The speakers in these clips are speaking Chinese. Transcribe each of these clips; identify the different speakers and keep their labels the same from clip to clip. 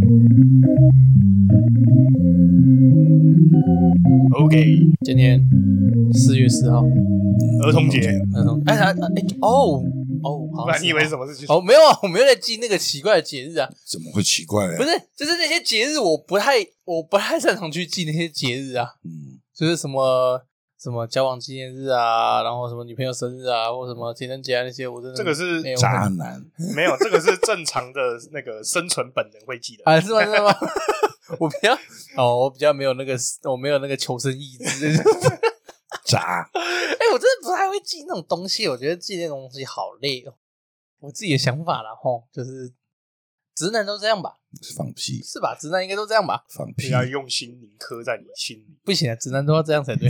Speaker 1: 嗯
Speaker 2: 十号，
Speaker 1: 儿童节，
Speaker 2: 儿童哎哎哎哦哦，好
Speaker 1: 不
Speaker 2: 像
Speaker 1: 然你以为是什么事情？
Speaker 2: 哦，没有啊，我没有在记那个奇怪的节日啊，
Speaker 3: 怎么会奇怪啊呢？
Speaker 2: 不是，就是那些节日，我不太，我不太擅长去记那些节日啊，
Speaker 3: 嗯，
Speaker 2: 就是什么什么交往纪念日啊，然后什么女朋友生日啊，或什么情人节啊那些，我真的
Speaker 1: 这个是
Speaker 2: 没有
Speaker 3: 渣男，
Speaker 1: 哦嗯 没有，这个是正常的那个生存本能会 记得。
Speaker 2: 啊，是吗？是吗？ 我比较哦，我比较没有那个，我没有那个求生意志。
Speaker 3: 渣，
Speaker 2: 哎、我真的不太会记那种东西，我觉得记那种东西好累哦。我自己的想法啦，吼，就是直男都这样吧，
Speaker 3: 放屁，
Speaker 2: 是吧？直男应该都这样吧？
Speaker 3: 放
Speaker 1: 你
Speaker 3: 屁，
Speaker 1: 要用心铭刻在你心里。
Speaker 2: 不行啊，直男都要这样才对。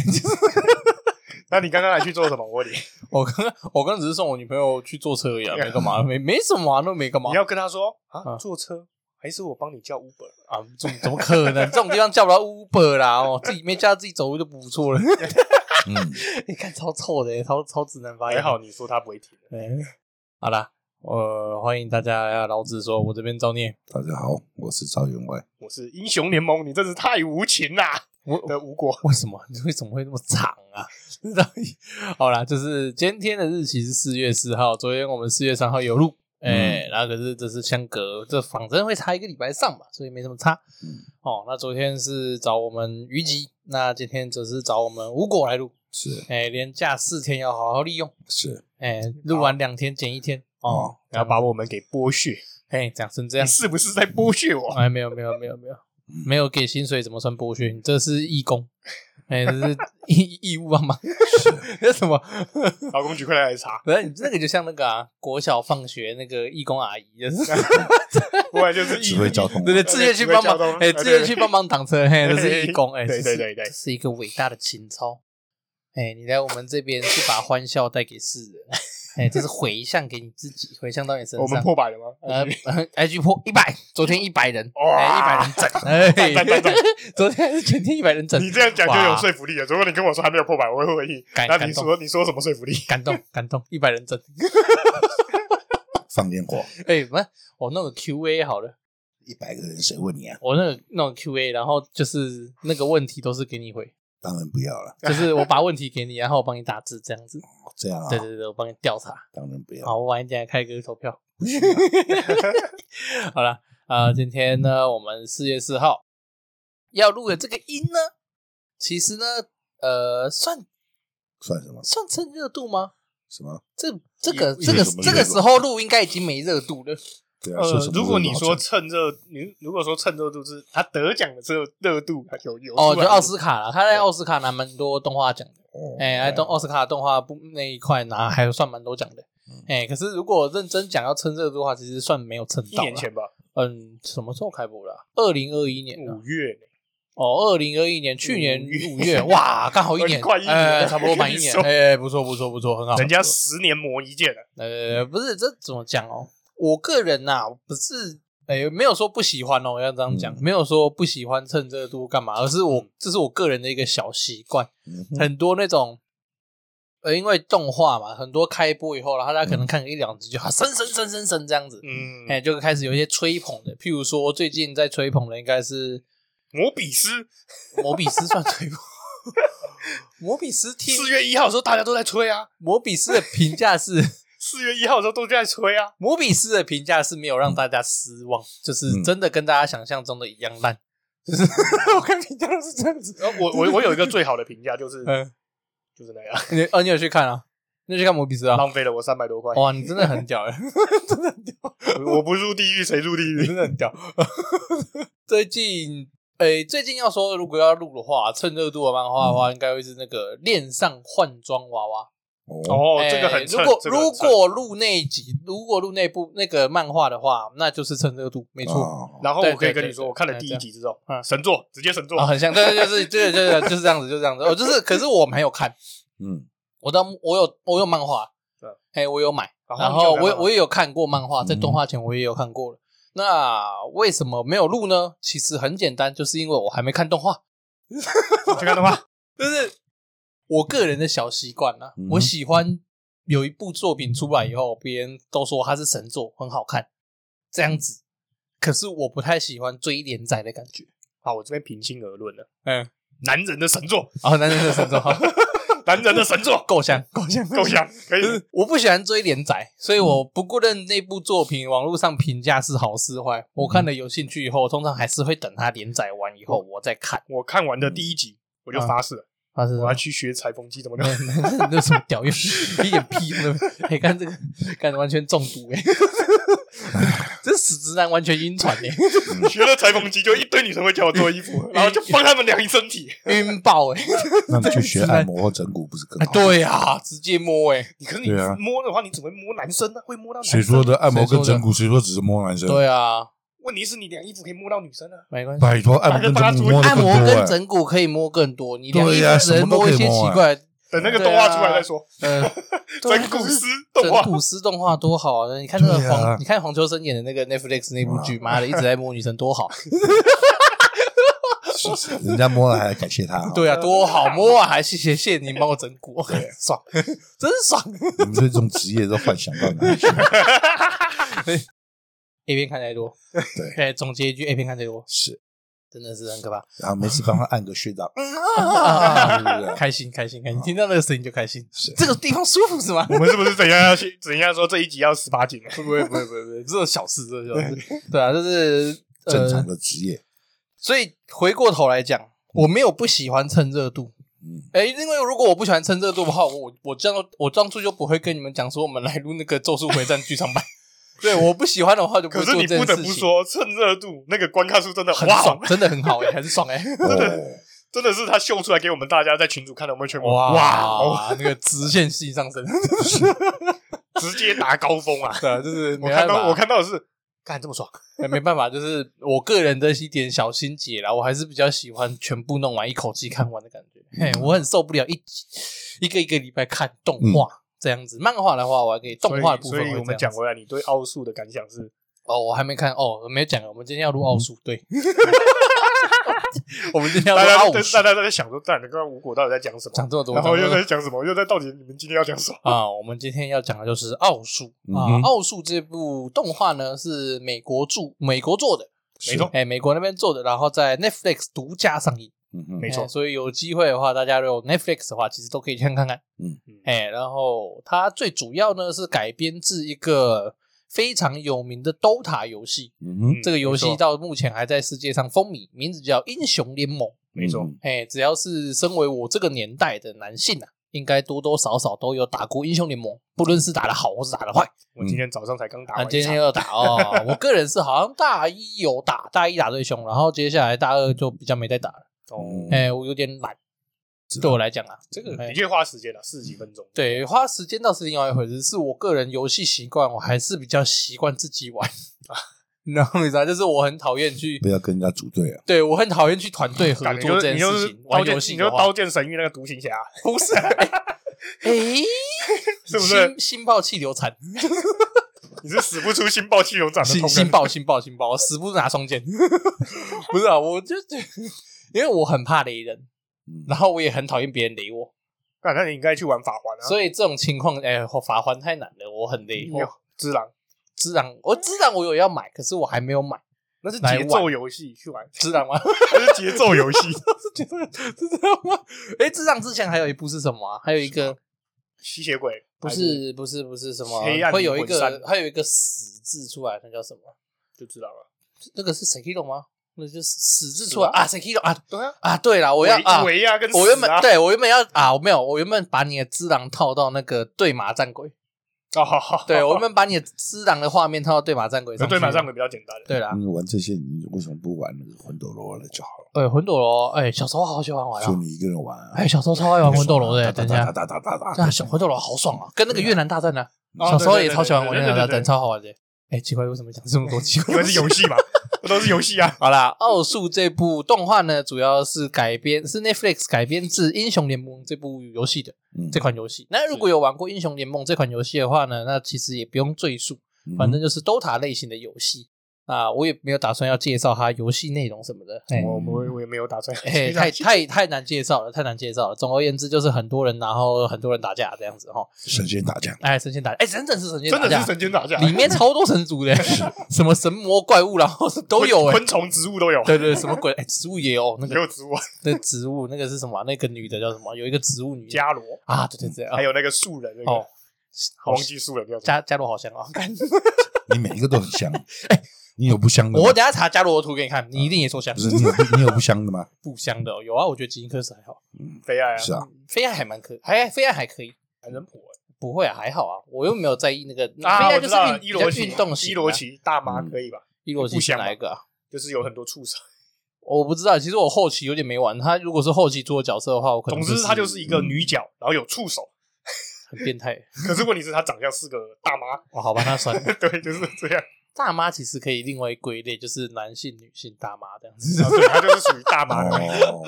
Speaker 1: 那你刚刚还去做什么？我 问你，
Speaker 2: 我刚刚我刚刚只是送我女朋友去坐车而已啊，没干嘛，没没什么啊，都没干嘛
Speaker 1: 你。要跟他说
Speaker 2: 啊
Speaker 1: 啊，坐车还是我帮你叫 Uber？
Speaker 2: 啊，怎么怎么可能？这种地方叫不到 Uber 啦，哦，自己没叫自己走路就不错了。
Speaker 3: 嗯，
Speaker 2: 你看超臭的，欸超超直男发言。
Speaker 1: 还好你说他不会听。
Speaker 2: 对，好啦，呃，欢迎大家老子说，我这边照念，
Speaker 3: 大家好，我是赵员外，
Speaker 1: 我是英雄联盟，你真是太无情啦！
Speaker 2: 我
Speaker 1: 的吴国，
Speaker 2: 为什么你为什么会那么长啊？ 这到底好啦，就是今天的日期是四月四号，昨天我们四月三号有录，哎、然后可是这是相隔，这仿真会差一个礼拜上嘛，所以没什么差。
Speaker 3: 嗯，
Speaker 2: 哦，那昨天是找我们虞姬，那今天则是找我们吴果来录，
Speaker 3: 是
Speaker 2: 哎、连假四天要好好利用，
Speaker 3: 是，
Speaker 2: 哎、录完两天减一天，哦
Speaker 3: 哦，
Speaker 1: 然后把我们给剥削，
Speaker 2: 嘿，讲成 这
Speaker 1: 你
Speaker 2: 样。
Speaker 1: 是不是在剥削 我？
Speaker 2: 哎，没有没有没有没有
Speaker 1: 嗯
Speaker 2: 没有给薪水怎么算剥削？你这是义工，哎，这是义义务帮忙， 这什么？
Speaker 1: 老公举快来查，
Speaker 2: 不是你这个就像那个啊，国小放学那个义工阿姨，就是
Speaker 1: 不然 就是
Speaker 3: 指挥交通，
Speaker 2: 对对，自愿去帮
Speaker 1: 指挥交通
Speaker 2: 忙，哎，
Speaker 1: 啊对
Speaker 2: 自愿去帮忙挡车，嘿，
Speaker 1: 对
Speaker 2: 这是义工，哎，
Speaker 1: 对
Speaker 2: 这是
Speaker 1: 对对对
Speaker 2: 这是一个伟大的情操。哎，你来我们这边是把欢笑带给世人， 哎，这是回向给你自己，回向到你身
Speaker 1: 我们
Speaker 2: 上。
Speaker 1: 破百了吗？
Speaker 2: 呃，IG 破一百，昨天一百人，
Speaker 1: 哇
Speaker 2: 哎，一百人整，
Speaker 1: 赞赞赞
Speaker 2: 哎，昨天还是全天一百人整，
Speaker 1: 你这样讲就有
Speaker 2: 哇
Speaker 1: 说服力了。如果你跟我说还没有破百，我会回应。
Speaker 2: 感
Speaker 1: 那
Speaker 2: 感
Speaker 1: 你
Speaker 2: 动
Speaker 1: 说你说什么说服力？
Speaker 2: 感动 感动，一百人整，
Speaker 3: 放烟火，
Speaker 2: 哎，不是，我弄个 QA 好了，
Speaker 3: 一百个人谁问你啊？
Speaker 2: 我那个弄个 QA，然后就是那个问题都是给你回，
Speaker 3: 当然不要了，
Speaker 2: 就是我把问题给你，然后我帮你打字这样子，
Speaker 3: 这样啊
Speaker 2: 对，对对，我帮你调查，
Speaker 3: 当然不要，
Speaker 2: 好，我晚一点开个投票，好了，呃，今天呢，我们四月四号要录的这个音呢，其实呢，呃，算
Speaker 3: 算什么
Speaker 2: 算蹭热度吗？
Speaker 3: 什么？
Speaker 2: 这这个
Speaker 3: 也
Speaker 2: 这个
Speaker 3: 也什么
Speaker 2: 这
Speaker 3: 热
Speaker 2: 个
Speaker 3: 度
Speaker 2: 时候录应该已经没热度了。
Speaker 3: 对啊，说
Speaker 1: 呃
Speaker 3: 什，么
Speaker 1: 如果
Speaker 3: 热度
Speaker 1: 你
Speaker 3: 好
Speaker 1: 说
Speaker 3: 像
Speaker 1: 趁热，你如果说趁热度是他得奖的热热度啊有有
Speaker 2: 哦，就
Speaker 1: 出来
Speaker 2: 奥斯卡了，他在奥斯卡拿蛮多动画奖的，
Speaker 3: 哦，
Speaker 2: 哎、
Speaker 1: 啊
Speaker 2: 哎动奥斯卡动画部那一块拿还算蛮多奖的
Speaker 3: 嗯。
Speaker 2: 哎、可是如果认真讲要蹭热度的话，其实算没有蹭
Speaker 1: 一
Speaker 2: 到。
Speaker 1: 年前，吧，
Speaker 2: 嗯，什么时候开播的、啊？二零二一年、啊
Speaker 1: 五、月
Speaker 2: 哦，二零二一年，去年
Speaker 1: 五月
Speaker 2: 五月，哇，刚好一年，
Speaker 1: 快一年
Speaker 2: 哎
Speaker 1: 了
Speaker 2: 差不多满一年，
Speaker 1: 跟你
Speaker 2: 哎、不错不错不错，很好。
Speaker 1: 人家十年磨一剑了，
Speaker 2: 呃，不是，这怎么讲哦？我个人呐、不是，哎、没有说不喜欢哦，要这样讲，
Speaker 3: 嗯
Speaker 2: 没有说不喜欢蹭热度干嘛，而是我这是我个人的一个小习惯，
Speaker 3: 嗯哼
Speaker 2: 很多那种。呃，因为动画嘛，很多开播以后，然后大家可
Speaker 3: 嗯
Speaker 2: 能看个一两集就啊，升升升升升这样子，
Speaker 1: 嗯，
Speaker 2: 哎、就开始有一些吹捧的。譬如说，最近在吹捧的应该是
Speaker 1: 摩比斯
Speaker 2: 摩比斯算吹捧，摩比斯替
Speaker 1: 四月一号的时候大家都在吹啊，
Speaker 2: 摩比斯的评价是
Speaker 1: 四月一号的时候都在吹啊，
Speaker 2: 摩比斯的评价是没有
Speaker 1: 嗯
Speaker 2: 让大家失望，就是真的跟大家想象中的一样烂。就是 我看评价都是这样子。
Speaker 1: 然后呃我我我有一个最好的评价就是
Speaker 2: 嗯，
Speaker 1: 就是那样，
Speaker 2: 你哦，你有去看啊？你有去看摩比 斯啊？
Speaker 1: 浪费了我三百多块，
Speaker 2: 哇，你真的很屌哎，真的很屌，
Speaker 1: 我不入地狱谁入地
Speaker 2: 你
Speaker 1: 狱？
Speaker 2: 真的很屌。 最近，诶、最近要说如果要录的话，趁热度的漫画的
Speaker 1: 嗯
Speaker 2: 话，应该会是那个恋上换装娃娃。
Speaker 3: 哦，
Speaker 1: 哦，
Speaker 2: 哎
Speaker 1: 这个很
Speaker 2: 如
Speaker 1: 蹭，
Speaker 2: 果
Speaker 1: 这个很
Speaker 2: 如
Speaker 1: 蹭
Speaker 2: 果录那一集，如果录那部那个漫画的话，那就是趁热度，没错。
Speaker 3: 哦
Speaker 1: 然后我可
Speaker 2: 对对
Speaker 1: 以跟
Speaker 2: 对
Speaker 1: 你说，
Speaker 2: 对
Speaker 1: 我看了
Speaker 2: 对
Speaker 1: 第
Speaker 2: 这
Speaker 1: 一
Speaker 2: 样
Speaker 1: 集之后
Speaker 2: 嗯，
Speaker 1: 神作，直接神作
Speaker 2: 啊，，很像，对对，就是对对对，就是这样子，就是这样子。哦，就是，可是我没有看，
Speaker 3: 嗯，
Speaker 2: 我到我有我有漫画
Speaker 1: 对，
Speaker 2: 哎，我有买，
Speaker 1: 然后
Speaker 2: 然
Speaker 1: 你有
Speaker 2: 后
Speaker 1: 看
Speaker 2: 我也
Speaker 1: 漫画
Speaker 2: 我也有看过漫画，在
Speaker 3: 嗯
Speaker 2: 动画前我也有看过了。那为什么没有录呢？其实很简单，就是因为我还没看动画，
Speaker 1: 你去看的话，
Speaker 2: 就是我个人的小习惯啦
Speaker 3: 嗯。
Speaker 2: 我喜欢有一部作品出来以后，别人都说它是神作，很好看，这样子。可是我不太喜欢追连载的感觉。
Speaker 1: 好，我这边平心而论了，
Speaker 2: 嗯，
Speaker 1: 男人的神作，
Speaker 2: 哦，男人的神作，
Speaker 1: 男人的神作，
Speaker 2: 够香，够香，
Speaker 1: 够香，可以
Speaker 2: 就。是我不喜欢追连载，所
Speaker 3: 嗯
Speaker 2: 以我不顾论那部作品网络上评价是好是坏，我看了
Speaker 3: 嗯
Speaker 2: 有兴趣以后，通常还是会等它连载完以后我再看。
Speaker 1: 我看完的第一集，我就发誓了，
Speaker 2: 它是什
Speaker 1: 我
Speaker 2: 么
Speaker 1: 要？去学裁缝机怎么弄
Speaker 2: 那。 那那什么屌用？一点屁用都没有！哎，看这个，看完全中毒哎、 这死直男完全晕船哎、
Speaker 1: 学了裁缝机，就一堆女生会叫我做衣 服，然后就帮他们量身体。
Speaker 2: 晕爆哎、
Speaker 3: 那你去学按摩或整骨不是更
Speaker 2: 哎
Speaker 3: 好？，
Speaker 2: 对呀、直接摸哎、
Speaker 1: 你 可是你
Speaker 3: 对啊
Speaker 1: 摸的话，你只会摸男生呢，会摸到男生。
Speaker 3: 谁说？的按摩跟整骨？谁说只是摸男生？，
Speaker 2: 对啊，
Speaker 1: 问题是你量衣服可以摸到女生啊。
Speaker 2: 没关系。
Speaker 3: 拜托，按摩跟整骨摸的
Speaker 2: 按
Speaker 3: 更
Speaker 2: 摩
Speaker 3: 多
Speaker 2: 跟
Speaker 3: 哎。
Speaker 2: 整骨可以摸更多，你两
Speaker 3: 对呀
Speaker 2: 一只
Speaker 3: 什
Speaker 2: 能
Speaker 3: 么都
Speaker 2: 摸
Speaker 3: 可
Speaker 2: 一
Speaker 3: 以
Speaker 2: 些
Speaker 3: 摸
Speaker 2: 奇
Speaker 3: 啊
Speaker 2: 怪的
Speaker 1: 等那个动画出来再说。
Speaker 2: 呃，对啊
Speaker 1: 整骨师动
Speaker 2: 整
Speaker 1: 画，
Speaker 2: 蛊师动画多好啊！你看那个
Speaker 3: 对
Speaker 2: 黄，
Speaker 3: 啊
Speaker 2: 你看黄秋生演的那个 Netflix 那部剧，妈的，一直在摸女生，多 好！
Speaker 3: 人家摸了还感谢他啊，
Speaker 2: 对啊，多好摸啊！还谢谢谢谢你帮我整蛊， 爽，真爽！
Speaker 3: 你们对这种职业都幻想到哪里去？
Speaker 2: A 片看太多，
Speaker 3: 对
Speaker 2: 哎，总结一句，A 片看太多，
Speaker 3: 是，
Speaker 2: 真的是很可 怕。
Speaker 3: 然后每次帮他按个穴道，嗯
Speaker 2: 啊
Speaker 3: 对 不对
Speaker 2: 开心开心开心，听到那个声音就开心
Speaker 3: 是，
Speaker 2: 这个地方舒服是吗？
Speaker 1: 我们是不是怎样要去怎样说这一集要十八禁 了？
Speaker 2: 不会不会不会不会，这种小事，这种小事，对啊，就是呃
Speaker 3: 正常的职业，
Speaker 2: 所以回过头来讲，我没有不喜欢蹭热度。
Speaker 3: 嗯，
Speaker 2: 哎，因为如果我不喜欢蹭热度的话，我我这样我当初就不会跟你们讲说我们来录那个《咒术回战》剧场版。对，我不喜欢的话就不
Speaker 1: 可
Speaker 2: 会
Speaker 1: 是
Speaker 2: 做
Speaker 1: 你
Speaker 2: 这件
Speaker 1: 不
Speaker 2: 事
Speaker 1: 得
Speaker 2: 情。
Speaker 1: 不说，趁热度那个观看数真的
Speaker 2: 很
Speaker 1: 哇
Speaker 2: 爽，，真的很好哎、欸，很爽哎、欸，
Speaker 3: 哦，
Speaker 1: 真的是他秀出来给我们大家在群主看到我们全部
Speaker 2: 哇
Speaker 1: 哇，哦
Speaker 2: 哇，那个直线性上升，
Speaker 1: 直接达高峰啊！
Speaker 2: 对啊， 就是没
Speaker 1: 我看
Speaker 2: 办法，
Speaker 1: 到我看到的是
Speaker 2: 干这么爽，哎没办法，就是我个人的一点小心结啦，我还是比较喜欢全部弄完一口气看完的感觉，嘿，我很受不了一集一个一个礼拜看动画。这样子，漫画的话我还可以，动
Speaker 1: 所以
Speaker 2: 画的部
Speaker 1: 所
Speaker 2: 分
Speaker 1: 以我
Speaker 2: 会这
Speaker 1: 们
Speaker 2: 样
Speaker 1: 讲
Speaker 2: 子
Speaker 1: 回来，你对奥数的感想 是？
Speaker 2: 哦，我还没看哦，没有讲，我们今天要录奥数， 对，我们今天要
Speaker 1: 大
Speaker 2: 录
Speaker 1: 家
Speaker 2: 奥
Speaker 1: 在
Speaker 2: 数
Speaker 1: 大，家在想说，但刚刚吴果到底在讲什
Speaker 2: 讲
Speaker 1: 么？
Speaker 2: 这么多，
Speaker 1: 然后又在
Speaker 2: 讲这么多
Speaker 1: 讲什么？又在到底你们今天要讲什么？
Speaker 2: 啊，我们今天要讲的就是《奥数》啊，
Speaker 3: 嗯哼
Speaker 2: 《奥数》这部动画呢是美国著美国做的，
Speaker 1: 没错
Speaker 2: 哎，美国那边做的，然后在 Netflix 独家上映，
Speaker 3: 嗯哼
Speaker 1: 没错
Speaker 2: 哎所以有机会的话，大家如果有 Netflix 的话，其实都可以先看看，
Speaker 3: 嗯
Speaker 1: 嗯
Speaker 2: 哎，然后它最主要呢是改编自一个非常有名的 DOTA 游戏，
Speaker 3: 嗯哼，
Speaker 1: 嗯
Speaker 2: 这个游
Speaker 1: 没
Speaker 2: 戏
Speaker 1: 错
Speaker 2: 到目前还在世界上风靡，名字叫《英雄联盟》。
Speaker 1: 没错，
Speaker 3: 嗯
Speaker 2: 哎，只要是身为我这个年代的男性啊，应该多多少少都有打过英雄联盟，不论是打的好或是打的坏。
Speaker 1: 我今天早上才刚打
Speaker 2: 啊，
Speaker 1: 完
Speaker 2: 今
Speaker 1: 一
Speaker 2: 天
Speaker 1: 场，
Speaker 2: 要打哦，我个人是好像大一有打，大一打最凶，然后接下来大二就比较没再打了。
Speaker 1: 哦，
Speaker 2: 哎，我有点懒，对我来讲啊，
Speaker 1: 这个
Speaker 2: 哎
Speaker 1: 的确花时间了，四十几分钟。
Speaker 2: 对花时间倒是另外一回事，是我个人游戏习惯，我还是比较习惯自己玩。然后你知道，就是我很讨厌去
Speaker 3: 不，要跟人家组队啊，
Speaker 2: 对我很讨厌去团队合
Speaker 1: 感觉
Speaker 2: 作
Speaker 1: 就
Speaker 2: 这
Speaker 1: 是
Speaker 2: 件
Speaker 1: 你就
Speaker 2: 事
Speaker 1: 是
Speaker 2: 情。
Speaker 1: 刀
Speaker 2: 玩
Speaker 1: 剑，
Speaker 2: 游戏
Speaker 1: 你
Speaker 2: 的
Speaker 1: 就是
Speaker 2: 话
Speaker 1: 刀剑神域那个独行侠，啊
Speaker 2: 不是，哎、
Speaker 1: 是不是
Speaker 2: 心心爆气 流产，
Speaker 1: 你是死不出心爆气流斩的
Speaker 2: 心
Speaker 1: 痛
Speaker 2: 心
Speaker 1: 人。
Speaker 2: 爆心爆心爆，我死不拿双 剑。不是啊，我就觉得因为我很怕雷人，
Speaker 3: 嗯
Speaker 2: 然后我也很讨厌别人雷我，
Speaker 1: 干那你应该去玩法环啊，
Speaker 2: 所以这种情况，哎、法环太难了，我很累。
Speaker 1: 你嗯有
Speaker 2: 我
Speaker 1: 之狼
Speaker 2: 知然，我知然我有要买，可是我还没有买。
Speaker 1: 那是
Speaker 2: 来
Speaker 1: 节
Speaker 2: 玩
Speaker 1: 奏游戏，去玩
Speaker 2: 知 然吗？
Speaker 1: 那是节奏游戏，
Speaker 2: 是觉得知然吗？哎、知然之前还有一部是什么啊、还有一个
Speaker 1: 吸血鬼
Speaker 2: 不是不是不是什么
Speaker 1: 黑暗，
Speaker 2: 会有一
Speaker 1: 灵魂
Speaker 2: 个
Speaker 1: 三
Speaker 2: 会有一个死字出来，那叫什么？
Speaker 1: 就啊知道了。
Speaker 2: 那个是 Sekiro 吗？那就是死字出来
Speaker 1: 是吧
Speaker 2: 啊，Sekiro 啊
Speaker 1: 对啊，
Speaker 2: 啊！对了，我要
Speaker 1: 维
Speaker 2: 啊，
Speaker 1: 维亚跟
Speaker 2: 我
Speaker 1: 死
Speaker 2: 原本
Speaker 1: 啊
Speaker 2: 对我原本要啊，我没有，我原本把你的只狼套到那个对马战鬼，
Speaker 1: 哦，好好好
Speaker 2: 对我原本把你的只狼的画面套到对马战鬼上
Speaker 1: 那
Speaker 2: 去，
Speaker 1: 对马上会比较简单的。
Speaker 2: 对啊啦，
Speaker 3: 你玩这些，你为什么不玩那个魂斗罗了就好了？
Speaker 2: 哎，魂斗罗，哎，小时候好喜欢玩
Speaker 3: 就
Speaker 2: 啊，
Speaker 3: 你一个人玩啊，
Speaker 2: 哎，小时候超爱玩魂斗罗的，
Speaker 3: 打
Speaker 2: 等
Speaker 3: 打
Speaker 2: 一
Speaker 3: 打
Speaker 2: 下，
Speaker 3: 打打打打
Speaker 2: 啊，小魂斗罗好爽啊，跟那个越南大战呢，
Speaker 1: 哦
Speaker 2: 小时候
Speaker 1: 对对
Speaker 2: 也超喜欢玩
Speaker 1: 对
Speaker 2: 越
Speaker 1: 对
Speaker 2: 南大
Speaker 1: 对对
Speaker 2: 战，
Speaker 1: 对
Speaker 2: 超好玩的。哎，奇怪，为什么讲这么多奇怪
Speaker 1: 因为
Speaker 2: 的事
Speaker 1: 是
Speaker 2: 情？
Speaker 1: 游戏嘛，这都是游戏 啊。
Speaker 2: 好啦，《奥数》这部动画呢，主要是改编是 Netflix 改编自《英雄联盟》这部游戏的
Speaker 3: 嗯
Speaker 2: 这款游戏。那如果有玩过《英雄联盟》这款游戏的话呢，那其实也不用赘述，反正就是 DOTA 类型的游戏。那我也没有打算要介绍它游戏内容什么的，哎、
Speaker 1: 我我我也没有打算，
Speaker 2: 哎，太太太难介绍了，太难介绍了。总而言之，就是很多人，然后很多人打架这样子哈。
Speaker 3: 神仙打架，
Speaker 2: 哎，神仙打架，哎，真的是神
Speaker 1: 真
Speaker 2: 仙打
Speaker 1: 的
Speaker 2: 架
Speaker 1: 是，神仙打架，
Speaker 2: 里面超多神 族的，什么神魔怪物，然后都有哎、
Speaker 1: 昆虫、植物都有，
Speaker 2: 对对，什么鬼？哎，植物也有那
Speaker 1: 也
Speaker 2: 个
Speaker 1: 有植物，啊
Speaker 2: 那植物，那个是什么啊、那个女的叫什么？有一个植物女
Speaker 1: 伽罗，
Speaker 2: 啊，对对对啊
Speaker 1: 还，有那个树人，那
Speaker 2: 哦
Speaker 1: 个，忘记树人叫什么，
Speaker 2: 加加罗好香啊！干
Speaker 3: 你每一个都很 香。你有不香的吗？
Speaker 2: 哎我等一下查加罗的图给你看，你一定也说香
Speaker 3: 不，是你有你有不香的吗？
Speaker 2: 不香的哦有啊？我觉得吉英科是还好，
Speaker 1: 悲哀啊，
Speaker 3: 是啊，
Speaker 2: 飞爱还蛮可，还飞爱还可以，
Speaker 1: 男人婆
Speaker 2: 不会啊，还好啊，我又没有在意那个
Speaker 1: 啊，
Speaker 2: 飞爱
Speaker 1: 我
Speaker 2: 就
Speaker 1: 知
Speaker 2: 是
Speaker 1: 道了，
Speaker 2: 运
Speaker 1: 伊罗
Speaker 2: 比较
Speaker 1: 奇，
Speaker 2: 运动型啊嗯
Speaker 1: 伊罗奇大妈可以吧？
Speaker 2: 伊洛奇
Speaker 1: 不
Speaker 2: 是
Speaker 1: 香
Speaker 2: 哪
Speaker 1: 吧
Speaker 2: 一个啊？
Speaker 1: 就是有很多触手，
Speaker 2: 我不知道，其实我后期有点没玩。他如果是后期做的角色的话，我可
Speaker 1: 总
Speaker 2: 能
Speaker 1: 之她就是一个
Speaker 3: 嗯
Speaker 1: 女角，然后有触手，
Speaker 2: 很变态。
Speaker 1: 可是问题是她长相是个大妈，
Speaker 2: 哦，好吧，那算了。
Speaker 1: 对，就是这样，
Speaker 2: 大妈其实可以另外归类，就是男性、女性大妈这样 子。
Speaker 1: 啊对，她就是属于大妈，
Speaker 3: 哦，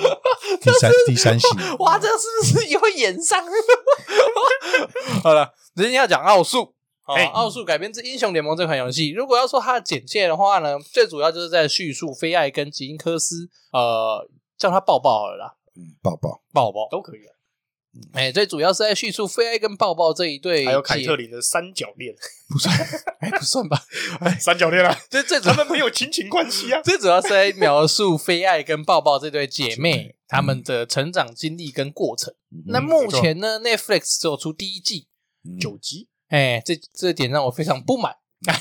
Speaker 3: 第三第三系，
Speaker 2: 哇，这个是不是也会演上？嗯 好了，今天要讲奥数。哦
Speaker 1: 哎，
Speaker 2: 奥数改编自《英雄联盟》这款游戏。如果要说它的简介的话呢，最主要就是在叙述菲艾跟吉因科斯，呃，叫他抱抱好了啦，
Speaker 3: 嗯，抱抱，
Speaker 2: 抱抱。
Speaker 1: 都可以啊，
Speaker 2: 哎、最主要是在叙述菲艾跟抱抱这一对姐，
Speaker 1: 还有凯特琳的三角恋，
Speaker 2: 不算，哎，不算吧。
Speaker 1: 三角恋啊，
Speaker 2: 这最主
Speaker 1: 他
Speaker 2: 要
Speaker 1: 们没有亲情关 系啊，
Speaker 2: 最主要是在描述菲爱跟抱抱这对姐妹她们的成长经历跟过程。那
Speaker 3: 嗯
Speaker 2: 目前呢，Netflix 只有出第一季，
Speaker 3: 嗯
Speaker 1: 九集，
Speaker 2: 哎，这这点让我非常不 满。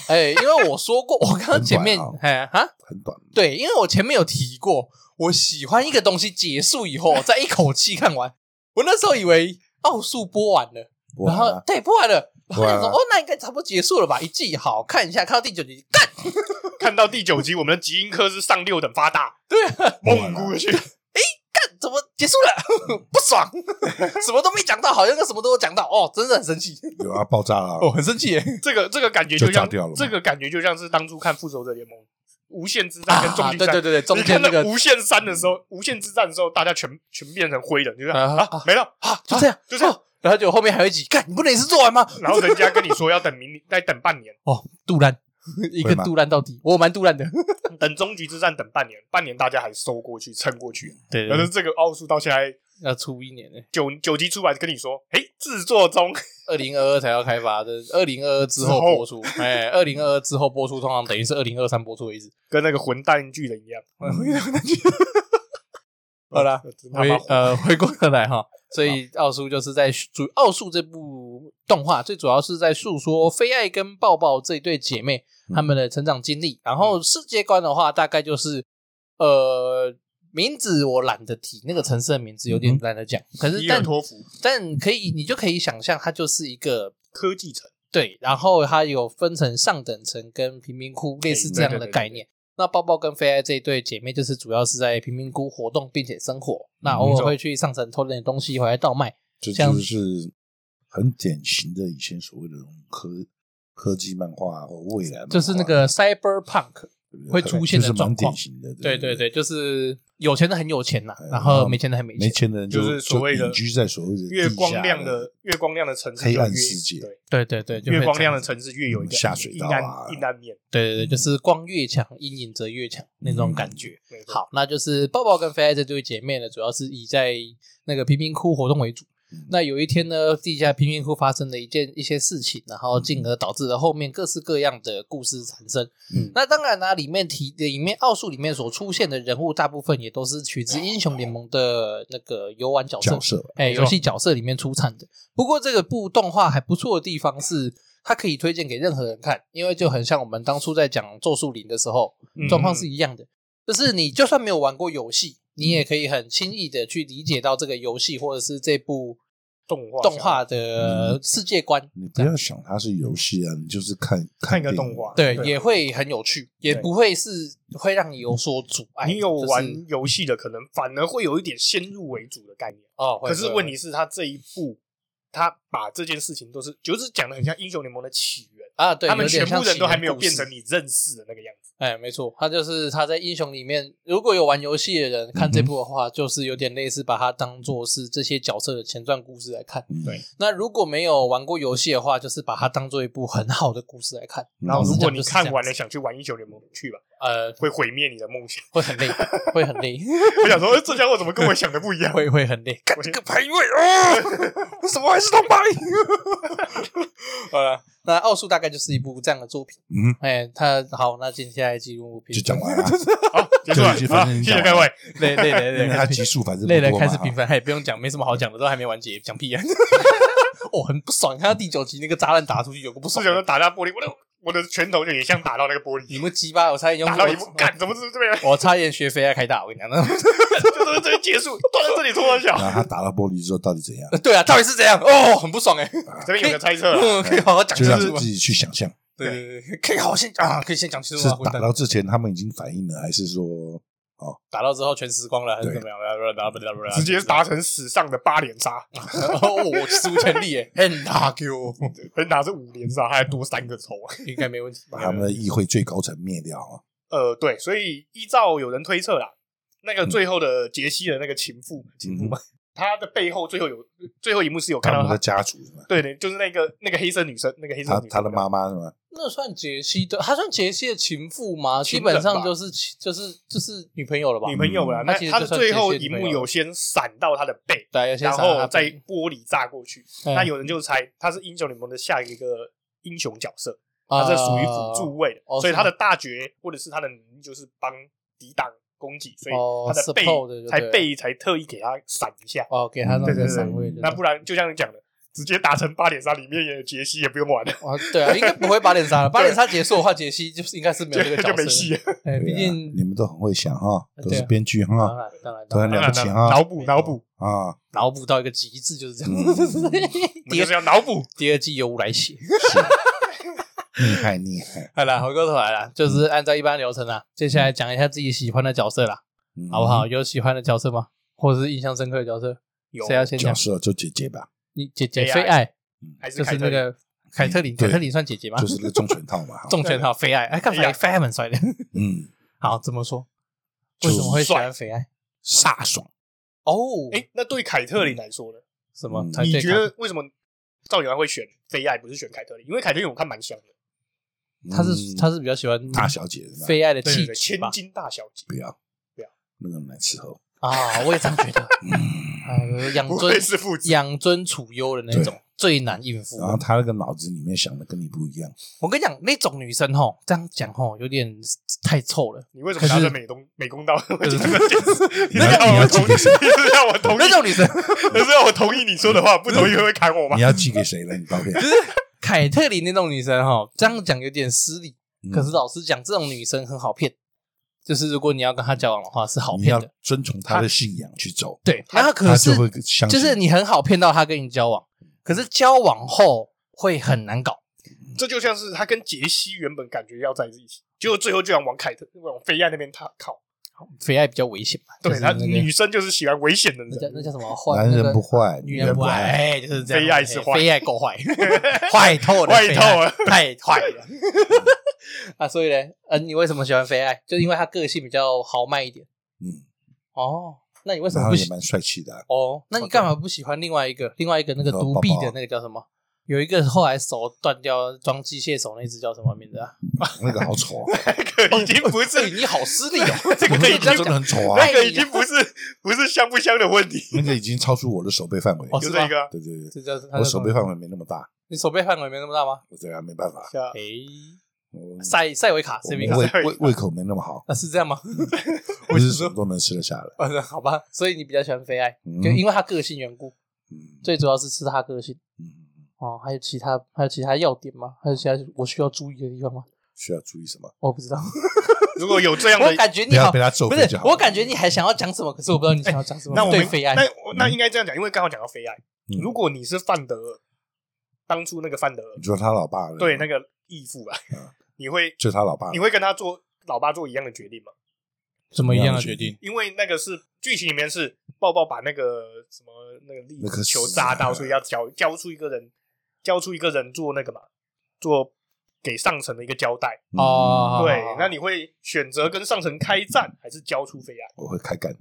Speaker 2: 哎，因为我说过，我刚刚前面
Speaker 3: 很短哦
Speaker 2: 哎哈，
Speaker 3: 很短，
Speaker 2: 对，因为我前面有提过，我喜欢一个东西结束以后我再一口气看完。我那时候以为奥数播完了，
Speaker 3: 哇
Speaker 2: 然后对播完了，然后
Speaker 3: 播完
Speaker 2: 想说
Speaker 3: 了
Speaker 2: 哦，那应该差不多结束了吧，一季好看一下，看到第九集，干，
Speaker 1: 看到第九集，我们的吉因科是上六等发大，
Speaker 2: 对啊。
Speaker 1: 猛扑过去，
Speaker 2: 干怎么结束了？ 不爽，什么都没讲到，好像跟什么都有讲到哦，真的很生气，
Speaker 3: 有啊，爆炸了
Speaker 2: 哦，，很生气 耶。
Speaker 1: 这个这个感觉就像
Speaker 3: 就炸掉了嘛
Speaker 1: 这个感觉就像是当初看《复仇者联盟》无限之战跟终极
Speaker 2: 啊对
Speaker 1: 战。
Speaker 2: 对对对，中
Speaker 1: 你
Speaker 2: 间
Speaker 1: 看
Speaker 2: 那 个
Speaker 1: 到无限三的时候，无限之战的时候，大家全全变成灰人，就是
Speaker 2: 啊
Speaker 1: 啊
Speaker 2: 啊
Speaker 1: 没了。
Speaker 2: 啊，就这样，
Speaker 1: 就这样
Speaker 2: 哦，然后就后面还有一集，干，你不能也是做完吗？
Speaker 1: 然后人家跟你说要等明年，再等半年，
Speaker 2: 哦，杜 烂，一个
Speaker 3: 会吗
Speaker 2: 杜烂到底，我蛮杜烂的。
Speaker 1: 等终极之战等半年，半年大家还收过去撑过去。
Speaker 2: 对
Speaker 1: 可是这个奥数到现在
Speaker 2: 要出一年呢，欸
Speaker 1: 九九集出来跟你说，嘿，制作中，
Speaker 2: 二零二二才要开发的，二零二二之后
Speaker 1: 之后
Speaker 2: 播出，哎，二零二二之后播出，通常等于是二零二三播出的意思。
Speaker 1: 跟那个混蛋巨人一 样。
Speaker 2: 好啦，
Speaker 1: 真他
Speaker 2: 回
Speaker 1: 妈
Speaker 2: 呃回过头来哈，所以奥数就是在主奥数这部动画最主要是在诉说菲爱跟抱抱这一对姐妹
Speaker 3: 嗯
Speaker 2: 她们的成长经历，然后世界观的话大概就是呃名字我懒得提，那个城市的名字有点
Speaker 3: 嗯
Speaker 2: 懒得讲，可是
Speaker 1: 伊
Speaker 2: 呃但
Speaker 1: 尔托夫
Speaker 2: 但可以你就可以想象它就是一个
Speaker 1: 科技城，
Speaker 2: 对，然后它有分成上等层跟贫民窟，
Speaker 1: 哎
Speaker 2: 类似这样的概念。那抱抱跟菲爱这一对姐妹，就是主要是在贫民窟活动并且生
Speaker 1: 嗯
Speaker 2: 活，那偶尔会去上层偷点东西回来倒卖。
Speaker 3: 这
Speaker 2: 像
Speaker 3: 就是很典型的以前所谓的那种科科技漫画或未来漫画，
Speaker 2: 就是那个 cyberpunk，
Speaker 3: 对不对
Speaker 2: 会出现的
Speaker 3: 就是
Speaker 2: 状
Speaker 3: 蛮
Speaker 2: 况
Speaker 3: 典型的，
Speaker 2: 对对对，
Speaker 3: 对
Speaker 2: 就是有钱的很有钱呐、
Speaker 1: 嗯
Speaker 3: 哎
Speaker 2: 然后没钱的很没
Speaker 3: 没
Speaker 2: 钱。
Speaker 3: 钱的人
Speaker 1: 就是所谓的
Speaker 3: 就隐居在所谓的
Speaker 1: 越
Speaker 3: 地
Speaker 1: 光
Speaker 3: 下
Speaker 1: 亮的越光亮的城市
Speaker 3: 黑
Speaker 1: 就
Speaker 3: 暗
Speaker 1: 越
Speaker 3: 世界
Speaker 1: 对
Speaker 2: 对对对，就会
Speaker 1: 越光
Speaker 2: 这样
Speaker 1: 亮的
Speaker 2: 子
Speaker 1: 城市越有
Speaker 2: 嗯
Speaker 1: 一个
Speaker 3: 下水
Speaker 1: 阴
Speaker 3: 道
Speaker 1: 暗
Speaker 3: 啊
Speaker 1: 阴暗面。
Speaker 2: 对对对，就是光越强，阴影则越强那
Speaker 1: 嗯
Speaker 2: 种感觉。
Speaker 1: 没错，
Speaker 2: 好，那就是抱抱跟菲爱这对姐妹呢，主要是以在那个贫民窟活动为主。
Speaker 3: 嗯
Speaker 2: 那有一天呢，地下贫民窟发生了一件一些事情，然后进而导致了后面各式各样的故事产生。
Speaker 3: 嗯
Speaker 2: 那当然啦、里面提里面奥数里面所出现的人物，大部分也都是取自英雄联盟的那个游玩角色
Speaker 3: 角，色吧，
Speaker 2: 哎，
Speaker 1: 没错
Speaker 2: 游戏角色里面出产的。不过这个部动画还不错的地方是，它可以推荐给任何人看，因为就很像我们当初在讲《咒术林》的时候，
Speaker 1: 嗯
Speaker 2: 状况是一样的，就是你就算没有玩过游戏，
Speaker 1: 嗯
Speaker 2: 你也可以很轻易的去理解到这个游戏或者是这部
Speaker 1: 动画
Speaker 2: 动画的世界观，
Speaker 3: 你不要想它是游戏啊，你就是看
Speaker 1: 看一个
Speaker 3: 电
Speaker 1: 动
Speaker 3: 影
Speaker 1: 画，
Speaker 2: 对，也会很有趣，也
Speaker 1: 对
Speaker 2: 不会是会让你有所阻碍。
Speaker 1: 你有
Speaker 2: 就是
Speaker 1: 玩游戏的，可能反而会有一点先入为主的概念。
Speaker 2: 哦？会
Speaker 1: 可是
Speaker 2: 会
Speaker 1: 问
Speaker 2: 会
Speaker 1: 题是，他这一部，他把这件事情都是，就是讲的很像英雄联盟的起源，
Speaker 2: 啊，对，
Speaker 1: 他们
Speaker 2: 有点
Speaker 1: 全部
Speaker 2: 像
Speaker 1: 人
Speaker 2: 起
Speaker 1: 都还
Speaker 2: 源
Speaker 1: 没有
Speaker 2: 故
Speaker 1: 变
Speaker 2: 事
Speaker 1: 成你认识的那个样子。
Speaker 2: 哎，没错，他就是他在英雄里面，如果有玩游戏的人
Speaker 3: 嗯
Speaker 2: 看这部的话，就是有点类似把它当做是这些角色的前传故事来看。
Speaker 3: 嗯
Speaker 1: 对
Speaker 2: 那如果没有玩过游戏的话，就是把它当做一部很好的故事来看。
Speaker 3: 嗯
Speaker 1: 然后如果你
Speaker 2: 老实哦讲就是这样
Speaker 1: 看
Speaker 2: 子
Speaker 1: 完了想去玩英雄联盟，去吧，
Speaker 2: 呃，
Speaker 1: 会毁灭你的梦想。
Speaker 2: 会很累，会很 累，
Speaker 1: 我想说，呃这家伙怎么跟我想的不一样？
Speaker 2: 会会很累。
Speaker 1: 我
Speaker 2: 这个排位哦，为什么还是铜牌？ 好了，那奥数大概就是一部这样的作品。
Speaker 3: 嗯，
Speaker 2: 哎，他好，那接下来进入评
Speaker 3: 就讲完了，
Speaker 1: 好，结束了，
Speaker 3: 就已经
Speaker 1: 好，
Speaker 3: 反正
Speaker 1: 谢
Speaker 3: 已经
Speaker 1: 谢
Speaker 3: 讲
Speaker 1: 各
Speaker 3: 完
Speaker 1: 位
Speaker 3: 了。
Speaker 2: 累累累累，
Speaker 3: 因 为他
Speaker 2: 开始
Speaker 3: 集数反正不
Speaker 2: 累
Speaker 3: 多
Speaker 2: 了
Speaker 3: 嘛啊
Speaker 2: 开始
Speaker 3: 哈
Speaker 2: 评分，哎，不用讲，没什么好讲的，都还没完结，讲屁啊！ 哦，很不爽，看到第九集那个炸弹打出去，有个不
Speaker 1: 四
Speaker 2: 爽
Speaker 1: 角
Speaker 2: 的。
Speaker 1: 都打到玻璃，我的我的拳头就也像打到那个玻璃，
Speaker 2: 你们鸡巴，我差点用
Speaker 1: 打到一幕，干，怎么是这边？
Speaker 2: 我差点学飞来开打，我跟你讲，那
Speaker 1: 就是这边结束，断在这里拖了小，
Speaker 3: 然后他打到玻璃之后到底怎样？
Speaker 2: 对啊，到底是怎样？哦，很不爽哎，
Speaker 1: 这边有个猜测了。
Speaker 2: 嗯可以好好讲
Speaker 3: 就
Speaker 2: 清
Speaker 3: 让
Speaker 2: 楚
Speaker 3: 你
Speaker 2: 吗
Speaker 3: 自？己去想象，
Speaker 2: 对对对，可以好先啊，可以先讲清楚
Speaker 3: 是
Speaker 2: 吗？混
Speaker 3: 打
Speaker 2: 蛋
Speaker 3: 到之前他们已经反应了，还是说
Speaker 2: 打到之后全死光了，还是
Speaker 3: 对
Speaker 2: 怎么样？然后
Speaker 1: 直接达成史上的八连杀，
Speaker 2: 哦，我输全力耶 n Q，
Speaker 1: 本打是五连杀，还多三个头。
Speaker 2: 应该没问题吧
Speaker 3: 把？他们的议会最高层灭掉啊？
Speaker 1: 呃，对，所以依照有人推测啦，那个最后的杰西的那个情妇，情妇嘛，她的背后最后有最后一幕是有看
Speaker 3: 他
Speaker 1: 到
Speaker 3: 们的
Speaker 1: 她，
Speaker 3: 家族是吧？
Speaker 1: 对对，就是那个那个黑色女生，那个黑色
Speaker 3: 他
Speaker 1: 女生
Speaker 3: 他的妈妈是吗？
Speaker 2: 那算杰西的，他算杰西的情妇吗？基
Speaker 1: 情人
Speaker 2: 本上
Speaker 1: 吧
Speaker 2: 就是就是就是女朋友了吧？
Speaker 1: 女朋友啦
Speaker 2: 嗯，
Speaker 1: 那
Speaker 2: 那其实
Speaker 1: 她的
Speaker 2: 就算
Speaker 1: 最后
Speaker 2: 杰西
Speaker 1: 一
Speaker 2: 的女
Speaker 1: 幕
Speaker 2: 朋友
Speaker 1: 有先闪到她的背，
Speaker 2: 对，有些
Speaker 1: 然
Speaker 2: 啥啊
Speaker 1: 后再玻璃炸过去。
Speaker 2: 嗯
Speaker 1: 那有人就猜她是英雄联盟的下一个英雄角色，她是属于辅助位的
Speaker 2: 哦，
Speaker 1: 所以
Speaker 2: 是
Speaker 1: 她
Speaker 2: 吗
Speaker 1: 的大绝或者是她的能力就是帮抵挡攻击，所以
Speaker 2: 哦
Speaker 1: 她的背
Speaker 2: support 的就
Speaker 1: 才
Speaker 2: 对了
Speaker 1: 背才特意给她闪一下。
Speaker 2: 哦，给他那
Speaker 1: 对对对
Speaker 2: 个散位的，
Speaker 1: 那不然就像你讲的，直接打成八点三，里面也杰西也不用玩了，
Speaker 2: 哦，对啊，应该不会八点 杀了。八点杀结束的话，杰西就是应该是没
Speaker 1: 就
Speaker 2: 有这个角
Speaker 1: 就
Speaker 2: 色
Speaker 1: 没
Speaker 2: 了，
Speaker 1: 戏了。
Speaker 2: 哎，毕
Speaker 3: 对啊
Speaker 2: 竟
Speaker 3: 你们都很会想哈，都
Speaker 2: 对
Speaker 3: 是
Speaker 2: 啊
Speaker 3: 编剧
Speaker 2: 当
Speaker 3: 哈
Speaker 2: 然当然
Speaker 3: 都很
Speaker 2: 当然
Speaker 3: 了不起啊
Speaker 1: 脑补脑补，
Speaker 3: 啊，
Speaker 2: 脑补到一个极致就是这 样
Speaker 3: 嗯。
Speaker 1: 我们
Speaker 2: 第
Speaker 1: 就
Speaker 2: 二
Speaker 1: 是要脑补。
Speaker 2: 第二季由我来写。
Speaker 3: 厉害厉害，
Speaker 2: 好啦，回过头来啦，就是按照一般流程啦，接下来讲一下自己喜欢的角色啦，
Speaker 3: 嗯
Speaker 2: 好不好？？有喜欢的角色吗？或者是印象深刻的角色？
Speaker 1: 有
Speaker 2: 谁要先
Speaker 3: 角
Speaker 2: 讲？
Speaker 3: 色就姐 姐吧，
Speaker 2: 你姐姐
Speaker 1: AI
Speaker 2: 菲爱，
Speaker 1: 还是
Speaker 2: 就
Speaker 1: 凯
Speaker 2: 是
Speaker 1: 特
Speaker 2: 那
Speaker 1: 琳？
Speaker 2: 个凯特琳，
Speaker 3: 对
Speaker 2: 凯特琳算姐姐吗？
Speaker 3: 就是那个重拳套嘛。哈
Speaker 2: 重拳套菲爱，哎，看菲
Speaker 1: AI
Speaker 2: 菲爱蛮帅的。
Speaker 3: 嗯，
Speaker 2: 好，怎么说？
Speaker 3: 就
Speaker 2: 为
Speaker 3: 是
Speaker 2: 什么会喜欢菲爱？
Speaker 3: 飒爽，
Speaker 2: 哦，
Speaker 1: 哎，那对凯特琳来说呢？
Speaker 2: 什么
Speaker 3: 嗯？
Speaker 2: 才
Speaker 1: 你
Speaker 2: 啊对
Speaker 1: 觉得为什么赵永安会选菲爱，不是选凯特琳？因为凯特琳我看蛮香的，
Speaker 2: 他是
Speaker 3: 嗯
Speaker 2: 他是比较喜欢
Speaker 3: 大小姐是吧
Speaker 2: 菲爱的
Speaker 1: 对
Speaker 2: 气
Speaker 1: 对对，
Speaker 2: 质
Speaker 1: 千
Speaker 2: 吧？
Speaker 1: 金大小姐。
Speaker 3: 不要
Speaker 1: 不要
Speaker 3: 那个难伺候，
Speaker 2: 啊，我也这样觉 得。
Speaker 3: 嗯
Speaker 2: 呃，养
Speaker 1: 不
Speaker 2: 尊
Speaker 1: 愧是父子，
Speaker 2: 养尊处优的那种
Speaker 3: 对
Speaker 2: 最难应付。
Speaker 3: 然后他那个脑子里面想的跟你不一 样，
Speaker 2: 我跟你讲，那种女生吼，这样讲吼，有点太臭了。
Speaker 1: 你为什
Speaker 2: 可
Speaker 1: 么拿
Speaker 2: 是
Speaker 1: 着美工美工刀？
Speaker 2: 对
Speaker 1: 你 是让
Speaker 3: 你要
Speaker 1: 我同意， 你是让 我同意
Speaker 2: 那，种女生，
Speaker 1: 你是让我同意你说的话，不同意会不会砍我吗
Speaker 3: 你？要寄给谁呢？你 照片？
Speaker 2: 凯特琳那种女生哈，这样讲有点失礼。
Speaker 3: 嗯
Speaker 2: 可是老实讲，这种女生很好骗，就是如果你要跟她交往的话，是好
Speaker 3: 你
Speaker 2: 骗
Speaker 3: 要
Speaker 2: 的。
Speaker 3: 遵从他的信仰去走，
Speaker 2: 对，
Speaker 1: 她
Speaker 2: 那
Speaker 3: 他
Speaker 2: 可
Speaker 3: 就是会相
Speaker 2: 就
Speaker 3: 信。
Speaker 2: 是你很好骗到她跟你交往，可是交往后会很难搞。
Speaker 1: 这就像是他跟杰西原本感觉要在一起，结果最后居然往凯特往菲亚那边踏靠。
Speaker 2: 肥爱比较危险嘛，就
Speaker 1: 对
Speaker 2: 是
Speaker 1: 他
Speaker 2: 那个
Speaker 1: 女生就是喜欢危险的
Speaker 2: 那叫那
Speaker 1: 人，
Speaker 2: 叫什么坏？
Speaker 3: 男
Speaker 2: 那
Speaker 3: 人
Speaker 2: 个
Speaker 3: 不坏，
Speaker 2: 女人不爱，
Speaker 3: 爱，
Speaker 2: 哎，就是这样。
Speaker 1: 非爱是坏
Speaker 2: 哎非爱 够坏，坏透了，
Speaker 1: 坏透了
Speaker 2: 非爱，太坏了。啊，所以呢，呃，你为什么喜欢非爱？就因为他个性比较豪迈一点。
Speaker 3: 嗯，
Speaker 2: 哦，那你为什
Speaker 3: 然
Speaker 2: 么
Speaker 3: 后
Speaker 2: 不
Speaker 3: 也
Speaker 2: 喜？
Speaker 3: 蛮帅气的啊，
Speaker 2: 哦，那你干嘛不喜欢另外一个？另外一个那个
Speaker 3: 你说
Speaker 2: 独臂
Speaker 3: 抱抱
Speaker 2: 的
Speaker 3: 啊
Speaker 2: 那个叫什么？有一个后来手断掉装机械手那只叫什么名字啊？
Speaker 3: 那个好丑啊，
Speaker 1: 已经不
Speaker 2: 哎
Speaker 1: 是
Speaker 2: 你好失礼哦，
Speaker 1: 这个
Speaker 2: 不是
Speaker 1: 已经
Speaker 2: 这
Speaker 3: 真
Speaker 2: 样
Speaker 3: 的
Speaker 2: 讲
Speaker 3: 很丑啊
Speaker 2: 哎，
Speaker 1: 那个已经不是不是香不香的问题，
Speaker 3: 那个已经超出我的手背范围。
Speaker 2: 哦
Speaker 1: 就是这
Speaker 2: 吗
Speaker 1: 一个啊。
Speaker 3: 对对对，
Speaker 2: 这叫他
Speaker 3: 我手背范围没那么大，
Speaker 2: 你手背范围没那么大吗？
Speaker 3: 我这样没办法，
Speaker 1: 啊
Speaker 2: 哎，
Speaker 3: 我
Speaker 2: 塞塞维卡，
Speaker 3: 我
Speaker 2: 塞维
Speaker 3: 胃
Speaker 2: 卡，
Speaker 1: 卡
Speaker 3: 胃胃口没那 么好，
Speaker 2: 那是这样吗？
Speaker 3: 不是什么都能吃得下来。
Speaker 2: 呃，好吧，所以你比较喜欢菲爱，
Speaker 3: 嗯
Speaker 2: 就因为他个性缘故，
Speaker 3: 嗯
Speaker 2: 最主要是吃他个性
Speaker 3: 嗯，
Speaker 2: 哦。还有其他还有其他要点吗？还有其他我需要注意的地方吗？
Speaker 3: 需要注意什么？
Speaker 2: 我不知道，
Speaker 1: 如果有这样的
Speaker 2: 我，感觉
Speaker 3: 不
Speaker 2: 你
Speaker 3: 要
Speaker 2: 好
Speaker 3: 被他揍
Speaker 2: 不
Speaker 3: 飞
Speaker 2: 是
Speaker 3: 就好。
Speaker 2: 我感觉你还想要讲什么，可是我不知道你想要讲什么。
Speaker 1: 那我
Speaker 2: 对啊
Speaker 1: 们
Speaker 2: 菲爱嗯
Speaker 1: 那我那应该这样讲，因为刚好讲到菲爱，
Speaker 3: 嗯
Speaker 1: 如果你是范德尔，当初那个范德尔
Speaker 2: 嗯
Speaker 3: 你说他老爸了
Speaker 1: 对那个义父啊
Speaker 3: 嗯，
Speaker 1: 你会
Speaker 3: 就他老
Speaker 2: 啊
Speaker 3: 爸了，
Speaker 1: 你会跟他做老爸做一样的决定吗？
Speaker 2: 什
Speaker 3: 么一
Speaker 1: 啊
Speaker 3: 样的啊决定？
Speaker 1: 因为那个是剧情里面是抱抱把那个什么那个力
Speaker 3: 那颗
Speaker 1: 球
Speaker 3: 石
Speaker 1: 砸到，
Speaker 3: 啊
Speaker 1: 所以要交交出一个人，交出一个人做那个嘛，做给上层的一个交代。
Speaker 3: 嗯
Speaker 2: 哦
Speaker 1: 对，那你会选择跟上层开战，还是交出飞案？
Speaker 3: 我会开干，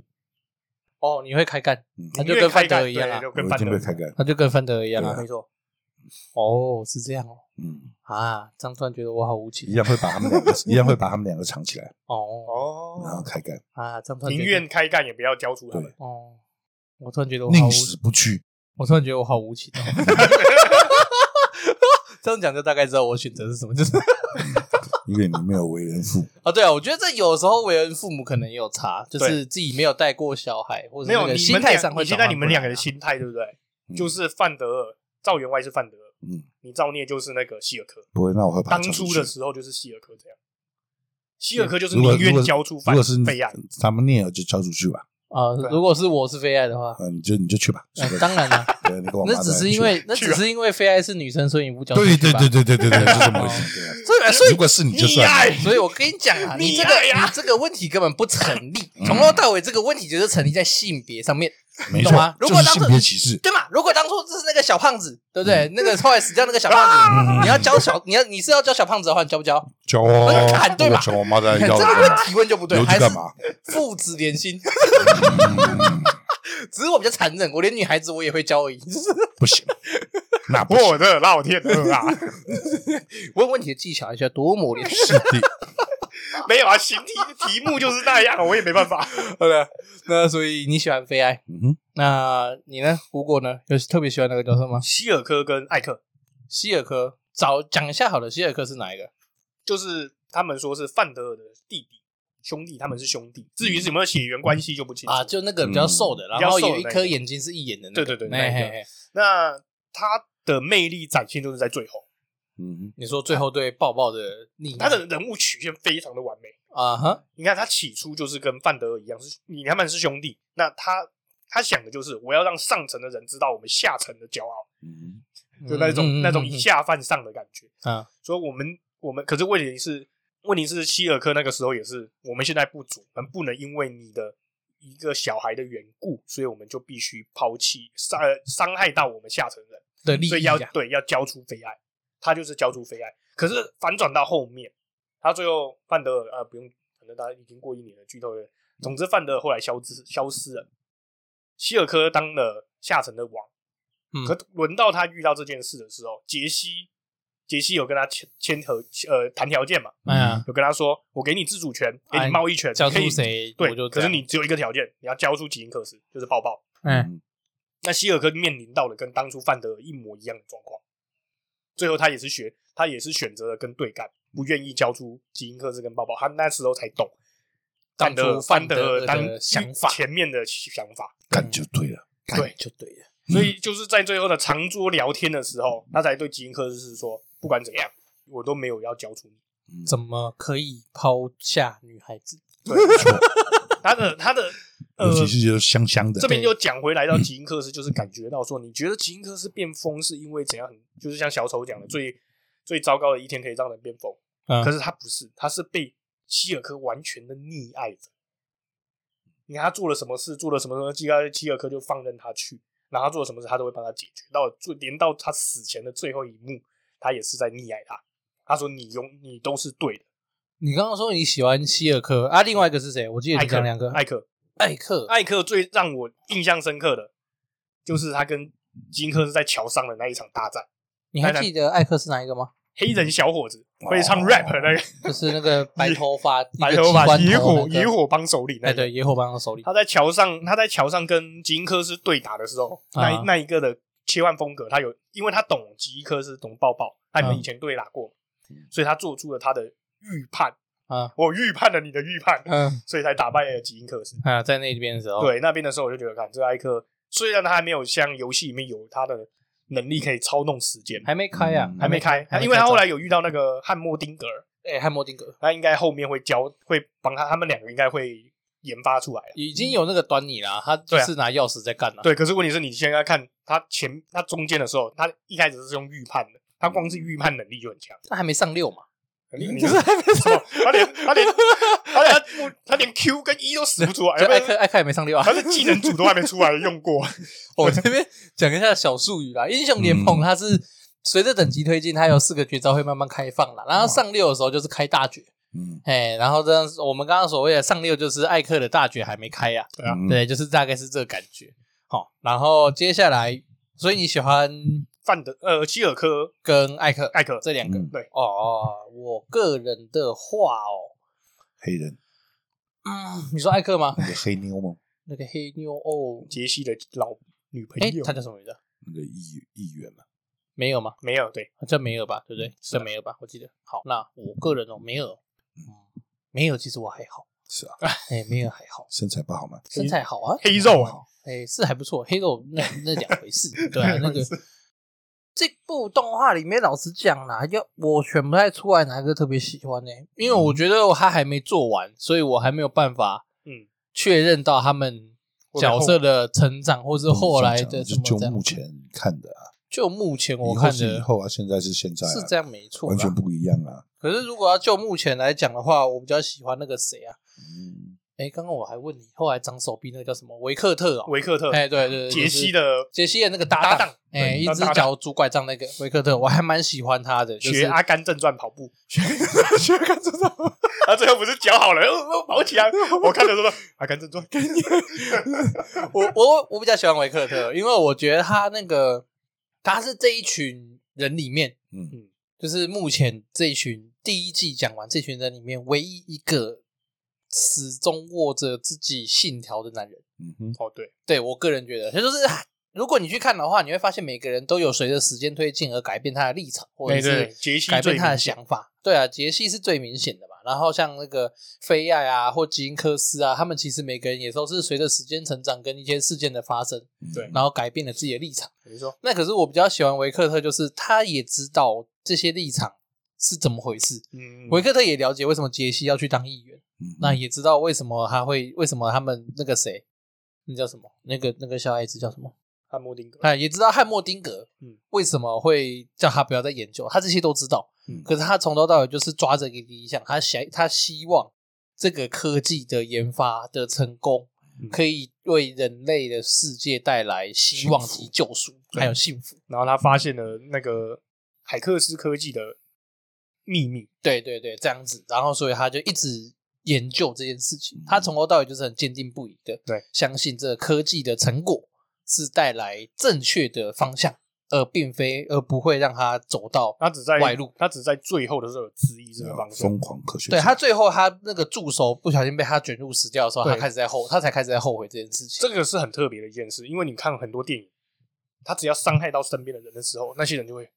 Speaker 2: 哦，你会开干，
Speaker 3: 嗯，
Speaker 2: 那
Speaker 1: 你
Speaker 2: 就
Speaker 1: 越
Speaker 2: 跟
Speaker 1: 开
Speaker 2: 范德
Speaker 1: 干
Speaker 2: 一样
Speaker 1: 对
Speaker 2: 啊
Speaker 1: 就
Speaker 3: 我
Speaker 1: 跟
Speaker 3: 一
Speaker 1: 范
Speaker 3: 定
Speaker 1: 德
Speaker 3: 会
Speaker 1: 一
Speaker 3: 开
Speaker 1: 样。
Speaker 3: 干，
Speaker 2: 那就跟范德一样啊
Speaker 3: 对。啊
Speaker 2: 错。哦，是这样哦。
Speaker 3: 嗯，
Speaker 2: 啊，这样突然觉得我好无
Speaker 3: 一
Speaker 2: 情
Speaker 3: 样会把他们两个，一样会把他们两个藏起来，
Speaker 2: 哦
Speaker 3: 然后
Speaker 1: 哦，
Speaker 3: 开干，
Speaker 2: 啊，这样突然
Speaker 1: 宁
Speaker 2: 觉得
Speaker 1: 愿开干也不要交出他们。
Speaker 2: 哦，我突然觉得我好无
Speaker 3: 宁，死不屈。
Speaker 2: 我突然觉得我好无情 哦。这样讲就大概知道我选择是什么，就是
Speaker 3: 因为你没有为人父，
Speaker 2: 啊，对啊，我觉得这有时候为人父母可能也有差，就是自己没有带过小孩，或者
Speaker 1: 没有，你
Speaker 2: 那个
Speaker 1: 们
Speaker 2: 心态上
Speaker 1: 俩，
Speaker 2: 会
Speaker 1: 你现
Speaker 2: 转
Speaker 1: 在
Speaker 2: 换不来啊。
Speaker 1: 你们两个的心态对不对？就是范德尔，赵员外是范德尔，
Speaker 3: 嗯，
Speaker 1: 你造孽就是那个希尔科。
Speaker 3: 不会，那我会把他
Speaker 1: 当初
Speaker 3: 藏
Speaker 1: 的
Speaker 3: 起
Speaker 1: 时候就是希尔科这样，希尔科就是
Speaker 3: 来如果
Speaker 1: 宁
Speaker 3: 如
Speaker 1: 愿
Speaker 3: 果
Speaker 1: 交出
Speaker 3: 如
Speaker 1: 范
Speaker 3: 果是
Speaker 1: 备案。
Speaker 3: 咱们念了就交出去吧，
Speaker 2: 啊，
Speaker 1: 对啊
Speaker 2: 如果是我是非爱的话，
Speaker 3: 嗯，你就你就去吧，
Speaker 2: 呃
Speaker 3: 随便
Speaker 2: 当然 了，
Speaker 3: 对你跟我妈
Speaker 2: 那只
Speaker 3: 在
Speaker 2: 是因为那只是因为非爱是女生，所以你不讲。
Speaker 3: 对对对
Speaker 2: 对，
Speaker 3: 对对对对，就这么回事。 对啊
Speaker 2: 所以 所以
Speaker 3: 如果是你就
Speaker 1: 溺
Speaker 3: 算了
Speaker 1: 爱，
Speaker 2: 所以我跟你讲啊，你
Speaker 1: 你
Speaker 2: 这个
Speaker 1: 爱呀
Speaker 2: 你这个问题根本不成立，从头到尾这个问题就是成立在性别上面，
Speaker 3: 没
Speaker 2: 懂吗
Speaker 3: 错，
Speaker 2: 如
Speaker 3: 就
Speaker 2: 果
Speaker 3: 是
Speaker 2: 当
Speaker 3: 性别歧视，
Speaker 2: 对嘛？如果当初这是那个小胖子，对不对？那个后来死掉那个小胖
Speaker 3: 啊
Speaker 2: 子，你要教小，你要你是要教小胖子的话，你教不 教？
Speaker 3: 教
Speaker 2: 那
Speaker 3: 我
Speaker 2: 就砍对吧
Speaker 3: 我教我妈在
Speaker 2: 这
Speaker 3: 要
Speaker 2: 个问提问就不对，
Speaker 3: 留
Speaker 2: 还
Speaker 3: 去
Speaker 2: 是
Speaker 3: 干嘛？
Speaker 2: 父子连 心。 只是我比较残忍，我连女孩子我也会教而已。 就是
Speaker 3: 不行，那不行
Speaker 1: 我的老天鹅啊！
Speaker 2: 问问题的技巧还需要多磨练。
Speaker 3: 是的，
Speaker 1: 没有啊，行题题目就是那样，我也没办 法。
Speaker 2: 好了，那所以你喜欢非爱，
Speaker 3: 嗯哼，
Speaker 2: 那你呢？胡果呢？有特别喜欢那个角色吗？
Speaker 1: 希尔科跟艾克
Speaker 2: 希尔科，找讲一下好了，希尔科是哪一个？
Speaker 1: 就是他们说是范德尔的弟弟兄弟，他们是兄弟。至于是有没有血缘关系就不清
Speaker 3: 嗯
Speaker 1: 楚
Speaker 2: 啊，。就那个比较瘦的，
Speaker 1: 比
Speaker 2: 然
Speaker 1: 较
Speaker 2: 后
Speaker 1: 瘦的
Speaker 2: 有一
Speaker 1: 那
Speaker 2: 颗
Speaker 1: 个
Speaker 2: 眼睛是一眼的那个。
Speaker 1: 对对对
Speaker 2: 嘿
Speaker 1: 那一个
Speaker 2: 嘿嘿
Speaker 1: 那他的魅力展现就是在最后，
Speaker 3: 嗯
Speaker 2: 你说最后对抱抱的溺爱
Speaker 1: 他的人物曲线非常的完美。
Speaker 2: 啊哈，
Speaker 1: 你看他起初就是跟范德尔一样，是你他们是兄弟。那他他想的就是我要让上层的人知道我们下层的骄傲，
Speaker 3: 哼，
Speaker 1: 就那种、
Speaker 2: 嗯
Speaker 1: 那种以下犯上的感觉。
Speaker 2: 啊
Speaker 1: 所以我们我们可是问题是问题是希尔科那个时候也是我们现在不足，我们不能因为你的一个小孩的缘故，所以我们就必须抛弃伤呃伤害到我们下层人，
Speaker 2: 的
Speaker 1: 嗯
Speaker 2: 利
Speaker 1: 所以
Speaker 2: 益
Speaker 1: 要
Speaker 2: 啊，
Speaker 1: 对要交出非爱，他就是交出非爱。可是反转到后面，他最后范德尔啊、呃不用，反正大家已经过一年了，剧透了。总之，范德尔后来消失消失了，希尔科当了下层的王。
Speaker 2: 嗯
Speaker 1: 可轮到他遇到这件事的时候，杰西杰西有跟他签签和呃谈条件嘛，
Speaker 2: 哎呀，
Speaker 1: 有跟他说，我给你自主权，给
Speaker 2: 哎
Speaker 1: 你贸易权，
Speaker 2: 交
Speaker 1: 嗯可以
Speaker 2: 出谁
Speaker 1: 对
Speaker 2: 我就，这
Speaker 1: 可
Speaker 2: 样
Speaker 1: 是你只有一个条件，你要交出吉因克斯，就是抱抱。
Speaker 2: 嗯，
Speaker 1: 那希尔科面临到了跟当初范德尔一模一样的状况，最后他也是学，他也是选择了跟对干，不愿意交出吉因克斯跟抱抱。他那时候才懂
Speaker 2: 当
Speaker 1: 范
Speaker 2: 初
Speaker 1: 德尔
Speaker 2: 范
Speaker 1: 范
Speaker 2: 德
Speaker 1: 德
Speaker 2: 尔的
Speaker 1: 尔当
Speaker 2: 想法
Speaker 1: 前面的想法，
Speaker 3: 干就对了，干
Speaker 1: 对
Speaker 2: 就对了，
Speaker 1: 所以就是在最后的长桌聊天的时候，他才对吉因克斯是说，不管怎样，我都没有要交出你。
Speaker 3: 嗯
Speaker 2: 怎么可以抛下女孩子？
Speaker 3: 没错
Speaker 1: 他的他的呃
Speaker 3: 尤，其是就是香香的
Speaker 1: 这，边又讲回来到吉因克斯，就是感觉到说，你觉得吉因克斯变疯是因为怎样？就是像小丑讲的，最最糟糕的一天可以让人变疯，
Speaker 2: 嗯
Speaker 1: 可是他不是，他是被希尔科完全的溺爱着。你看他做了什么事，做了什么什么，希尔希尔科就放任他去，然后他做了什么事，他都会帮他解决。到最连到他死前的最后一幕，他也是在溺爱他。他说：“你永你都是对的。
Speaker 2: 你刚刚说你喜欢希尔科啊，另外一个是谁？我”记得
Speaker 1: 艾
Speaker 2: 你
Speaker 1: 克
Speaker 2: 讲两个，
Speaker 1: 艾克，
Speaker 2: 艾克，
Speaker 1: 艾克最让我印象深刻的，就是他跟金克是在桥上的那一场大战。
Speaker 2: 你还记得艾克是哪一个吗？
Speaker 1: 黑人小伙子会唱
Speaker 3: 哦
Speaker 1: rap 的那个
Speaker 2: 就是那个白头发，
Speaker 1: 白
Speaker 2: 一个
Speaker 1: 头
Speaker 2: 机
Speaker 1: 发
Speaker 2: 关头
Speaker 1: 野火
Speaker 2: 那个
Speaker 1: 野，火帮手里那
Speaker 2: 哎，
Speaker 1: 个，
Speaker 2: 对，野火帮他手 里，
Speaker 1: 他在桥上他在桥上跟吉因科斯对打的时候，那
Speaker 2: 啊
Speaker 1: 一那一个的切换风格，他有因为他懂吉因科斯懂抱抱，他
Speaker 2: 啊
Speaker 1: 们以前对打过，所以他做出了他的预判，
Speaker 2: 啊，
Speaker 1: 我预判了你的预判，
Speaker 2: 嗯
Speaker 1: 所以才打败了吉因科斯。
Speaker 2: 啊，在那边的时候，，
Speaker 1: 对那边的时候，我就觉得，看这艾克虽然他还没有像游戏里面有他的能力可以操弄时间，
Speaker 2: 还没开啊，
Speaker 3: 嗯
Speaker 1: 还没开，
Speaker 2: 还没
Speaker 1: 因为他
Speaker 2: 开
Speaker 1: 后
Speaker 2: 战
Speaker 1: 来有遇到那个汉默丁格尔，
Speaker 2: 哎，汉摩丁格
Speaker 1: 他应该后面会教，会帮他，他们两个应该会研发出来啊。
Speaker 2: 已经有那个端倪啦，他就
Speaker 1: 对啊
Speaker 2: 是拿钥匙在干了，
Speaker 1: 对，可是问题是你现在看他前他中间的时候，他一开始是用预判的，他光是预判能力就很强，
Speaker 2: 他还没上六嘛，
Speaker 1: 很厉害
Speaker 2: 就是还没
Speaker 1: 什么？他连他 连他连他连 Q 跟 E 都使不出来，
Speaker 2: 就艾
Speaker 1: 不
Speaker 2: 克
Speaker 1: 是
Speaker 2: 艾克也没上六啊
Speaker 1: 他，的技能组都还没出来用过。
Speaker 3: 嗯
Speaker 2: 我这边讲一下小术语啦，英雄联盟它是随着等级推进，它有四个绝招会慢慢开放了。然后上六的时候就是开大绝，
Speaker 3: 嗯，
Speaker 2: 哎，然后这样我们刚刚所谓的上六就是艾克的大绝还没开呀、
Speaker 1: 对啊
Speaker 3: 嗯，
Speaker 2: 对，就是大概是这个感觉。好，然后接下来，所以你喜欢
Speaker 1: 范德呃希尔科
Speaker 2: 跟艾克
Speaker 1: 艾克
Speaker 2: 这两个？
Speaker 3: 嗯
Speaker 1: 对，
Speaker 2: 哦，我个人的话哦，
Speaker 3: 黑人
Speaker 2: 嗯，你说艾克吗？
Speaker 3: 那个黑妞吗？
Speaker 2: 那个黑妞哦，
Speaker 1: 杰西的老女朋
Speaker 2: 哎，
Speaker 1: 友，
Speaker 2: 他叫什么名字？
Speaker 3: 那个议议员嘛，
Speaker 2: 梅尔吗？
Speaker 1: 没有对，
Speaker 2: 叫梅尔吧，对不
Speaker 3: 嗯
Speaker 2: 对？
Speaker 1: 是
Speaker 2: 叫
Speaker 1: 啊
Speaker 2: 梅尔吧，我记得。好，那我个人哦，梅尔，嗯，梅尔其实我还好，
Speaker 3: 是啊，
Speaker 2: 哎，梅尔还 好，
Speaker 3: 身材不好嘛，
Speaker 2: 身材好啊，
Speaker 1: 黑肉啊，
Speaker 2: 哎，是还不错，黑肉那那两回 事，对啊，那个 这部动画里面，老实讲啦，要我选不太出来哪一个特别喜欢呢、因为我
Speaker 3: 嗯
Speaker 2: 觉得他还没做完，所以我还没有办法
Speaker 1: 嗯，
Speaker 2: 确认到他们角色的成长，或是后来的
Speaker 3: 嗯就
Speaker 2: 什么
Speaker 3: 就
Speaker 2: 这样
Speaker 3: 目前看的啊，
Speaker 2: 就目前我
Speaker 3: 以
Speaker 2: 看
Speaker 3: 后是
Speaker 2: 的
Speaker 3: 以后啊，现在是现在啊，
Speaker 2: 是这样没错啦，
Speaker 3: 完全不一样啊，
Speaker 2: 可是如果要就目前来讲的话，我比较喜欢那个谁啊？
Speaker 3: 嗯，
Speaker 2: 哎，刚刚我还问你，后来长手臂那个叫什么维克特哦？
Speaker 1: 维克特
Speaker 2: 哎，对对，对
Speaker 1: 杰西
Speaker 2: 就是
Speaker 1: 的
Speaker 2: 杰西的那个搭
Speaker 1: 搭档
Speaker 2: 哎，
Speaker 3: 对
Speaker 2: 一只
Speaker 1: 搭档
Speaker 2: 脚拄拐杖那个维克特，我还蛮喜欢他的，就是
Speaker 1: 学《阿啊甘正传》跑步，学学《阿甘正传》，他最后不是脚好了，呃呃跑起来。我看的时候，《阿甘正 传》
Speaker 2: 我我我比较喜欢维克特，因为我觉得他那个他是这一群人里面，
Speaker 3: 嗯
Speaker 1: 嗯
Speaker 2: 就是目前这一群第一季讲完这群人里面唯一一个始终握着自己信条的男人。
Speaker 3: 嗯哼，
Speaker 1: 哦，对，
Speaker 2: 对我个人觉得，就是 啊如果你去看的话，你会发现每个人都有随着时间推进而改变他的立场，或者
Speaker 1: 对哎对，
Speaker 2: 是
Speaker 1: 对杰西
Speaker 2: 改
Speaker 1: 最
Speaker 2: 变他的
Speaker 1: 明显
Speaker 2: 想法。对啊，杰西是最明显的嘛。然后像那个菲亚啊，或吉恩科斯啊，他们其实每个人也都是随着时间成长跟一些事件的发生，
Speaker 3: 嗯
Speaker 1: 对
Speaker 2: 然后改变了自己的立场。
Speaker 1: 你说
Speaker 2: 那可是我比较喜欢维克特，就是他也知道这些立场是怎么回事。
Speaker 1: 嗯，
Speaker 2: 维克特也了解为什么杰西要去当议员，
Speaker 3: 嗯
Speaker 2: 那也知道为什么他会，为什么他们那个谁，那叫什么？那个那个小孩子叫什么？
Speaker 1: 汉默丁格，
Speaker 2: 哎，也知道汉默丁格，
Speaker 1: 嗯
Speaker 2: 为什么会叫他不要再研究，他这些都知道，
Speaker 3: 嗯
Speaker 2: 可是他从头到尾就是抓着一个理想，他想他希望这个科技的研发的成功，
Speaker 1: 嗯
Speaker 2: 可以为人类的世界带来希望及救赎，还有幸福。
Speaker 1: 然后他发现了那个海克斯科技的秘密，
Speaker 2: 对对对，这样子，然后所以他就一直研究这件事情，他从头到尾就是很坚定不移的，
Speaker 1: 嗯对，
Speaker 2: 相信这个科技的成果是带来正确的方向，而并非而不会让他走到
Speaker 1: 他只在
Speaker 2: 外露。
Speaker 1: 他只在最后的时候有质疑这个方向
Speaker 3: 啊疯。狂科学家，
Speaker 2: 对他最后他那个助手不小心被他卷入死掉的时候，
Speaker 1: 对
Speaker 2: 他开始在后，他才开始在后悔这件事情。
Speaker 1: 这个是很特别的一件事，因为你看很多电影，他只要伤害到身边的人的时候，那些人就会，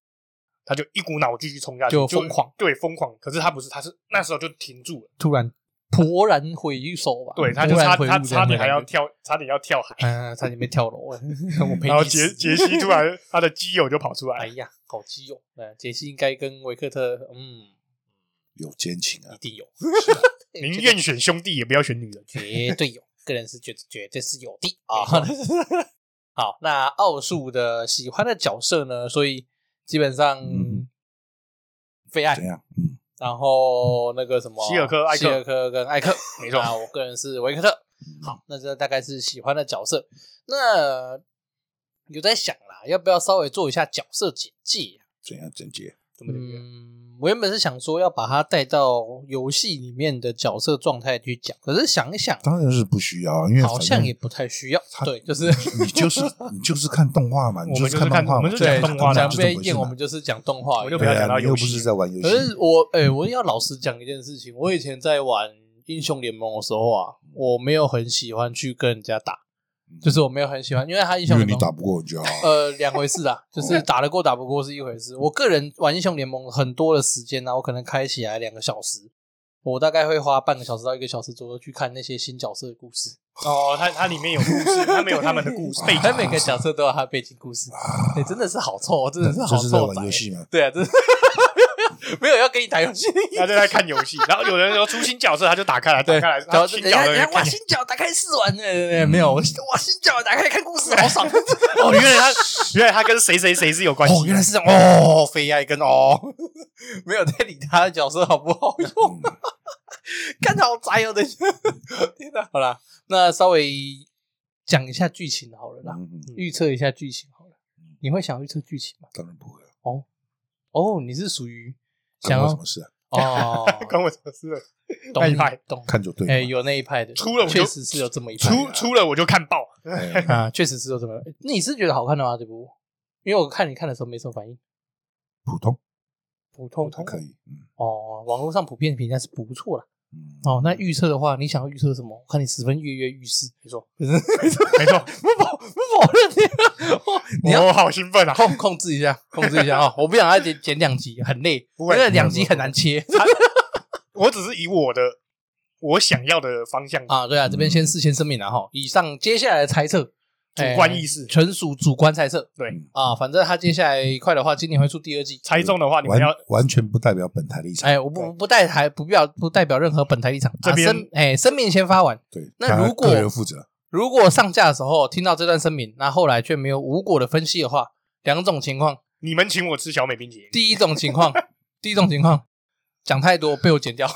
Speaker 1: 他就一股脑继续冲下去，
Speaker 2: 就疯狂，
Speaker 1: 对，疯狂。可是他不是，他是那时候就停住了，
Speaker 2: 突然勃然回首吧，
Speaker 1: 对，他就
Speaker 2: 突然
Speaker 1: 差
Speaker 2: 回
Speaker 1: 他
Speaker 2: 悟这
Speaker 1: 差
Speaker 2: 样的
Speaker 1: 点还要
Speaker 2: 感觉，
Speaker 1: 跳，差点要跳海，
Speaker 2: 嗯，差点被跳楼 了，我陪
Speaker 1: 然后
Speaker 2: 你
Speaker 1: 杰
Speaker 2: 死。
Speaker 1: 杰西突然他的基友就跑出
Speaker 2: 哎
Speaker 1: 来，
Speaker 2: 呀，好基友！呃，杰西应该跟维克特，嗯，
Speaker 3: 有奸情
Speaker 2: 一
Speaker 3: 啊，
Speaker 2: 定有，
Speaker 1: 宁愿选兄弟也不要选女人。
Speaker 2: 绝对有，个人是绝绝对是有的啊。 好，那奥数的喜欢的角色呢？所以基本上
Speaker 3: 嗯
Speaker 2: 菲爱
Speaker 3: 怎，样？嗯，
Speaker 2: 然后那个什么
Speaker 1: 希尔科艾克
Speaker 2: 希尔科跟 艾克，
Speaker 1: 没错
Speaker 2: 啊，我个人是维克特。
Speaker 3: 嗯
Speaker 2: 好，那这大概是喜欢的角色。那有在想啦，要不要稍微做一下角色简介啊？
Speaker 3: 怎样整洁？
Speaker 1: 怎么怎么样
Speaker 2: 嗯，我原本是想说要把它带到游戏里面的角色状态去讲，可是想一想，
Speaker 3: 当然是不需要啊，因为
Speaker 2: 好像
Speaker 3: 反正
Speaker 2: 也不太需要
Speaker 3: 他。
Speaker 2: 对，就是
Speaker 1: 嗯
Speaker 3: 你就是你就是看动画嘛，你
Speaker 1: 我们就是
Speaker 3: 看
Speaker 1: 看
Speaker 3: 漫画嘛，
Speaker 1: 我们就是讲
Speaker 3: 对
Speaker 1: 动画的
Speaker 3: 它
Speaker 2: 讲
Speaker 1: 啊
Speaker 3: 就
Speaker 2: 被
Speaker 3: 这么回
Speaker 2: 验，
Speaker 3: 事
Speaker 2: 我
Speaker 3: 嘛
Speaker 2: 们就是讲动画而已。
Speaker 1: 我就不
Speaker 3: 对
Speaker 1: 要
Speaker 3: 啊，
Speaker 1: 讲到
Speaker 3: 你又
Speaker 1: 游
Speaker 3: 不
Speaker 1: 戏
Speaker 3: 是在玩游戏，
Speaker 2: 可是我，哎、我要老实讲一件事情，我以前在玩英雄联盟的时候啊，我没有很喜欢去跟人家打，就是我没有很喜欢，因为他英
Speaker 3: 因
Speaker 2: 雄
Speaker 3: 为
Speaker 2: 联
Speaker 3: 你
Speaker 2: 盟
Speaker 3: 打不过你就好啊，
Speaker 2: 呃，两回事啊， 就是打得过打不过是一回事。我个人玩英雄联盟很多的时间呢、啊我可能开起来两个小时，我大概会花半个小时到一个小时左右去看那些新角色的故事。
Speaker 1: 哦，他他里面有故事，他没有 他们的 故事啊背
Speaker 2: 它
Speaker 1: 景，
Speaker 2: 每个角色都有它的背景故事，哎、真的是好臭，真的是
Speaker 3: 这
Speaker 2: 好
Speaker 3: 是在
Speaker 2: 臭仔
Speaker 3: 玩游。戏 嘛？
Speaker 2: 对啊，真的没有要跟你打游戏的意思
Speaker 1: 他就在看游戏。然后有人说出新角色，他就打开来，打
Speaker 2: 对，
Speaker 1: 开来，
Speaker 2: 然后哎
Speaker 1: 他
Speaker 2: 等
Speaker 1: 新
Speaker 2: 一
Speaker 1: 角
Speaker 2: 下，
Speaker 1: 色
Speaker 2: 等一
Speaker 1: 也
Speaker 2: 下，哇，
Speaker 1: 看。嗯
Speaker 2: 新角打开试玩，对对对，没有，我哇，新角打开看故 事，好爽。
Speaker 1: 哦，原来他原来他跟谁谁谁是有关系
Speaker 2: 哦，原来是这样哦，非爱跟哦， 没有在理他的角色好不 好用，
Speaker 3: 嗯
Speaker 2: 干好宅哦，等一下，天哪，好啦，那稍微讲一下剧情好了啦，
Speaker 3: 嗯，嗯
Speaker 1: 嗯
Speaker 2: 预测一下剧情好了，你会想预测剧情吗？
Speaker 3: 当然不会啊，
Speaker 2: 哦，哦，你是属于想
Speaker 3: 关我
Speaker 2: 要
Speaker 3: 什么事啊？
Speaker 2: 哦，
Speaker 1: 关我什么
Speaker 3: 哎
Speaker 1: 事？
Speaker 2: 懂
Speaker 1: 那一派
Speaker 2: 懂，
Speaker 3: 看就对嘛。
Speaker 2: 哎，有那一派的，
Speaker 1: 出了我就
Speaker 2: 确实是有这么一派
Speaker 1: 出出了我就看 爆。
Speaker 3: 哎
Speaker 2: 啊，确实是有这么。你是觉得好看的吗？这部？因为我看你看的时候没什么反应，
Speaker 3: 普通
Speaker 2: 普通
Speaker 3: 还可以，嗯
Speaker 2: 哦，网络上普遍评价是不错啦。
Speaker 3: 嗯。
Speaker 2: 哦，那预测的话，你想要预测什么？我看你十分跃跃欲试。
Speaker 1: 没错，
Speaker 2: 可是没 错，不否不否认你，哦你要
Speaker 1: 我好兴奋啊！
Speaker 2: 控控制一下，控制一下啊！我不想再剪剪两集，很累，
Speaker 1: 不
Speaker 2: 因
Speaker 1: 会嗯
Speaker 2: 为两集很难切
Speaker 1: 我只是以我的我想要的方向，
Speaker 2: 啊。对啊，这边先事先声明了哈，以上接下来的猜测，
Speaker 1: 主观
Speaker 2: 哎
Speaker 1: 意识
Speaker 2: 纯属主观猜测
Speaker 1: 对，
Speaker 2: 啊。反正他接下来快的话，今年会出第二季。
Speaker 1: 猜中的话你们
Speaker 3: 嗯完
Speaker 1: 要
Speaker 3: 完全不代表本台立场，
Speaker 2: 哎，我不不代台不表不代表任何本台立场，
Speaker 1: 这
Speaker 2: 啊
Speaker 1: 边
Speaker 2: 声哎声明先发完。
Speaker 3: 对，
Speaker 2: 那
Speaker 3: 他
Speaker 2: 如果
Speaker 3: 个人负责，
Speaker 2: 如果上架的时候听到这段声明，那后来却没有无果的分析的话，两种情况。
Speaker 1: 你们请我吃小美冰淇淋，
Speaker 2: 第一种情 况，第一种情况讲太多被我剪掉；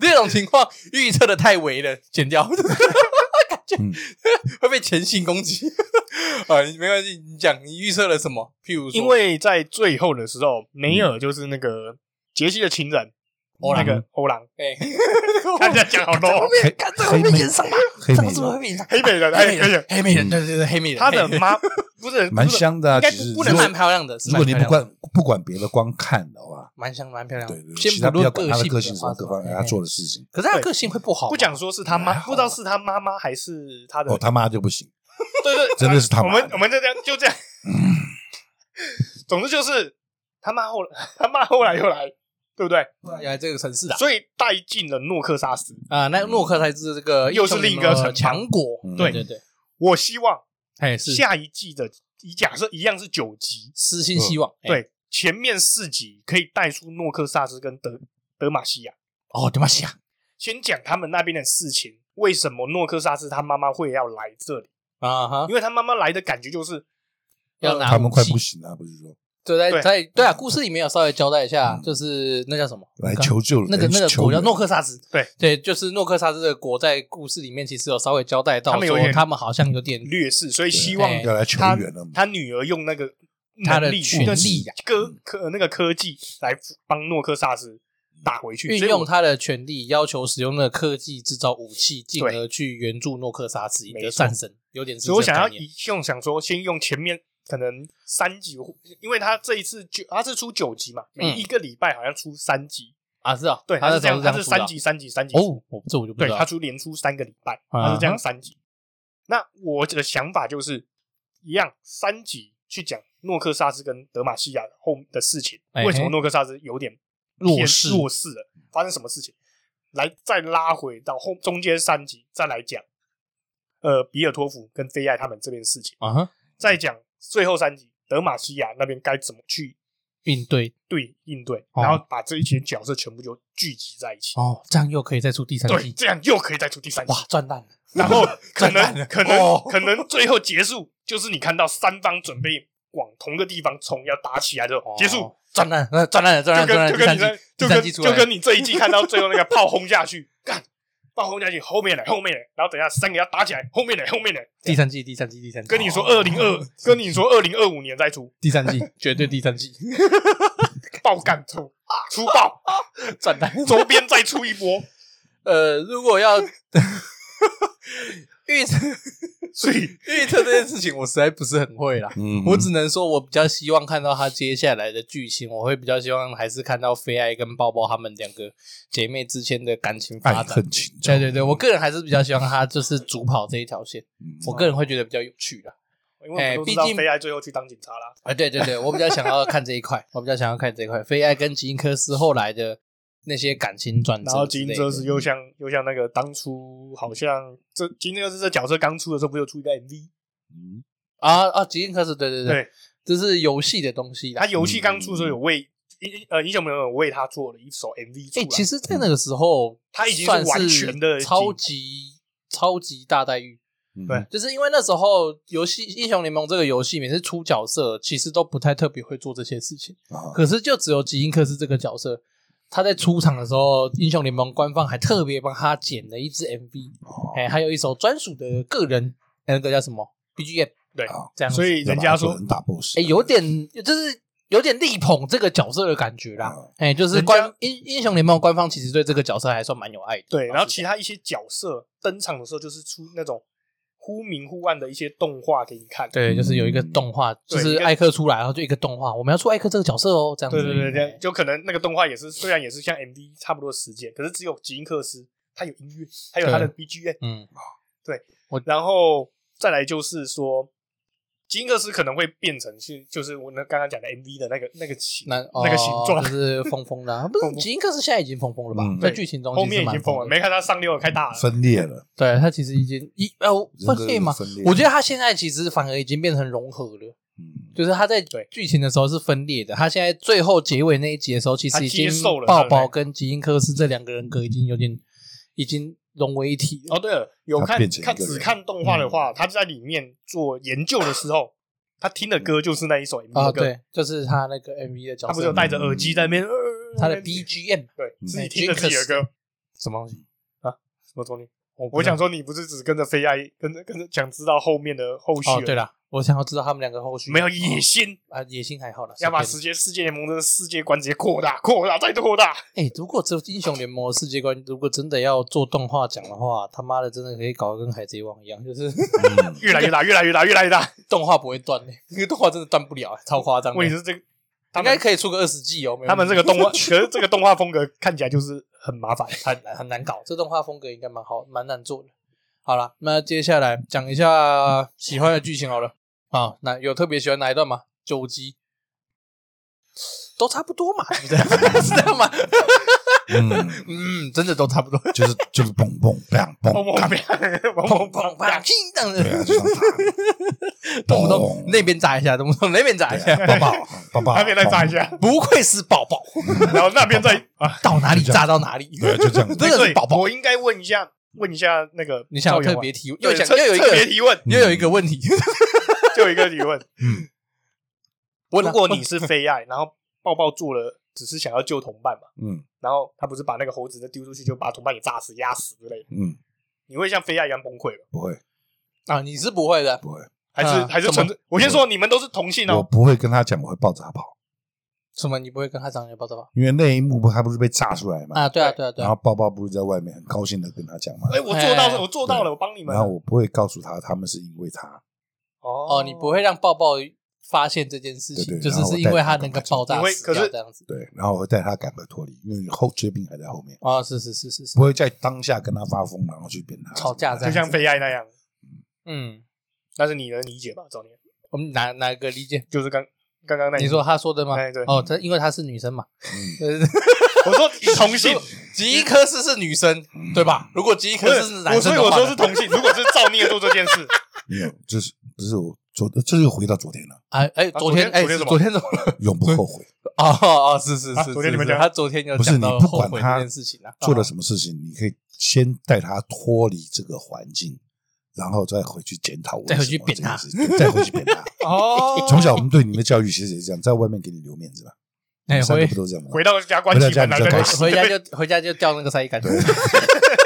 Speaker 2: 第二种情况预测的太违了，剪 掉，感觉
Speaker 3: 嗯
Speaker 2: 会被前行攻击。 啊，没关系，你讲你预测了什么？譬如说，
Speaker 1: 因为在最后的时候，梅
Speaker 3: 嗯
Speaker 1: 尔就是那个杰西的情人，
Speaker 2: 欧
Speaker 1: 那
Speaker 2: 郎
Speaker 1: 个欧 郎，
Speaker 2: 哦哎，
Speaker 1: 看人家讲好 low，
Speaker 2: 黑看 这个会被延上吗？
Speaker 3: 黑
Speaker 2: 这
Speaker 3: 莓
Speaker 2: 个是不是会被延上？
Speaker 1: 黑美人，
Speaker 2: 黑
Speaker 1: 哎，
Speaker 2: 美
Speaker 1: 可以
Speaker 2: 人，，黑美
Speaker 3: 嗯
Speaker 2: 人，对对对，黑美人，
Speaker 1: 他 的
Speaker 2: 黑
Speaker 1: 妈不是
Speaker 3: 蛮
Speaker 1: 不是
Speaker 3: 香的啊。
Speaker 1: 应该
Speaker 3: 其实
Speaker 1: 不
Speaker 2: 不能
Speaker 3: 如果
Speaker 2: 蛮漂亮的，是
Speaker 3: 如果你
Speaker 2: 蛮
Speaker 3: 不
Speaker 2: 漂亮的
Speaker 3: 管不管别的，光看的话，
Speaker 2: 蛮香蛮漂亮的
Speaker 3: 对，对，
Speaker 2: 先
Speaker 3: 其
Speaker 2: 不
Speaker 3: 他不
Speaker 2: 论
Speaker 3: 要管他的
Speaker 2: 性
Speaker 3: 个
Speaker 2: 个
Speaker 3: 性什么各方面，
Speaker 2: 哎
Speaker 3: 他做的事情，
Speaker 2: 可是他
Speaker 1: 对
Speaker 2: 个性会不好吗，
Speaker 1: 不讲说是他
Speaker 3: 还
Speaker 1: 妈，
Speaker 3: 好
Speaker 1: 不知道是他妈妈还是他的
Speaker 3: 哦，他妈就不行，
Speaker 1: 对对，
Speaker 3: 真的是他
Speaker 1: 我
Speaker 3: 妈嗯
Speaker 1: 们我们就这样就这样，总之就是他妈后来他妈后来又来，对不对？
Speaker 2: 原哎来这个城市啊的
Speaker 1: 所以带进了诺克萨斯。
Speaker 2: 啊，那诺克才是这个
Speaker 1: 嗯又是
Speaker 2: 英雄
Speaker 1: 另一个城
Speaker 2: 联
Speaker 1: 邦
Speaker 2: 盟的强国，
Speaker 3: 嗯
Speaker 2: 对对对，
Speaker 1: 我希望
Speaker 2: 哎是
Speaker 1: 下一季的，以假设一样是九集，
Speaker 2: 私心希望，
Speaker 1: 嗯
Speaker 2: 哎
Speaker 1: 对，前面四集可以带出诺克萨斯跟德德玛西亚，
Speaker 2: 哦，对马西亚
Speaker 1: 先讲他们那边的事情。为什么诺克萨斯他妈妈会要来这里？
Speaker 2: 啊哈，
Speaker 1: 因为他妈妈来的感觉就是
Speaker 2: 要拿
Speaker 3: 他们快
Speaker 2: 武器
Speaker 3: 不行了，不是说
Speaker 2: 对在
Speaker 1: 对
Speaker 2: 在对啊，故事里面有稍微交代一下，
Speaker 3: 嗯
Speaker 2: 就是那叫什么
Speaker 3: 来求救了，
Speaker 2: 那个
Speaker 3: 来
Speaker 2: 那个
Speaker 3: 求
Speaker 2: 国叫
Speaker 3: 援
Speaker 2: 诺克萨斯，
Speaker 1: 对
Speaker 2: 对，就是诺克萨斯的国在故事里面其实有稍微交代到，
Speaker 1: 他们有
Speaker 2: 说
Speaker 1: 点
Speaker 2: 他们好像有点
Speaker 1: 劣势，所以希望
Speaker 2: 哎
Speaker 3: 要来求
Speaker 1: 他
Speaker 3: 援了嘛，
Speaker 1: 他女儿用那个
Speaker 2: 他的
Speaker 1: 能力
Speaker 2: 权
Speaker 1: 那
Speaker 2: 力啊
Speaker 1: 科科那个科技来帮诺克萨斯打回去，
Speaker 2: 运
Speaker 1: 所以
Speaker 2: 用
Speaker 1: 我
Speaker 2: 他的权力，要求使用的科技制造武器，进
Speaker 1: 对
Speaker 2: 而去援助诺克萨斯赢
Speaker 1: 没
Speaker 2: 得
Speaker 1: 错
Speaker 2: 战神，有点是
Speaker 1: 所以我
Speaker 2: 这
Speaker 1: 想
Speaker 2: 个
Speaker 1: 要
Speaker 2: 概念。
Speaker 1: 一用想说先用前面可能三集，因为他这一次九他是出九集嘛，每一个礼拜好像出三集，
Speaker 2: 啊，是啊，
Speaker 1: 对，
Speaker 2: 嗯他
Speaker 1: 他
Speaker 2: 那
Speaker 1: 是这
Speaker 2: 时候
Speaker 1: 样，他
Speaker 2: 是
Speaker 1: 是
Speaker 2: 这
Speaker 1: 三
Speaker 2: 样
Speaker 1: 集三集三集
Speaker 2: 出的哦，我这我就不
Speaker 1: 对
Speaker 2: 知道。
Speaker 1: 他出连出三个礼拜，
Speaker 2: 啊
Speaker 1: 他是这样三集。那我的想法就是一样，三集去讲诺克萨斯跟德玛西亚后的事情，
Speaker 2: 哎嘿
Speaker 1: 为什么诺克萨斯有点
Speaker 2: 弱
Speaker 1: 偏
Speaker 2: 势
Speaker 1: 弱势了，发生什么事情，来再拉回到后中间三集再来讲，呃，比尔托夫跟菲艾他们这边的事情，
Speaker 2: 啊哈，
Speaker 1: 再讲最后三集德玛西亚那边该怎么去
Speaker 2: 应对
Speaker 1: 对应对，
Speaker 2: 哦
Speaker 1: 然后把这一群角色全部就聚集在一起。
Speaker 2: 哦，这样又可以再出第三
Speaker 1: 对，
Speaker 2: 季，
Speaker 1: 这样又可以再出第三集。
Speaker 2: 哇，赚烂了！
Speaker 1: 然 后可
Speaker 2: 赚烂
Speaker 1: 能
Speaker 2: 了
Speaker 1: 可能
Speaker 2: 哦
Speaker 1: 可能最后结束就是你看到三方准备往同个地方冲，要打起来的时候结束
Speaker 2: 哦，赚烂了，赚烂了，赚
Speaker 1: 就
Speaker 2: 烂了，赚烂
Speaker 1: 跟
Speaker 2: 了！
Speaker 1: 就跟
Speaker 2: 第三
Speaker 1: 你在，
Speaker 2: 季第
Speaker 1: 就跟
Speaker 2: 三季出来
Speaker 1: 就
Speaker 2: 了，
Speaker 1: 跟你这一季看到最后那个炮轰下去，干炮轰下去，后面来后面来，然后等一下三个要打起来，后面来后 面来，
Speaker 2: 第三季，第三季，第三季，
Speaker 1: 跟你说
Speaker 2: 哦
Speaker 1: 二零二，跟你说二零二五年再出
Speaker 2: 第三季，绝对第三季，
Speaker 1: 爆干出啊出爆，
Speaker 2: 赚烂。
Speaker 1: 周边再出一波，
Speaker 2: 呃，如果 要预测
Speaker 1: 所以
Speaker 2: 预测这件事情，我实在不是很会啦。
Speaker 3: 嗯，
Speaker 2: 我只能说，我比较希望看到他接下来的剧情，我会比较希望还是看到菲爱跟抱抱他们两个姐妹之间的感情
Speaker 3: 爱
Speaker 2: 发展。
Speaker 3: 恨情仇，
Speaker 2: 对对对，我个人还是比较希望他就是主跑这一条线，
Speaker 3: 嗯
Speaker 2: 我个人会觉得比较有趣的。
Speaker 1: 因为我们都知
Speaker 2: 哎
Speaker 1: 道
Speaker 2: 毕竟
Speaker 1: 菲艾最后去当警察啦，
Speaker 2: 啊，对对对，我比较想要看这一块，我比较想要看这一块，菲爱跟吉因科斯后来的那些感情转折之类的，
Speaker 1: 然后金
Speaker 2: 嗯
Speaker 1: 哲是又像又像那个当初好像这金哲是这角色刚出的时候不是有出一个 MV？
Speaker 3: 嗯
Speaker 2: 啊啊，嗯吉因科斯，对对对，
Speaker 1: 对，
Speaker 2: 这是游戏的东西啦
Speaker 1: 他。游戏刚出的时候有为英呃英雄联盟有为他做了一首 MV 出
Speaker 2: 哎、
Speaker 1: 来，嗯
Speaker 2: 其实，在那个时候，
Speaker 1: 他已经是
Speaker 2: 算
Speaker 1: 完全的
Speaker 2: 超级超级大待遇，
Speaker 3: 嗯
Speaker 1: 对
Speaker 2: 就是因为那时候游戏《英雄联盟》这个游戏每次出角色，其实都不太特别会做这些事情。
Speaker 3: 啊，
Speaker 2: 可是就只有吉因克斯这个角色，他在出场的时候，英雄联盟官方还特别帮他剪了一支 MV，
Speaker 3: 哦
Speaker 2: 哎、还有一首专属的个人那个叫什么 BGM，
Speaker 1: 对
Speaker 3: 好
Speaker 2: 这样子
Speaker 1: 所以人家
Speaker 3: 要把他做
Speaker 1: 说嗯
Speaker 3: 人打 boss，
Speaker 2: 哎哎、有点就是有点力捧这个角色的感觉啦
Speaker 3: 嗯。
Speaker 2: 哎、就是
Speaker 1: 人
Speaker 2: 官
Speaker 1: 家
Speaker 2: 英英雄联盟官方其实对这个角色还算蛮有爱的。
Speaker 1: 对，然后
Speaker 2: 其
Speaker 1: 其他一些角色登场的时候，就是出那种忽明忽暗的一些动画给你看。
Speaker 2: 对，就是有一个动画，就是
Speaker 1: 嗯一个
Speaker 2: 艾克出来，然后就一个动画，我们要出艾克这个角色哦，这样子。
Speaker 1: 对对对，这样就可能那个动画也是，虽然也是像 MV 差不多的时间，可是只有吉因克斯他有音乐，他有他的 BGM，
Speaker 2: 嗯，
Speaker 1: 然后再来就是说，吉因克斯可能会变成是就是我那刚刚讲的 MV 的那个那个形
Speaker 2: 那
Speaker 1: 那个形状
Speaker 2: 哦、就，是疯疯的、啊，不是
Speaker 1: 疯
Speaker 2: 吉英克斯现在已经疯疯了吧？
Speaker 3: 嗯
Speaker 2: 在
Speaker 1: 对
Speaker 2: 剧情中
Speaker 1: 后
Speaker 2: 其实
Speaker 1: 面已
Speaker 2: 蛮
Speaker 1: 经疯了，
Speaker 2: 的
Speaker 1: 没看他上六开大了，
Speaker 3: 啊分裂了，
Speaker 2: 对他其实已经一呃分
Speaker 3: 人格
Speaker 2: 裂吗？
Speaker 3: 分裂
Speaker 2: 我觉得他现在其实反而已经变成融合了，
Speaker 3: 嗯
Speaker 2: 就是他在
Speaker 1: 对
Speaker 2: 剧情的时候是分裂的，他现在最后结尾那一集的时候，其实已经
Speaker 1: 他接受了
Speaker 2: 抱
Speaker 1: 他
Speaker 2: 抱
Speaker 1: 的
Speaker 2: 跟吉英克斯这两个人格已经有点已经融为一体了。
Speaker 1: 哦，对了，有
Speaker 3: 他
Speaker 1: 看
Speaker 3: 变成一
Speaker 1: 看
Speaker 3: 个人
Speaker 1: 只看动画的
Speaker 2: 嗯
Speaker 1: 话，他在里面做研究的时候，他听的歌就是那一首 MV
Speaker 2: 啊，
Speaker 1: 的歌，
Speaker 2: 对，就是他那个 MV 的角
Speaker 1: 哦他
Speaker 2: 色，
Speaker 1: 不是有戴着耳机在那边，呃
Speaker 2: 他的哎 BGM
Speaker 1: 对
Speaker 3: 嗯
Speaker 1: 自己听着自己的歌，
Speaker 2: 什么东西？
Speaker 1: 啊什么东西？
Speaker 2: 我不
Speaker 1: 我
Speaker 2: 知道
Speaker 1: 想说，你不是只跟着飞爱，跟着跟着想知道后面的后续
Speaker 2: 哦，
Speaker 1: 了
Speaker 2: 对了，我想要知道他们两个后续
Speaker 1: 没有野心，
Speaker 2: 啊，野心还好了，
Speaker 1: 要把
Speaker 2: 随
Speaker 1: 世界世界联盟的世界观直接扩大、扩大再扩大。
Speaker 2: 便哎，如果这英雄联盟的世界观如果真的要做动画讲的话，他妈的真的可以搞得跟海贼王一样，就是
Speaker 3: 嗯
Speaker 1: 越来越大，越来越大，越来越大。
Speaker 2: 动画不会断的，那个动画真的断不了，超夸张的。
Speaker 1: 问题是这个，他
Speaker 2: 应该
Speaker 1: 们
Speaker 2: 可以出个二十季哦。没问题
Speaker 1: 他们这个动画，可是这个动画风格看起来就是很麻烦。
Speaker 2: 很难很难搞，这动画风格应该蛮好，蛮难做的。好了，那接下来讲一下喜欢的剧情好了。啊，那有特别喜欢哪一段吗？九集都差不多嘛，是不是？是这样吗？
Speaker 3: 嗯，
Speaker 2: 嗯，真的都差不多。
Speaker 3: 就是就是蹦蹦砰砰
Speaker 1: 砰砰砰砰
Speaker 2: 砰
Speaker 1: 砰砰
Speaker 2: 砰砰，！叮当
Speaker 3: 对啊，
Speaker 2: 的，
Speaker 3: 就像他
Speaker 2: 动不动那边炸一下，动不动那边炸一下，
Speaker 3: 抱抱抱抱，
Speaker 1: 那边再炸一下，
Speaker 2: 不愧是宝宝，
Speaker 1: 然后那边再啊，
Speaker 2: 到哪里炸到哪里，
Speaker 3: 对，啊就这样子
Speaker 2: 真。的是宝宝。
Speaker 1: 我应该问一下，问一下那个
Speaker 2: 你想要
Speaker 1: 赵员
Speaker 2: 特
Speaker 1: 外
Speaker 2: 别提，
Speaker 1: 对
Speaker 2: 又想
Speaker 1: 特
Speaker 2: 又有一
Speaker 1: 特别
Speaker 2: 个
Speaker 1: 提问，
Speaker 2: 又有一个问题，
Speaker 1: 就有一个提 问。
Speaker 3: 嗯，
Speaker 1: 我如果你是非爱，然后抱抱做了，只是想要救同伴嘛，
Speaker 3: 嗯
Speaker 1: 然后他不是把那个猴子再丢出去，就把同伴给炸死、压死之类的，
Speaker 3: 嗯，
Speaker 1: 你会像非爱一样崩溃吗？
Speaker 3: 不会
Speaker 2: 啊，你是不会的，
Speaker 3: 不会，
Speaker 1: 还是、
Speaker 2: 啊
Speaker 1: 还是
Speaker 2: 怎么
Speaker 1: 纯粹？我先说，你们都是同性
Speaker 3: 我
Speaker 1: 哦，
Speaker 3: 不会跟他讲，我会抱着他跑，
Speaker 2: 什么？你不会跟他讲你抱着吧？
Speaker 3: 因为那一幕不他不是被炸出来嘛，
Speaker 2: 啊，对啊，对啊，对
Speaker 3: 然
Speaker 2: 啊
Speaker 3: 后。抱抱不是在外面很高兴的跟他讲嘛
Speaker 1: 哎、，我做到
Speaker 2: 哎
Speaker 1: 了，我做到了，我帮你们
Speaker 3: 然。后我不会告诉他他们是因为他，
Speaker 1: 哦
Speaker 2: 哦，你不会让抱抱发现这件事情，
Speaker 3: 对对
Speaker 2: 就是
Speaker 3: 然后
Speaker 2: 是
Speaker 3: 我
Speaker 2: 因为
Speaker 3: 带
Speaker 2: 他
Speaker 3: 他
Speaker 2: 能够
Speaker 3: 赶快
Speaker 2: 爆炸
Speaker 1: 你会
Speaker 2: 死
Speaker 1: 可
Speaker 2: 掉
Speaker 1: 是
Speaker 2: 这样子。
Speaker 3: 对，然后我会带他赶快脱离，因为后追兵还在后面，
Speaker 2: 哦，是是是是是
Speaker 3: 不，会在当下跟他发疯，然后去扁他
Speaker 2: 吵架这
Speaker 1: 就
Speaker 2: 样
Speaker 1: 像非爱那样，
Speaker 2: 嗯，
Speaker 1: 那是你能理解吧，赵年？
Speaker 2: 我们哪哪个理解？
Speaker 1: 就是刚刚刚那
Speaker 2: 你说他说的吗？
Speaker 1: 哎对
Speaker 2: 哦，他因为她是女生嘛，
Speaker 3: 嗯
Speaker 2: 对对对
Speaker 1: 我说你同性，
Speaker 2: 吉伊科斯是女生对吧？如果吉伊
Speaker 1: 不
Speaker 2: 科斯是
Speaker 1: 是
Speaker 2: 男
Speaker 1: 我，所
Speaker 2: 生
Speaker 1: 以
Speaker 2: 的
Speaker 1: 我
Speaker 2: 话
Speaker 1: 说是
Speaker 2: 呢，
Speaker 1: 同性。如果是造孽做这件事，
Speaker 3: 嗯没有，就是不是我昨这又回到昨天了，
Speaker 2: 哎哎，
Speaker 1: 啊
Speaker 2: 昨
Speaker 1: 昨
Speaker 2: 天
Speaker 1: 天
Speaker 2: 哎
Speaker 1: 昨天
Speaker 2: 是
Speaker 1: 怎么
Speaker 2: 昨天怎么了？
Speaker 3: 永不后悔。
Speaker 2: 哦哦，是是
Speaker 1: 啊
Speaker 2: 是，
Speaker 1: 昨天你们
Speaker 2: 是是
Speaker 1: 讲
Speaker 2: 他昨天有
Speaker 3: 不是
Speaker 2: 讲
Speaker 3: 你
Speaker 2: 到
Speaker 3: 不
Speaker 2: 后
Speaker 3: 管
Speaker 2: 悔
Speaker 3: 他
Speaker 2: 这件事情啊，
Speaker 3: 做了什么事情，你可以先带他脱离这个环境，然后再回去检讨为什么
Speaker 2: 再回去扁他
Speaker 3: 这件事情，再回去 扁他。
Speaker 2: 哦，
Speaker 3: 从小我们对你们的教育其实也是这样，在外面给你留面子吧，
Speaker 2: 哎
Speaker 3: 三个
Speaker 2: 回
Speaker 3: 不都这样吗？
Speaker 1: 回到家关起门来，
Speaker 3: 回到家你就
Speaker 1: 对
Speaker 3: 该
Speaker 1: 吧
Speaker 3: 死
Speaker 2: 回家就回家就掉那个塞衣杆，哦对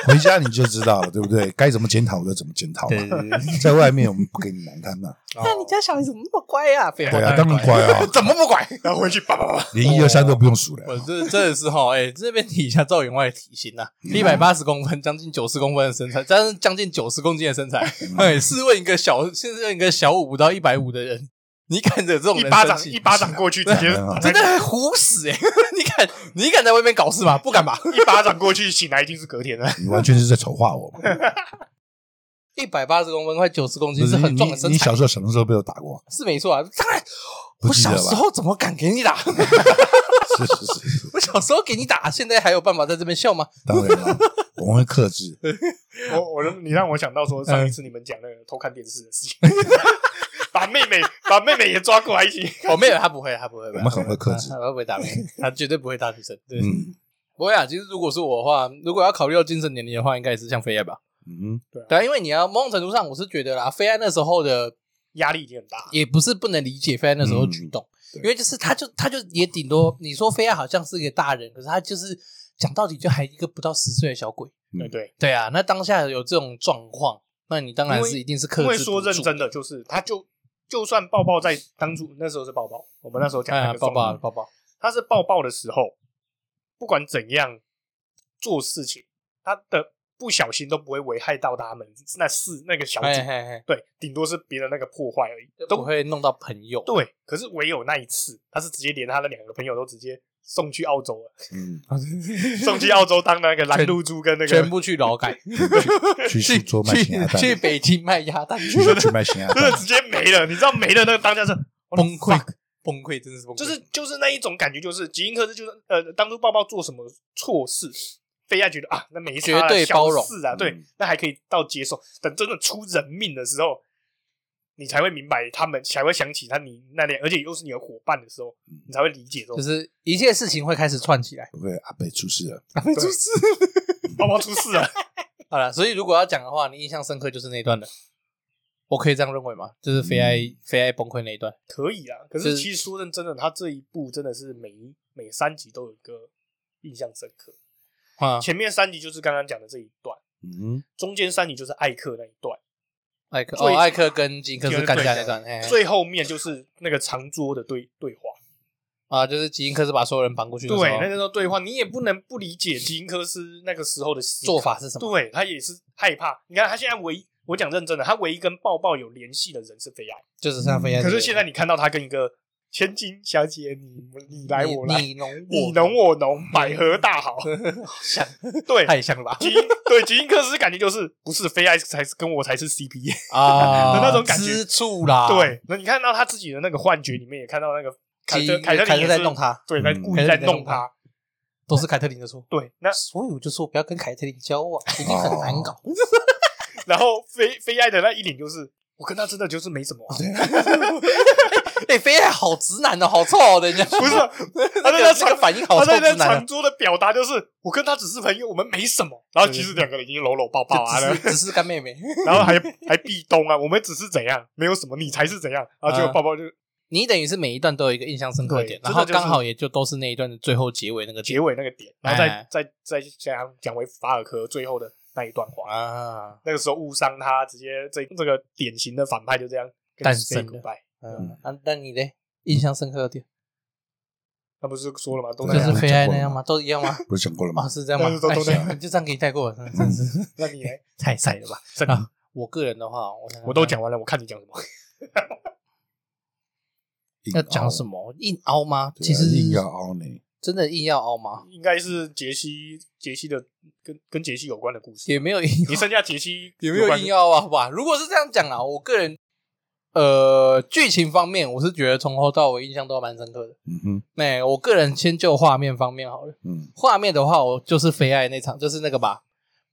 Speaker 3: 回家你就知道了，对 不对？该怎么检讨我就怎么检讨嘛。
Speaker 2: 对对。
Speaker 3: 在外面我们不给你难堪 嘛，
Speaker 2: 那你家小孩怎么那么乖呀？废话
Speaker 3: 对，啊，当然乖啊，
Speaker 1: 怎么不管？然后回去叭叭叭，
Speaker 3: 连一二三都不用数
Speaker 2: 哎我
Speaker 3: 了。
Speaker 2: 这真的是哈，哎、这边提一下赵员外的体型啊，一百八十公分，将近九十公分的身材，但是将近九十公斤的身材，哎、试问一个小，试问一个小五到一百五的人，你敢惹这种
Speaker 1: 一
Speaker 2: 人
Speaker 1: 巴
Speaker 2: 生
Speaker 1: 掌
Speaker 2: 气啊
Speaker 1: 一巴掌过去，直
Speaker 3: 哎
Speaker 1: 接
Speaker 2: 真的虎死哎、 你敢你敢在外面搞事吗？不敢吧？
Speaker 1: 一巴掌过去，醒来一定是隔天的。
Speaker 3: 你完全是在丑化我 嘛！
Speaker 2: 一百八十公分，快九十公
Speaker 3: 不
Speaker 2: 斤是很
Speaker 3: 你
Speaker 2: 壮的身
Speaker 3: 你
Speaker 2: 材
Speaker 3: 小，时候什么时候被我打 过？
Speaker 2: 是没错啊。当然，我
Speaker 3: 不记得
Speaker 2: 小
Speaker 3: 吧
Speaker 2: 时候怎么敢给你打？
Speaker 3: 是是是，是
Speaker 2: 我小时候给你打，现在还有办法在这边笑 吗？
Speaker 3: 当然了，我们会克制。
Speaker 1: 我我你让我想到说上一次你们讲那个偷看电视的事情，
Speaker 2: 嗯
Speaker 1: 把妹妹把妹妹也抓过来一起。
Speaker 2: 我妹妹她不会，她不会，
Speaker 3: 我们很会克制
Speaker 2: 她她不会打妹妹，她绝对不会打女生。对，
Speaker 3: 嗯
Speaker 2: 不会啊，其实如果是我的话，如果要考虑到精神年龄的话，应该也是像飞爱吧。
Speaker 3: 嗯，
Speaker 2: 对啊，因为你要某种程度上，我是觉得啦，飞爱那时候的
Speaker 1: 压力已经很大，
Speaker 2: 也不是不能理解飞爱那时候的举动，
Speaker 3: 嗯对
Speaker 2: 因为就是他就他就也顶多你说飞爱好像是一个大人，可是他就是讲到底就还一个不到十岁的小鬼。
Speaker 1: 对对。
Speaker 2: 对啊，那当下有这种状况，那你当然是一定是克
Speaker 1: 因为
Speaker 2: 制
Speaker 1: 说
Speaker 2: 不
Speaker 1: 认
Speaker 2: 住。
Speaker 1: 真的，就是他就就算抱抱在当初那时候是抱抱，我们那时候讲那
Speaker 2: 哎，
Speaker 1: 个
Speaker 2: 抱抱
Speaker 1: 状态
Speaker 2: 抱抱，
Speaker 1: 他是抱抱的时候，不管怎样做事情，他的不小心都不会危害到他们那是那个小
Speaker 2: 哎
Speaker 1: 姐，
Speaker 2: 哎哎，
Speaker 1: 对，顶多是别人那个破坏而已，
Speaker 2: 都
Speaker 1: 都
Speaker 2: 不会弄到朋友。
Speaker 1: 对。 可是唯有那一次，他是直接连他的两个朋友都直接送去澳洲了，
Speaker 3: 嗯，
Speaker 1: 送去澳洲当那个拦路猪跟那个
Speaker 2: 全部去劳改，
Speaker 3: 去去做卖
Speaker 2: 去
Speaker 3: 咸鸭蛋，
Speaker 2: 去北京卖鸭蛋，
Speaker 3: 去去去卖咸鸭
Speaker 1: 真 的
Speaker 3: 蛋，
Speaker 1: 直接没了，你知道没哦了那个当下是
Speaker 2: 崩溃， 崩溃，真的是崩溃。
Speaker 1: 就是就是那一种感觉，就是吉因克斯就是呃，当初抱抱做什么错事，菲亚觉得啊，那没差啦
Speaker 2: 绝对
Speaker 1: 小
Speaker 2: 包容
Speaker 1: 事啊，对
Speaker 3: 嗯，
Speaker 1: 那还可以到接受。等真的出人命的时候，你才会明白他们，才会想起他你那点，而且又是你的伙伴的时候，你才会理解说
Speaker 2: 嗯就是一切事情会开始串 起来，
Speaker 3: 对，阿北出事了，
Speaker 2: 会
Speaker 1: 出
Speaker 2: 事。
Speaker 1: 抱抱出事了。 啊
Speaker 2: 好了，所以如果要讲的话，你印象深刻就是那一段的，我可以这样认为吗？
Speaker 1: 嗯
Speaker 2: 就是非爱非爱崩溃那一段，
Speaker 1: 可以啊，可
Speaker 2: 就是
Speaker 1: 其实说认真的，他这一部真的是每一每三集都有一个印象深刻。
Speaker 2: 啊，
Speaker 1: 前面三集就是刚刚讲的这一段，
Speaker 3: 嗯，
Speaker 1: 中间三集就是艾克那一段。
Speaker 2: 艾克
Speaker 1: 最
Speaker 2: 哦，艾克跟吉克斯干架那段，嘿嘿
Speaker 1: 最后面就是那个长桌的对对话，
Speaker 2: 啊，就是吉克斯把所有人绑过去的时候，
Speaker 1: 对，那个时候对话，你也不能不理解吉因科斯那个时候的思考
Speaker 2: 做，法是什么？
Speaker 1: 对他也是害怕。你看他现在唯一，我讲认真的，他唯一跟抱抱有联系的人是菲艾，
Speaker 2: 就是像非爱。
Speaker 1: 可是现在你看到他跟一个千金小姐，你你来我来，
Speaker 2: 你侬
Speaker 1: 你侬我侬，百合大 好，
Speaker 2: 像
Speaker 1: 对。
Speaker 2: 太像了吧？
Speaker 1: 吉因对吉因克斯感觉就是不是菲艾才是跟我才是 CP，、
Speaker 2: 啊
Speaker 1: 的那种感觉
Speaker 2: 吃醋啦，，
Speaker 1: 对，那你看到他自己的那个幻觉里面也看到那个凯特
Speaker 2: 吉
Speaker 1: 凯特琳
Speaker 2: 凯
Speaker 1: 也
Speaker 2: 特
Speaker 1: 是
Speaker 2: 在弄他，
Speaker 1: 对，在
Speaker 3: 嗯
Speaker 1: 故
Speaker 2: 凯
Speaker 1: 意
Speaker 2: 特
Speaker 1: 在
Speaker 2: 琳在
Speaker 1: 弄
Speaker 2: 弄他
Speaker 1: 他，
Speaker 2: 都是凯特琳的错。
Speaker 1: 对，那
Speaker 2: 所以我就说不要跟凯特琳交往，一定很难搞。
Speaker 1: 然后菲菲爱的那一脸就是，我跟他真的就是没什么，啊
Speaker 2: 哎，飞爱好直男的，好臭哦，人家
Speaker 1: 不是，
Speaker 2: 他
Speaker 1: 他在那
Speaker 2: 这个
Speaker 1: 长
Speaker 2: 反应好
Speaker 1: 他
Speaker 2: 臭
Speaker 1: 在
Speaker 2: 直
Speaker 1: 那
Speaker 2: 男啊
Speaker 1: 长桌的表达就是，我跟他只是朋友，我们没什么。然后其实两个人已经搂搂抱抱啊
Speaker 2: 啊，就
Speaker 1: 了
Speaker 2: 只，是只是干妹妹。
Speaker 1: 然后还还壁咚啊，我们只是怎样，没有什么，你才是怎样。然后结果
Speaker 2: 嗯
Speaker 1: 抱抱就
Speaker 2: 你等于是每一段都有一个印象深刻的点，
Speaker 1: 对
Speaker 2: 然后
Speaker 1: 真的就是
Speaker 2: 刚好也就都是那一段的最后结尾那个
Speaker 1: 结
Speaker 2: 点
Speaker 1: 尾那个点，然后再
Speaker 2: 哎
Speaker 1: 再再讲讲回法尔科最后的那一段话。
Speaker 2: 啊，
Speaker 1: 那个时候误伤他，直接这这个典型的反派就这样跟
Speaker 2: 诞
Speaker 1: 你 say
Speaker 2: 生了
Speaker 1: goodbye
Speaker 2: 嗯，啊，那你嘞，印象深刻的点
Speaker 1: 那不是说了吗？都
Speaker 2: 就
Speaker 1: 那样
Speaker 2: 是
Speaker 3: 啊
Speaker 2: 飞爱那样吗？都一样吗？
Speaker 3: 不是讲过了吗嗯
Speaker 2: 啊，？是这样吗
Speaker 1: 但是都？都那样
Speaker 2: 哎你就这样给你带过了，真真是
Speaker 1: 那你 来，
Speaker 2: 太晒了吧？
Speaker 1: 真
Speaker 2: 啊，我个人的话，我想想
Speaker 1: 我都讲完了，我看你讲什么。
Speaker 2: 要讲什么硬凹吗？
Speaker 3: 对啊？
Speaker 2: 其实
Speaker 3: 硬要凹你，
Speaker 2: 真的硬要凹吗？
Speaker 1: 应该是杰西杰西的跟跟杰西有关的故事。
Speaker 2: 也没有硬
Speaker 1: 你剩下杰西
Speaker 2: 有没有
Speaker 1: 关
Speaker 2: 硬要啊？好吧，如果是这样讲啊，我个人呃剧情方面，我是觉得从头到尾印象都蛮深刻的。
Speaker 3: 嗯哼，
Speaker 2: 那、我个人先就画面方面好了。
Speaker 3: 嗯
Speaker 2: 画面的话，我就是肥爱那场，就是那个吧。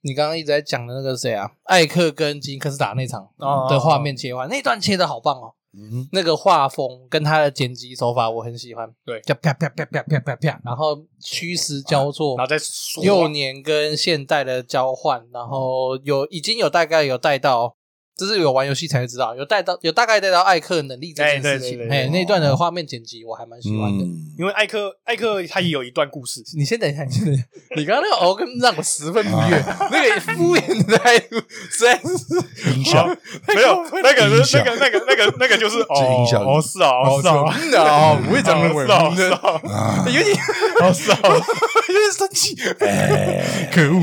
Speaker 2: 你刚刚一直在讲的那个谁啊，艾克跟金克斯打那场
Speaker 1: 哦
Speaker 2: 的画面切换，那段切的好棒哦。
Speaker 3: 嗯哼，
Speaker 2: 那个画风跟他的剪辑手法我很喜欢，
Speaker 1: 对
Speaker 2: 就啪啪啪啪啪啪啪，然后虚实交错，
Speaker 1: 啊然后再说
Speaker 2: 幼年跟现代的交换，然后有已经有大概有带到，这是有玩游戏才会知道，有带到有大概带到艾克能力这件事
Speaker 1: 哎对对对
Speaker 2: 情。
Speaker 1: 对
Speaker 2: 哎，那段的画面剪辑我还蛮喜欢的。
Speaker 3: 嗯
Speaker 1: 因为艾克艾克他也有一段故 事，
Speaker 2: 你先等一下，你先等一下，你刚刚那个哦，跟让我十分不悦，
Speaker 1: 啊
Speaker 2: 那个敷衍的态度实在是
Speaker 3: 音效，
Speaker 1: 没有那个是
Speaker 3: 影
Speaker 1: 那个那个那个那个 就是哦
Speaker 3: 影响
Speaker 1: 哦是啊哦是啊哦
Speaker 2: 真的哦，不会
Speaker 1: 是
Speaker 2: 讲
Speaker 1: 啊
Speaker 2: 认为
Speaker 1: 是啊是啊
Speaker 3: 啊
Speaker 2: 有点
Speaker 1: 哦是啊哦是啊
Speaker 2: 有点生气，
Speaker 3: 哎，
Speaker 2: 可恶！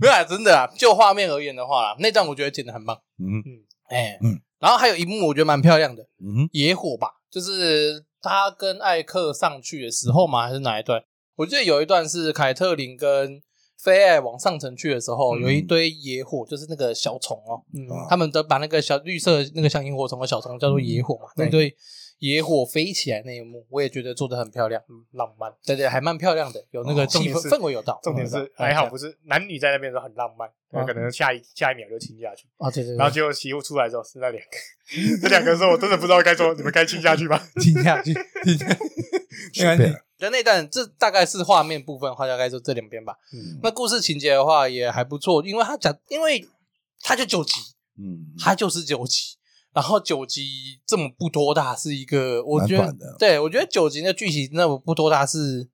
Speaker 2: 没有啊，真的啊，就画面而言的话啦，那段我觉得剪的很棒，
Speaker 3: 嗯
Speaker 2: 哎，
Speaker 3: 嗯，
Speaker 2: 然后还有一幕我觉得蛮漂亮的，
Speaker 3: 嗯
Speaker 2: 野火吧，就是他跟艾克上去的时候嘛，还是哪一段？我记得有一段是凯特琳跟菲艾往上层去的时候，
Speaker 1: 嗯
Speaker 2: 有一堆野火，就是那个小虫哦，
Speaker 1: 嗯
Speaker 2: 他们都把那个小绿色那个像萤火虫的小虫叫做野火嘛，
Speaker 1: 嗯对
Speaker 2: 那堆野火飞起来那一幕，我也觉得做的很漂亮，
Speaker 1: 嗯浪漫，
Speaker 2: 对对，还蛮漂亮的，有那个
Speaker 3: 哦
Speaker 2: 气
Speaker 1: 重点
Speaker 2: 氛
Speaker 1: 是
Speaker 2: 氛围有到，
Speaker 1: 重点
Speaker 2: 嗯
Speaker 1: 是
Speaker 2: 对
Speaker 1: 还好不是男女在那边的时候很浪漫，
Speaker 2: 啊
Speaker 1: 可能下一下一秒就亲下去，
Speaker 2: 啊，对对，对
Speaker 1: 然后结果媳妇出来之后是那两个，这两个时候我真的不知道该说你们该亲下去吗？
Speaker 2: 听下去，听 下去，
Speaker 3: 随便了，
Speaker 2: 就那段，这大概是画面部分的话，大概就这两边吧。
Speaker 3: 嗯
Speaker 2: 那故事情节的话也还不错，因为他讲，因为他就九集，
Speaker 3: 嗯，
Speaker 2: 他就是九集，然后九集这么不多大是一个，我觉
Speaker 3: 蛮
Speaker 2: 得
Speaker 3: 短的，
Speaker 2: 对我觉得九集的剧情那么不多大是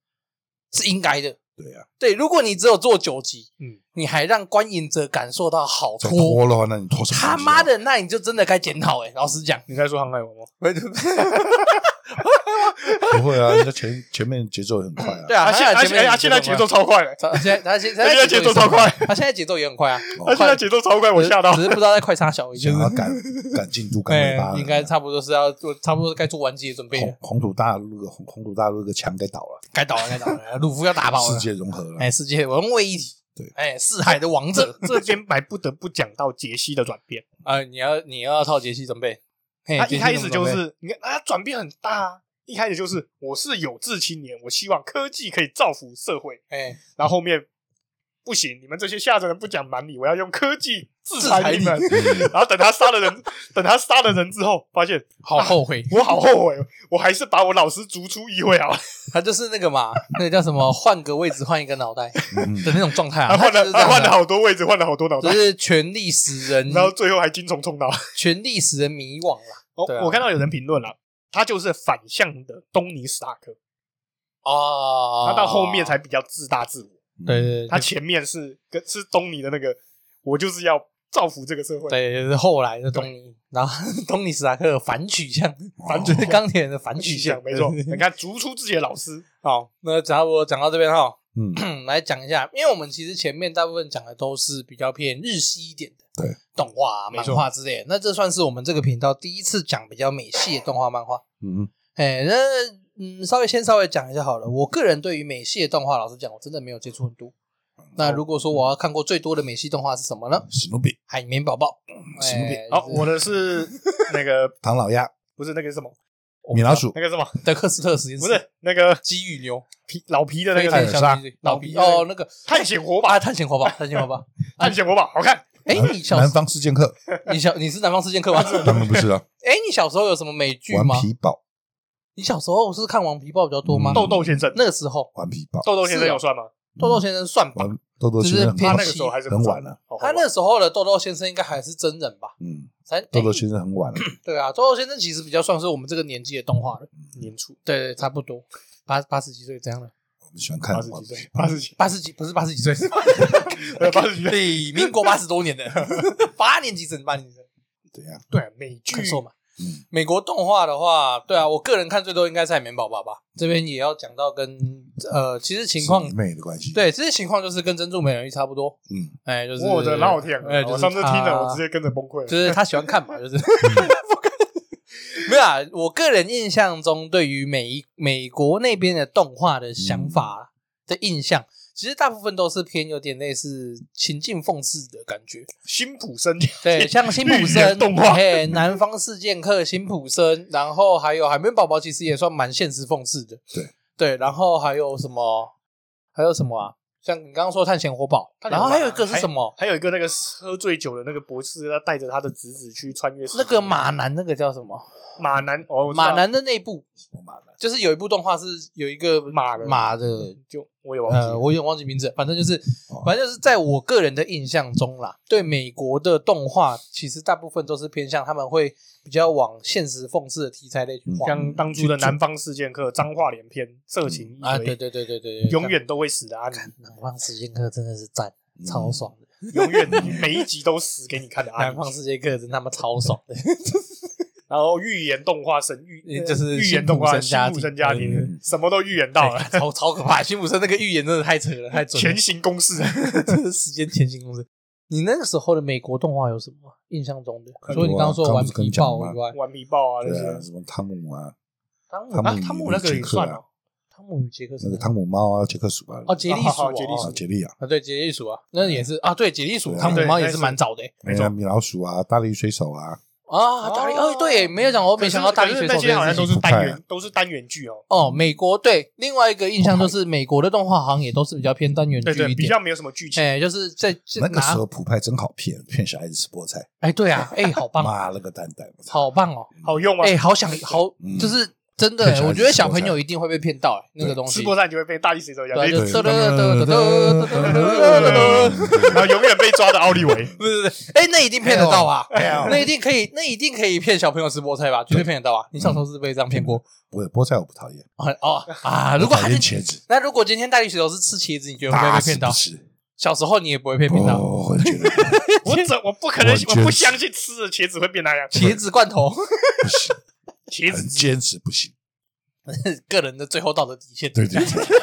Speaker 2: 是应该的，
Speaker 3: 对啊，
Speaker 2: 对，如果你只有做九集，
Speaker 1: 嗯，
Speaker 2: 你还让观影者感受到好
Speaker 3: 再
Speaker 2: 拖，
Speaker 3: 拖的话，那你拖什么？
Speaker 2: 他
Speaker 3: 啊
Speaker 2: 妈，的，那你就真的该检讨哎。老实讲，
Speaker 1: 你在说《航海王》吗？
Speaker 3: 不会啊，人家前前面节奏很快啊。
Speaker 2: 对啊，
Speaker 1: 他现他
Speaker 2: 前面
Speaker 1: 现他哎现在节奏超快的，
Speaker 2: 他现在他现
Speaker 1: 他现在节奏超快，
Speaker 2: 他现在节奏也很快啊，
Speaker 3: 哦
Speaker 1: 他现在节奏超快，我吓到
Speaker 2: 只。是不知道在快插小而已。就啊
Speaker 3: 想
Speaker 2: 是
Speaker 3: 要赶赶进度，赶尾巴
Speaker 2: 哎，
Speaker 3: 了，
Speaker 2: 应该差不多是要做，差不多该做完结准备
Speaker 3: 红
Speaker 2: 了，
Speaker 3: 红土大陆的红红土大陆的墙给倒了，
Speaker 2: 该倒了，该倒了，鲁夫要打爆
Speaker 3: 世
Speaker 2: 了，
Speaker 3: 界融合了。
Speaker 2: 哎，世界沦为一体，
Speaker 3: 对，
Speaker 2: 哎，四海的王
Speaker 1: 这
Speaker 2: 者，
Speaker 1: 这边还不得不讲到杰西的转变，
Speaker 2: 啊，你要你要套杰西准备，嘿
Speaker 1: 他一开始就，
Speaker 2: 哎杰西怎么准备
Speaker 1: 是你看他转变很大啊，一开始就是我是有志青年，我希望科技可以造福社会，
Speaker 2: 哎，
Speaker 1: 然后后面不行，你们这些下层人不讲蛮理，我要用科技制
Speaker 2: 裁
Speaker 1: 裁你
Speaker 2: 你
Speaker 1: 们。 然后等他杀了人，等他杀了人之后，发现
Speaker 2: 好后悔，
Speaker 1: 我好后悔，我还是把我老师逐出议会好了。
Speaker 2: 他就是那个嘛，那个叫什么，换个位置换一个脑袋的
Speaker 3: 嗯
Speaker 2: 那种状态 啊，
Speaker 1: 他 换
Speaker 2: 就
Speaker 1: 了
Speaker 2: 是这样
Speaker 1: 他换
Speaker 2: 子啊
Speaker 1: 了好多位置，换了好多脑袋
Speaker 2: 就，是权力使人，
Speaker 1: 然后最后还精虫充脑。
Speaker 2: 权力使人迷惘啦。
Speaker 1: 哦
Speaker 2: 对啊
Speaker 1: 我看到有人评论了，他就是反向的东尼史塔克，
Speaker 2: 哦，
Speaker 1: 他到后面才比较自大自我。
Speaker 2: 对对，对
Speaker 1: 他前面是跟是东尼的那个，我就是要造福这个社会。
Speaker 2: 对，就是后来的东尼，然后 东尼史塔克反取向，
Speaker 3: 反
Speaker 2: 就是钢铁人的哦反取
Speaker 1: 取
Speaker 2: 向
Speaker 1: 向，没 错，
Speaker 2: 对
Speaker 1: 你看逐出自己的老师，
Speaker 2: 好，那差不多讲到这边哈，
Speaker 3: 嗯，
Speaker 2: 来讲一下，因为我们其实前面大部分讲的都是比较偏日系一点的，
Speaker 3: 对，
Speaker 2: 动画、啊、
Speaker 1: 没
Speaker 2: 漫
Speaker 1: 错
Speaker 2: 画之类的。那这算是我们这个频道第一次讲比较美系的动画漫画。
Speaker 3: 嗯，
Speaker 2: 哎，那嗯，稍微先稍微讲一下好了。我个人对于美系的动画，老实讲，我真的没有接触很多。那如果说我要看过最多的美系动画是什么呢？
Speaker 3: 史努比、
Speaker 2: 海绵宝宝。
Speaker 3: 史努比
Speaker 2: 哎
Speaker 1: 好，我的是那个
Speaker 3: 唐老鸭、
Speaker 1: 不是那个什么，
Speaker 3: 米老鼠、
Speaker 1: 那个什么，
Speaker 2: 德克斯特实验室
Speaker 1: 不是那个
Speaker 2: 鸡与牛，
Speaker 1: 皮老皮的那个
Speaker 2: 飞天
Speaker 1: 是吧
Speaker 2: 小女警老皮
Speaker 1: 老皮
Speaker 2: 哦，那个
Speaker 1: 探险活
Speaker 2: 啊，
Speaker 1: 宝，
Speaker 2: 探险活宝，探险活 宝。
Speaker 1: 探险活宝好看，
Speaker 2: 哎，你小
Speaker 3: 南方四 剑客，
Speaker 2: 你小你是南方四剑 客吗？
Speaker 3: 当然不是啊，
Speaker 2: 哎，你小时候有什么美 剧
Speaker 3: 顽
Speaker 2: 吗？
Speaker 3: 皮豹，
Speaker 2: 你小时候是看《王皮豹》比较多吗
Speaker 3: 嗯？
Speaker 1: 豆豆先生，
Speaker 2: 那个时候，
Speaker 3: 顽皮豹，
Speaker 1: 豆豆先生
Speaker 2: 是哦
Speaker 1: 有算吗？
Speaker 2: 豆豆先生算吧。
Speaker 3: 顽豆豆先生
Speaker 1: 他
Speaker 2: 就是
Speaker 3: 很
Speaker 2: 偏
Speaker 3: 晚
Speaker 1: 那个时候还是
Speaker 3: 很晚了，
Speaker 1: 哦
Speaker 2: 他那时候的豆豆先生应该还是真人吧？
Speaker 3: 嗯，
Speaker 2: 才
Speaker 3: 豆豆
Speaker 2: 哎
Speaker 3: 先生很晚了，
Speaker 2: 对啊，豆豆先生其实比较算是我们这个年纪的动画了。
Speaker 1: 年初
Speaker 2: 对对，差不多八八十几岁这样了。
Speaker 3: 我们喜欢看
Speaker 1: 八十几岁，八十几，
Speaker 2: 八十几不是八十几岁，是
Speaker 1: 八十几岁，
Speaker 2: 对，民国八十多年的 八年级生，八 年级生，
Speaker 3: 怎样？
Speaker 1: 对美剧
Speaker 2: 可受嘛？
Speaker 3: 嗯，
Speaker 2: 美国动画的话，对啊，我个人看最多应该是海绵宝宝吧。这边也要讲到跟呃，其实情况
Speaker 3: 是妹的关系，，
Speaker 2: 对，其实情况就是跟珍珠美人鱼差不多。
Speaker 3: 嗯，
Speaker 2: 哎，就是
Speaker 1: 我的老天
Speaker 2: 哎，
Speaker 1: 啊！
Speaker 2: 就是
Speaker 1: 我上次听
Speaker 2: 他
Speaker 1: 了，我直接跟着崩溃
Speaker 2: 就
Speaker 1: 了。
Speaker 2: 是他喜欢看嘛，就是 没有啊。我个人印象中，对于美美国那边的动画的想
Speaker 1: 嗯
Speaker 2: 法的印象，其实大部分都是偏有点类似情境讽刺的感觉。
Speaker 1: 辛普森，
Speaker 2: 对，像辛普
Speaker 1: 绿野
Speaker 2: 森
Speaker 1: 动画
Speaker 2: 哎，南方四剑客、辛普森，然后还有海绵宝宝，其实也算蛮现实讽刺的。
Speaker 3: 对
Speaker 2: 对，然后还有什么？还有什么啊？像你刚刚说探险活宝，
Speaker 1: 探险
Speaker 2: 然
Speaker 1: 活
Speaker 2: 后
Speaker 1: 宝
Speaker 2: 还有一个是什么？
Speaker 1: 还有一个那个喝醉酒的那个博士，他带着他的侄子去穿越时空
Speaker 2: 那个马男，那个叫什么？
Speaker 1: 马男哦，我知道
Speaker 2: 马男的那部，
Speaker 3: 我妈的，
Speaker 2: 就是有一部动画是有一个
Speaker 1: 马的
Speaker 2: 马的，
Speaker 1: 就我也忘记
Speaker 2: 呃，
Speaker 1: 了，
Speaker 2: 我有点忘记名字，反正就是
Speaker 3: 哦，
Speaker 2: 反正就是在我个人的印象中啦，对美国的动画，其实大部分都是偏向他们会比较往现实讽刺的题材类去画
Speaker 1: 像当初的南方四剑客、脏话连篇、色情一
Speaker 2: 啊，对
Speaker 1: 堆，
Speaker 2: 对对对对对，
Speaker 1: 永远都会死的阿尼，
Speaker 2: 南方时间课真的是赞，
Speaker 3: 嗯
Speaker 2: 超爽的，
Speaker 1: 永 远每一集都死给你看的阿
Speaker 2: 南
Speaker 1: 尼。
Speaker 2: 方时间课真他
Speaker 1: 嗯
Speaker 2: 妈超爽 的，
Speaker 1: 然后预言动画神预
Speaker 2: 就是
Speaker 1: 预言动画
Speaker 2: 辛普森家
Speaker 1: 辛
Speaker 2: 庭
Speaker 1: 普森家庭
Speaker 3: 嗯，
Speaker 1: 什么都预言到了，
Speaker 2: 超超可怕，辛普森那个预言真的太扯了，太准了啊
Speaker 1: 前，行公式。
Speaker 2: 这是时间前行公司。你那个时候的美国动画有什么印象中的？
Speaker 3: 很多啊
Speaker 2: 除了你刚刚说的顽
Speaker 3: 刚
Speaker 2: 皮
Speaker 3: 不是跟你讲
Speaker 2: 豹
Speaker 3: 吗
Speaker 2: 以外，
Speaker 1: 顽皮豹啊，那
Speaker 3: 对啊，
Speaker 1: 些
Speaker 3: 什么汤姆啊，
Speaker 2: 汤姆
Speaker 3: 汤姆
Speaker 2: 啊
Speaker 1: 啊，汤姆那个也算哦，
Speaker 2: 汤姆与杰克
Speaker 3: 那
Speaker 2: 森
Speaker 3: 个汤姆猫啊，杰克鼠啊，
Speaker 2: 哦，杰利
Speaker 1: 哦
Speaker 2: 鼠
Speaker 1: 好好
Speaker 2: 哦，
Speaker 1: 杰利鼠
Speaker 3: 啊，杰利啊，
Speaker 2: 啊，对，杰利鼠啊，那也是啊，对，杰利鼠，
Speaker 3: 对啊
Speaker 2: 汤
Speaker 1: 嗯
Speaker 2: 姆
Speaker 1: 对
Speaker 2: 猫也
Speaker 1: 那
Speaker 2: 是
Speaker 1: 是
Speaker 2: 蛮早的欸
Speaker 1: 没错
Speaker 3: 哎米老鼠啊，大力水手啊，
Speaker 2: 啊。大力哦，对，没有讲，我没想到大力水
Speaker 1: 可是那
Speaker 2: 手这
Speaker 1: 些
Speaker 2: 件
Speaker 1: 好
Speaker 2: 事
Speaker 1: 像
Speaker 2: 情
Speaker 1: 都是单
Speaker 3: 不太
Speaker 1: 元，都是单元剧哦，
Speaker 2: 哦，美国对，另外一个印象就是美国的动画好像也都是比较偏单元剧
Speaker 1: 对对，
Speaker 2: 一
Speaker 1: 比
Speaker 2: 点，
Speaker 1: 较没有什么剧情。
Speaker 2: 哎，就是在就
Speaker 3: 那个时
Speaker 2: 拿
Speaker 3: 候普派真好骗，骗小孩子吃菠菜，
Speaker 2: 哎，对啊，哎，好棒，
Speaker 3: 妈了个蛋蛋，我操！
Speaker 2: 好棒哦，
Speaker 1: 好用吗？
Speaker 2: 哎，好想好
Speaker 3: 嗯，
Speaker 2: 就是真的、
Speaker 3: 骗小
Speaker 2: 欸，
Speaker 3: 孩
Speaker 2: 我
Speaker 3: 子
Speaker 2: 觉得
Speaker 3: 吃
Speaker 2: 小
Speaker 3: 过
Speaker 2: 朋
Speaker 3: 菜
Speaker 2: 友一定会被骗到、欸、那个
Speaker 3: 对
Speaker 2: 东西。
Speaker 1: 吃过饭就会被大力水手一样
Speaker 2: 对，啊
Speaker 1: 被
Speaker 2: 就
Speaker 3: 对
Speaker 2: 是不
Speaker 1: 然后永远被抓的奥利 维。
Speaker 2: 是不是，哎，那一定骗得到啊，
Speaker 1: 哎呀，
Speaker 2: 那一定可以，那一定可以骗小朋友吃菠菜吧，绝对骗得到啊！你
Speaker 3: 嗯
Speaker 2: 小时候是被这样骗过？
Speaker 3: 我菠菜我不讨厌，
Speaker 2: 哦哦啊！如果
Speaker 3: 讨
Speaker 2: 还
Speaker 3: 厌
Speaker 2: 是
Speaker 3: 茄子，
Speaker 2: 那如果今天大力水手是吃茄子，你觉得会不
Speaker 3: 打
Speaker 2: 会被
Speaker 3: 死
Speaker 2: 骗
Speaker 3: 不
Speaker 2: 到？
Speaker 3: 吃。哦
Speaker 2: 小时候你也不会被骗到，
Speaker 3: 我会觉得
Speaker 1: 我怎我不可能
Speaker 3: 我，
Speaker 1: 我
Speaker 3: 觉
Speaker 1: 不
Speaker 3: 得
Speaker 1: 相信吃了茄子会变那样。
Speaker 2: 茄子罐头，
Speaker 3: 不行，
Speaker 1: 茄
Speaker 3: 很
Speaker 1: 子，
Speaker 3: 坚持不行。
Speaker 2: 个人的最后道德底线。
Speaker 3: 对对对，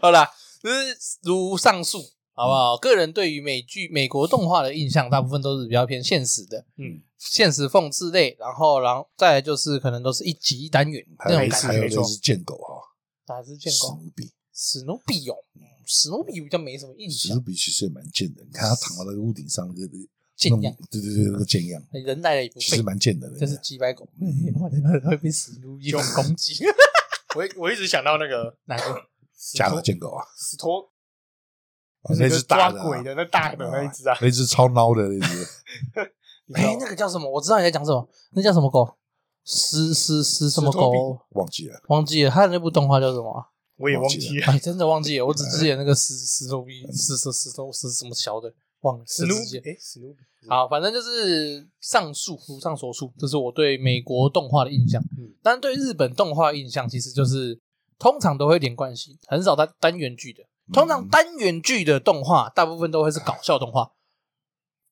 Speaker 2: 好啦，就是如上述，好不好？个人对于美剧、美国动画的印象，大部分都是比较偏现实的，
Speaker 1: 嗯，
Speaker 2: 现实讽刺类，然后，然后再来就是可能都是一集一单元
Speaker 3: 还
Speaker 2: 那种
Speaker 3: 有
Speaker 1: 没
Speaker 2: 感
Speaker 1: 事
Speaker 3: 还
Speaker 2: 觉，
Speaker 3: 有
Speaker 1: 没
Speaker 3: 那
Speaker 1: 错
Speaker 3: 只贱狗哈，
Speaker 2: 哪是见
Speaker 3: 史
Speaker 2: 过
Speaker 3: 努比，
Speaker 2: 史努比哦，史努比比较没什么印
Speaker 3: 史努
Speaker 2: 象，
Speaker 3: 比其实也蛮贱的。你看他躺到那个屋顶上，那个
Speaker 2: 贱样，
Speaker 3: 对对对，那个贱样，
Speaker 2: 人来了也不
Speaker 3: 其实
Speaker 2: 费，
Speaker 3: 蛮贱的。
Speaker 2: 这是鸡白狗， 会被史努比攻击，
Speaker 1: 我我一直想到那个
Speaker 2: 哪个？
Speaker 1: 死
Speaker 3: 假
Speaker 1: 拖
Speaker 3: 的贱狗啊，
Speaker 1: 死拖，
Speaker 3: 哦
Speaker 1: 就
Speaker 3: 那
Speaker 1: 是
Speaker 3: 只
Speaker 1: 抓
Speaker 3: 大的啊，
Speaker 1: 鬼的那大的那一只啊，
Speaker 3: 那只超孬的那只，
Speaker 1: 你知道
Speaker 2: 哎，那个叫什么？我知道你在讲什么，那叫什么狗？史史史什么
Speaker 1: 史托比
Speaker 2: 狗？
Speaker 3: 忘记了。
Speaker 2: 忘记了，他的那部动画叫什么啊？
Speaker 1: 我也忘记 了。
Speaker 2: 哎，真的忘记了，我只记得那个石石头逼石石石头石什么小的，忘了。
Speaker 1: 史努
Speaker 2: 只记得
Speaker 1: 哎，史努比，
Speaker 2: 好，反正就是上述如上所述，这是我对美国动画的印象。
Speaker 1: 嗯
Speaker 2: 嗯，但对日本动画印象其实就是通常都会连贯性，很少单单元剧的。通常
Speaker 3: 嗯
Speaker 2: 单元剧的动画大部分都会是搞笑动画，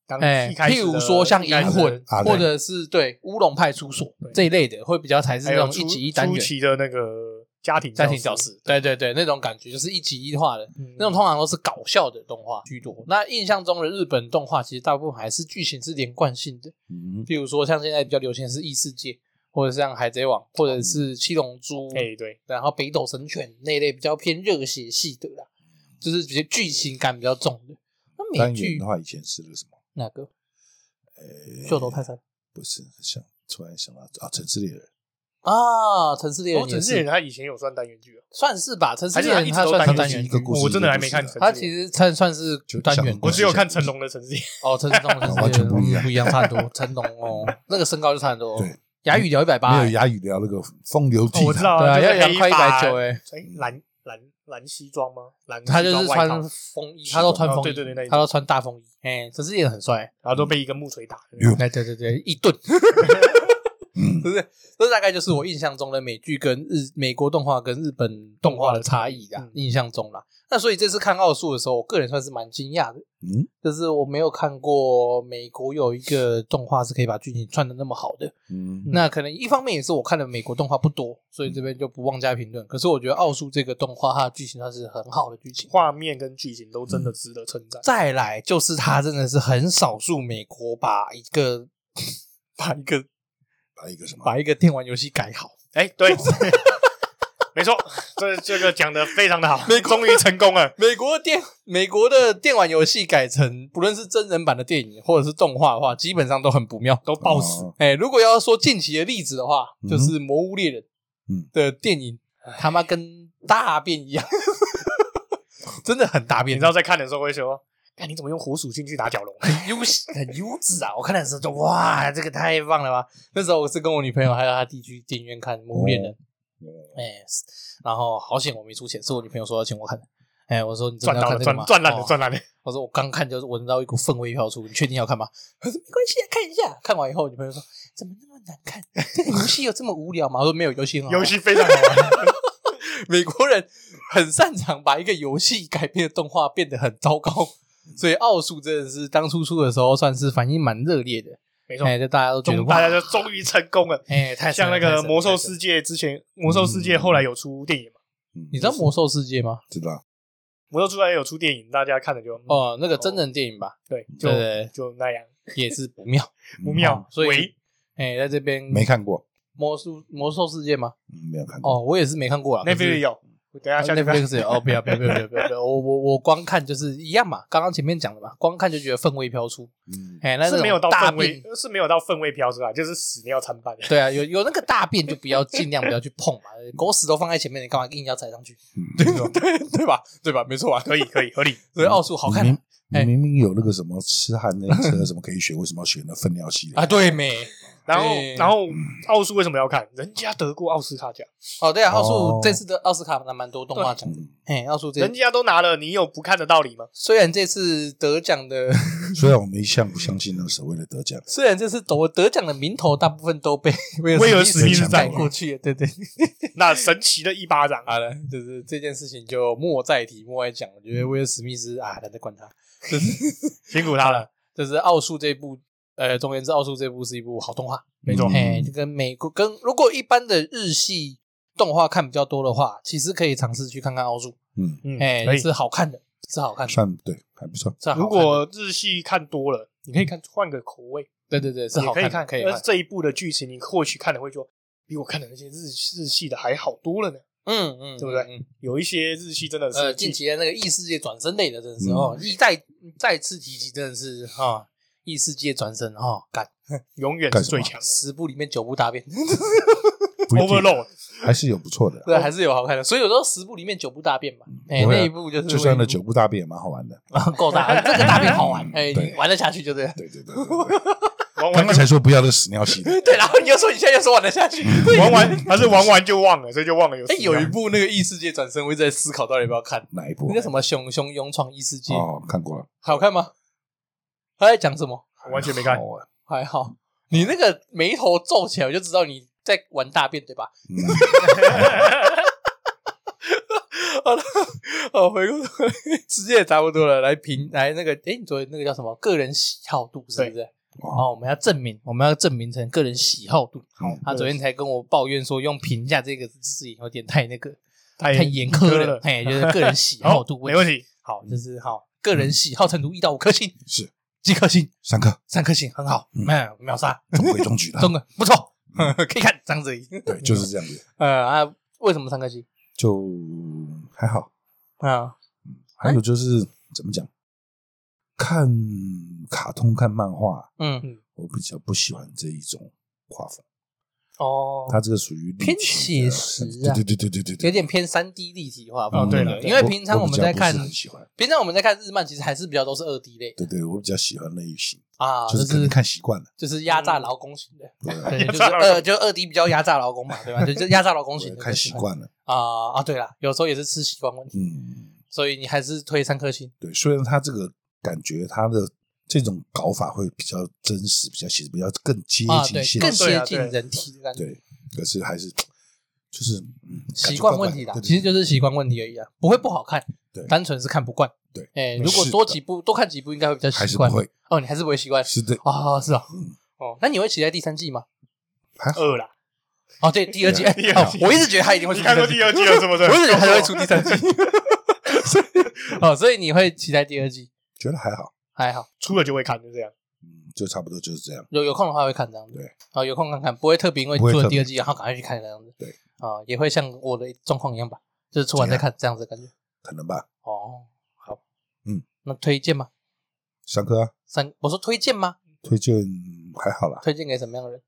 Speaker 1: 刚
Speaker 2: 哎、
Speaker 1: 一开始
Speaker 2: 譬
Speaker 1: 的
Speaker 2: 如说像《
Speaker 1: 一开始
Speaker 2: 银魂
Speaker 3: 啊》对
Speaker 2: 或者是对《乌龙派出所》这一类的，会比较才是
Speaker 1: 还
Speaker 2: 那
Speaker 1: 有
Speaker 2: 种
Speaker 1: 初
Speaker 2: 一集一单元
Speaker 1: 初期的那个家庭
Speaker 2: 家庭教室，对对对，那种感觉就是一集一画的，
Speaker 1: 嗯
Speaker 2: 那种通常都是搞笑的动画居多。那印象中的日本动画，其实大部分还是剧情是连贯性的，
Speaker 3: 嗯，
Speaker 2: 譬如说像现在比较流行的是异世界，或者像海贼王，或者是七龙珠，
Speaker 1: 嗯哎，对，
Speaker 2: 然后北斗神拳那一类比较偏热血系的啦，就是比较剧情感比较重的。那
Speaker 3: 单
Speaker 2: 美
Speaker 3: 元
Speaker 2: 剧
Speaker 3: 的话，以前是那个什么，
Speaker 2: 哪个？
Speaker 3: 呃，
Speaker 2: 秀逗泰山
Speaker 3: 不是想突然想到啊，城市猎人，
Speaker 2: 啊，城市猎
Speaker 1: 哦，
Speaker 2: 人也
Speaker 1: 城市猎人
Speaker 2: 是，
Speaker 1: 他以前有算单元剧啊，
Speaker 2: 算是吧，城市猎
Speaker 1: 还
Speaker 2: 人
Speaker 1: 是
Speaker 2: 它
Speaker 1: 它一直都
Speaker 2: 算是
Speaker 1: 单
Speaker 2: 单
Speaker 1: 元
Speaker 2: 元嗯
Speaker 3: 一
Speaker 2: 剧
Speaker 3: 个。故事，
Speaker 1: 我真的
Speaker 3: 一个
Speaker 1: 还
Speaker 3: 故
Speaker 1: 没
Speaker 3: 事
Speaker 1: 看
Speaker 3: 的
Speaker 1: 成
Speaker 2: 它其实算算是
Speaker 3: 就
Speaker 2: 单
Speaker 3: 讲
Speaker 2: 元
Speaker 3: 过
Speaker 1: 我
Speaker 2: 剧，
Speaker 1: 只有看成龙的城市猎人，
Speaker 2: 哦，成龙跟
Speaker 3: 完全不一样
Speaker 2: 不一样，差很多。成龙哦，那个身高就差很多。
Speaker 3: 对，
Speaker 2: 哑语聊一百八，
Speaker 3: 没有
Speaker 2: 对
Speaker 3: 哑语聊那个风流记
Speaker 1: 哦，我知道
Speaker 2: 啊，
Speaker 1: 就
Speaker 2: 要
Speaker 1: 是
Speaker 2: 量快一
Speaker 1: 黑发
Speaker 2: 百九哎，
Speaker 1: 哎，蓝蓝蓝西装吗？蓝
Speaker 2: 他就
Speaker 1: 西
Speaker 2: 是
Speaker 1: 装外
Speaker 2: 穿
Speaker 1: 套
Speaker 2: 风衣，他都穿风衣，
Speaker 1: 哦对对对那一种
Speaker 2: 他都穿大风衣，哎，只是也很帅。
Speaker 1: 然后都被一个木锤打。
Speaker 3: 哟
Speaker 2: 哎，对对对，一顿，
Speaker 3: 嗯
Speaker 2: 不是，这大概就是我印象中的美剧跟日美国动画跟日本动画的差异啦
Speaker 1: 嗯，
Speaker 2: 印象中啦。那所以这次看奥数的时候，我个人算是蛮惊讶的，
Speaker 3: 嗯，
Speaker 2: 就是我没有看过美国有一个动画是可以把剧情串的那么好的。
Speaker 3: 嗯
Speaker 2: 那可能一方面也是我看的美国动画不多，所以这边就不妄加评论。可是我觉得《奥数》这个动画，它的剧情它是很好的剧情。
Speaker 1: 画面跟剧情都
Speaker 2: 嗯
Speaker 1: 真的值得称赞。
Speaker 2: 再来就是它真的是很少数美国把一个 把一个
Speaker 3: 把一个什么
Speaker 2: 把一个电玩游戏改好。
Speaker 1: 哎，对，没错，这这个讲的非常的好，终于成功了。
Speaker 2: 美国的电美国的电玩游戏改成不论是真人版的电影或者是动画的话，基本上都很不妙，都爆
Speaker 3: 死
Speaker 2: 哎、如果要说近期的例子的话，
Speaker 3: 嗯
Speaker 2: 就是《魔物猎人》
Speaker 3: 嗯
Speaker 2: 的电影，他妈跟大便 一样，真的很大
Speaker 1: 你
Speaker 2: 便，
Speaker 1: 知道在看的时候会说，哎，你怎么用火属性去打角龙？
Speaker 2: 很优很优质啊！我看的时候就哇，这个太棒了吧！那时候我是跟我女朋友还有她弟去电影院看《魔物猎
Speaker 1: 哦
Speaker 2: 人》哎、然后好险我没出钱，是我女朋友说要请我看的。哎、我说你真
Speaker 1: 赚
Speaker 2: 的
Speaker 1: 到
Speaker 2: 要看
Speaker 1: 了，
Speaker 2: 这个
Speaker 1: 赚
Speaker 2: 吗？
Speaker 1: 赚烂了，
Speaker 2: 哦
Speaker 1: 赚烂了。
Speaker 2: 我说我刚看就是闻到一股氛围飘出，你确定要看吗？他说没关系啊，看一下。看完以后，女朋友说怎么那么难看？这个游戏有这么无聊吗？我说没有，游戏很好玩啊
Speaker 1: 游戏非常好
Speaker 2: 哦
Speaker 1: 玩，
Speaker 2: 美国人很擅长把一个游戏改编的动画变得很糟糕，所以奥数真的是当初出的时候算是反应蛮热烈的。
Speaker 1: 没错
Speaker 2: 哎，这大家都觉得
Speaker 1: 终
Speaker 2: 哇
Speaker 1: 大家就终于成功了。
Speaker 2: 哎，太神
Speaker 1: 像
Speaker 2: 了
Speaker 1: 那
Speaker 2: 太
Speaker 1: 个
Speaker 2: 神了
Speaker 1: 魔兽
Speaker 2: 太神了嗯
Speaker 1: 世界之前，魔兽世界后来有出电影嘛？
Speaker 2: 你知道魔兽世界吗？
Speaker 3: 嗯知道
Speaker 1: 魔兽出来有出电影，大家看了就哦，
Speaker 2: 哦，那个真人电影吧，
Speaker 1: 对，就
Speaker 2: 对对
Speaker 1: 就那样，
Speaker 2: 对，也是不妙。哦
Speaker 1: 不妙。
Speaker 2: 所以
Speaker 1: 喂
Speaker 2: 哎，在这边
Speaker 3: 嗯没看过，
Speaker 2: 魔术魔兽世界吗？
Speaker 3: 嗯没有看过。
Speaker 2: 哦，我也是没看过啊。可是
Speaker 1: Netflix 有，我等一下下去看。
Speaker 2: Netflix 有哦，不要不要不要不要不要不要，我我我光看就是一样嘛，刚刚前面讲的嘛，光看就觉得氛围飘出，
Speaker 3: 嗯，
Speaker 2: 哎，那
Speaker 1: 是没有
Speaker 2: 种
Speaker 1: 到
Speaker 2: 大
Speaker 1: 氛围
Speaker 2: 便，，
Speaker 1: 是没有到氛围飘出来，就是屎尿参 半。
Speaker 2: 对啊，有有那个大便就不要尽量不要去碰嘛，狗屎都放在前面，你干嘛硬要踩上去？
Speaker 3: 嗯
Speaker 2: 对对对吧？对吧？没错啊，
Speaker 1: 可以，可以，合理。
Speaker 2: 所以奥数好看
Speaker 1: 嗯
Speaker 3: 你明
Speaker 2: 哎
Speaker 3: 你明明有那个什么痴汉那车什么可以选，为什么要选那粪尿系列？
Speaker 2: 啊，对没？
Speaker 1: 然后
Speaker 2: 对
Speaker 1: 然后奥数为什么要看？人家得过奥斯卡奖，
Speaker 2: 哦，对啊，奥
Speaker 3: 哦
Speaker 2: 数这次的奥斯卡拿蛮多动画奖的，
Speaker 3: 嗯，
Speaker 2: 哎，奥数这
Speaker 1: 人家都拿了，你有不看的道理吗？
Speaker 2: 虽然这次得奖的，，
Speaker 3: 虽然我们一向不相信那所谓的得奖
Speaker 2: 虽然这次得得奖的名头大部分都被
Speaker 1: 威
Speaker 2: 威
Speaker 1: 尔
Speaker 2: 尔
Speaker 1: 史
Speaker 2: 史
Speaker 1: 密
Speaker 2: 密
Speaker 1: 斯
Speaker 2: 斯
Speaker 1: 占
Speaker 2: 带
Speaker 1: 了
Speaker 2: 过去了，对 对。
Speaker 1: 那神奇的一巴掌，啊
Speaker 2: 好了，就是这件事情就莫再提，莫再讲。我觉得威尔史密斯啊，懒得管他。
Speaker 1: 辛苦他了。
Speaker 2: 就是奥数这部，呃，总而言之，奥数这部是一部好动画，
Speaker 3: 没
Speaker 1: 嗯
Speaker 3: 错
Speaker 2: 哎、就跟美国跟如果一般的日系动画看比较多的话，其实可以尝试去看看奥数，
Speaker 3: 嗯，
Speaker 1: 嗯
Speaker 2: 哎、
Speaker 1: 可以。
Speaker 2: 是好看的，是好看的，
Speaker 3: 算对，还不错。
Speaker 2: 是好看的
Speaker 1: 如果日系看多了，你可以看换个口味，
Speaker 2: 对对对，是
Speaker 1: 也
Speaker 2: 好
Speaker 1: 可以看。
Speaker 2: 看
Speaker 1: 呃
Speaker 2: 的，可以
Speaker 1: 但是
Speaker 2: 看。
Speaker 1: 这一部的剧情，你或许看的会说，比我看的那些日日系的还好多了呢。
Speaker 2: 嗯嗯，
Speaker 1: 对不对
Speaker 2: 嗯？嗯
Speaker 1: 有一些日系真的
Speaker 2: 呃，
Speaker 1: 是
Speaker 2: 近期的那个异世界转身类的，真的是
Speaker 3: 嗯
Speaker 2: 哦，一再再次提起，真的是哈，异世界转身哈，干啊
Speaker 1: 永远是
Speaker 3: 干什
Speaker 1: 最
Speaker 3: 么
Speaker 1: 强
Speaker 2: 十部里面九部大便，
Speaker 3: 不
Speaker 2: 啊
Speaker 3: 一定
Speaker 1: Overload。
Speaker 3: 还是有不错的，
Speaker 1: 哦
Speaker 2: 对，还是有好看的。所以有时候十部里面九部大便嘛，哎，
Speaker 1: 嗯
Speaker 3: 不会啊
Speaker 2: 那一部就是
Speaker 3: 就算那
Speaker 2: 那
Speaker 3: 九部大便也蛮好玩的。
Speaker 2: 够大，这个大便 好玩，哎，
Speaker 3: 对
Speaker 2: 你玩得下去就对了。
Speaker 3: 对对对对对，
Speaker 1: 玩
Speaker 3: 刚
Speaker 1: 完
Speaker 3: 刚
Speaker 1: 就
Speaker 3: 才说不要那个屎尿系的，
Speaker 2: 对，然后你又说你现在又说玩得下 去，
Speaker 1: 玩完，还是玩完就忘了，所以就忘了有。
Speaker 2: 哎，有一，部那个异世界转身，我一直在思考到底要不要看，
Speaker 3: 哪一部啊
Speaker 2: 那？个什么《熊熊勇闯异世界》，
Speaker 3: 哦，看过了，
Speaker 2: 好看吗？他在讲什么？
Speaker 1: 我完全没看
Speaker 3: 好。玩
Speaker 2: 还好，你那个眉头皱起来，我就知道你在玩大便，对吧？
Speaker 3: 嗯，
Speaker 2: 好了，好，哦回过头来，时间也差不多了，来评来那个，哎、你昨天那个叫什么？个人喜好度是不是？
Speaker 3: 哦，
Speaker 2: 哦，我们要证明，我们要证明成个人喜好度。
Speaker 3: 好
Speaker 2: 他昨天才跟我抱怨说，用评价这个字眼有点太那个
Speaker 1: 太
Speaker 2: 太严苛
Speaker 1: 了
Speaker 2: 了，哎，就是个人喜好
Speaker 1: 好，
Speaker 2: 度
Speaker 1: 没问
Speaker 2: 题。
Speaker 1: 题。
Speaker 2: 好，就是好，个人喜好程度一到五颗星，
Speaker 3: 是
Speaker 2: 几颗星？
Speaker 3: 上课
Speaker 2: 三颗星，很好，
Speaker 3: 嗯
Speaker 2: 嗯，秒杀，
Speaker 3: 中规中矩的，
Speaker 2: 中个不 错，可以看这样子而已。
Speaker 3: 对，就是这样子，
Speaker 2: 呃啊，为什么三颗星
Speaker 3: 就还好。
Speaker 2: 啊？
Speaker 3: 还有就是怎么讲，看卡通、看漫画，
Speaker 2: 嗯，
Speaker 3: 我比较不喜欢这一种画风，
Speaker 1: 哦，
Speaker 3: 它这个属于立
Speaker 2: 偏
Speaker 3: 体
Speaker 2: 写
Speaker 3: 的
Speaker 2: 实啊
Speaker 3: 对对对对对对，嗯
Speaker 2: 有点偏三 D 立体化吧。
Speaker 1: 哦
Speaker 2: 我觉
Speaker 1: 对
Speaker 2: 得
Speaker 1: 了
Speaker 2: 因为平常
Speaker 3: 我
Speaker 2: 我们在看
Speaker 3: 比较不，是很喜欢，
Speaker 2: 平常我们在看日漫，其实还是比较都是二 D 类的
Speaker 3: 对对，我比较喜欢那一型，
Speaker 2: 啊，
Speaker 3: 就
Speaker 2: 就是嗯
Speaker 3: 可能
Speaker 2: 是
Speaker 3: 看习惯了，
Speaker 2: 就是压榨劳工型的，
Speaker 3: 对
Speaker 2: 对，就是
Speaker 1: 压榨劳工
Speaker 2: 二就二 D 比较压榨劳工嘛，对吧？就是压榨劳工型
Speaker 3: 对
Speaker 2: 的，
Speaker 3: 看习惯了，
Speaker 2: 啊啊，对啦，有时候也是吃习惯问题，
Speaker 3: 嗯，
Speaker 2: 所以你还是推三颗星。
Speaker 3: 对，虽然它这个感觉它的。这种搞法会比较真实，比较写实，比较更接
Speaker 2: 啊，
Speaker 3: 近
Speaker 2: 对，啊
Speaker 3: 现
Speaker 2: 更
Speaker 3: 实，
Speaker 2: 接近人体的感觉，
Speaker 3: 对，可是还是就是嗯，
Speaker 2: 习惯问题啦
Speaker 3: 感觉怪怪，的
Speaker 2: 其实就是习惯问题而已啊，不会不好看
Speaker 3: 对，
Speaker 2: 单纯是看不惯。
Speaker 3: 对
Speaker 2: 哎，
Speaker 3: 嗯
Speaker 2: 如果
Speaker 3: 是
Speaker 2: 多
Speaker 3: 的
Speaker 2: 几部多看几部，应该会比较
Speaker 3: 还
Speaker 2: 习
Speaker 3: 是不
Speaker 2: 惯。
Speaker 3: 会，
Speaker 2: 哦，你还是不会习惯
Speaker 3: 是的，
Speaker 2: 啊？是啊
Speaker 3: 嗯，
Speaker 2: 哦，那你会期待第三季吗？
Speaker 3: 还好
Speaker 1: 二啦，
Speaker 2: 哦，对，第二季，
Speaker 3: 啊
Speaker 2: 哎
Speaker 1: 第二季
Speaker 2: 我一直觉得他一定会出
Speaker 1: 你看过第二季了是不是
Speaker 2: 我一直觉得他会出第三季。 所以哦，所以你会期待第二季？
Speaker 3: 觉得还好，
Speaker 2: 还好，
Speaker 1: 出了就会看，就这样。
Speaker 3: 嗯，就差不多就是这样。
Speaker 2: 有有空的话会看这样子。
Speaker 3: 对，
Speaker 2: 哦，有空看看，不会特别因为
Speaker 3: 不会
Speaker 2: 出了
Speaker 3: 特
Speaker 2: 第
Speaker 3: 别
Speaker 2: 二季，然后赶快去看这样子。
Speaker 3: 对，
Speaker 2: 啊，也会像我的状况一样吧，就是出完再看这样子的感觉。
Speaker 3: 可能吧。
Speaker 2: 哦，好，
Speaker 3: 嗯，
Speaker 2: 那推荐吗？
Speaker 3: 上课啊，
Speaker 2: 三，我说推荐吗？
Speaker 3: 推荐还好啦，
Speaker 2: 推荐给什么样的人？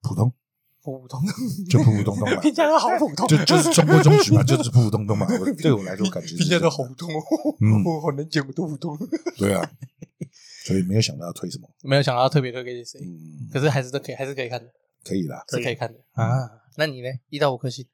Speaker 3: 普通
Speaker 2: 普 通，
Speaker 3: 就普普 通通嘛，
Speaker 2: 评价都好普通，
Speaker 3: 就就是中规中矩嘛，就是普普通通嘛。我对我来说感觉是
Speaker 2: 评
Speaker 3: 这
Speaker 2: 价
Speaker 3: 样
Speaker 2: 都好普通 哦，
Speaker 3: 嗯
Speaker 2: 我好难讲，我都普通。
Speaker 3: 对啊，所以没有想到要推什么，
Speaker 2: 没有想到特别推给谁，
Speaker 3: 嗯，
Speaker 2: 可是还是都可以，还是可以看的，
Speaker 3: 可以啦，
Speaker 2: 是可以看的啊。那你呢？一到五颗星，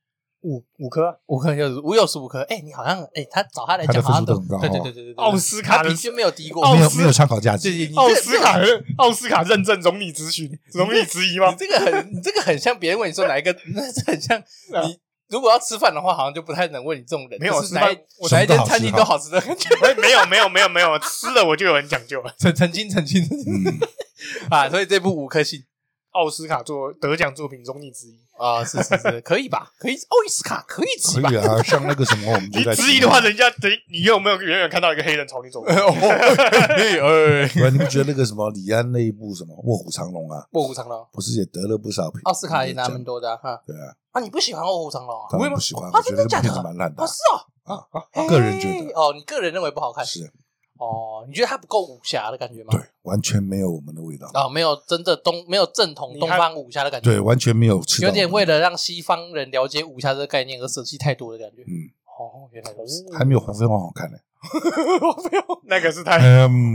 Speaker 1: 五五颗啊
Speaker 2: 五颗就是五有十五颗。哎，你好像哎，他找他来讲
Speaker 3: 他的
Speaker 2: 好像
Speaker 3: 分数都很高
Speaker 2: 对对
Speaker 3: 哦
Speaker 2: 对对对，对
Speaker 1: 奥斯卡
Speaker 2: 他
Speaker 1: 的
Speaker 2: 平均没有低过。
Speaker 1: 奥
Speaker 3: 没有
Speaker 1: 斯
Speaker 3: 没有参考价
Speaker 2: 哦对对
Speaker 3: 值，
Speaker 2: 你这
Speaker 1: 奥斯卡
Speaker 2: 你这
Speaker 1: 奥斯卡认证容你质询，容你质疑
Speaker 2: 你
Speaker 1: 吗？
Speaker 2: 这个很，你这个很像别人问你说哪一个， 那这很像
Speaker 3: 啊
Speaker 2: 你。如果要吃饭的话，好像就不太能问你这种人。
Speaker 1: 没有
Speaker 2: 就是哪
Speaker 1: 吃
Speaker 2: 一
Speaker 1: 饭
Speaker 2: 我哪一
Speaker 3: 什么
Speaker 2: 间
Speaker 3: 都好吃
Speaker 2: 餐厅都好吃的感 觉。
Speaker 1: 哎没有没有没有没有，吃了我就有很讲究了。
Speaker 2: 曾曾经曾经
Speaker 3: 嗯，
Speaker 2: 啊，所以这部五颗星
Speaker 1: 奥斯卡作得奖作品容你质疑，
Speaker 2: 啊，是是是，可以吧？可以，奥斯卡可以吃吧
Speaker 3: 可以？啊。像那个什么，我们就
Speaker 1: 你
Speaker 3: 在
Speaker 1: 质疑的话，，人家等你有没有远远看到一个黑人朝你走过？
Speaker 2: 哦，
Speaker 3: 啊
Speaker 2: 嘿哎，
Speaker 3: 对啊，你不觉得那个什么李安那一部什么《卧虎藏龙》啊，
Speaker 2: 卧虎藏 龙，
Speaker 3: 不是也得了不少评？
Speaker 2: 奥斯卡也拿
Speaker 3: 奖
Speaker 2: 蛮多的啊哈。
Speaker 3: 对啊，
Speaker 2: 啊，你不喜欢卧虎藏龙啊？
Speaker 3: 当然
Speaker 2: 吗
Speaker 3: 不？喜欢，
Speaker 2: 啊
Speaker 3: 我觉
Speaker 2: 真
Speaker 3: 得
Speaker 2: 的
Speaker 3: 这部
Speaker 2: 假的
Speaker 3: 片子蛮烂的
Speaker 2: 啊，是哦，
Speaker 3: 啊啊，个人觉
Speaker 2: 嘿
Speaker 3: 得
Speaker 2: 哦，你个人认为不好看
Speaker 3: 是
Speaker 2: 哦？你觉得它不够武侠的感觉吗？
Speaker 3: 对，完全没有我们的味道，
Speaker 2: 啊，没有真的东，没有正统
Speaker 1: 你
Speaker 2: 东
Speaker 1: 看
Speaker 2: 方武侠的感觉，
Speaker 3: 对，完全没有吃到
Speaker 2: 有点为了让西方人了解武侠这个概念而舍弃太多的感觉。
Speaker 3: 嗯，
Speaker 2: 哦，原来如此。
Speaker 3: 还没有黄飞鸿好看呢。
Speaker 2: 黄飞鸿，
Speaker 1: 那个是太
Speaker 3: 嗯，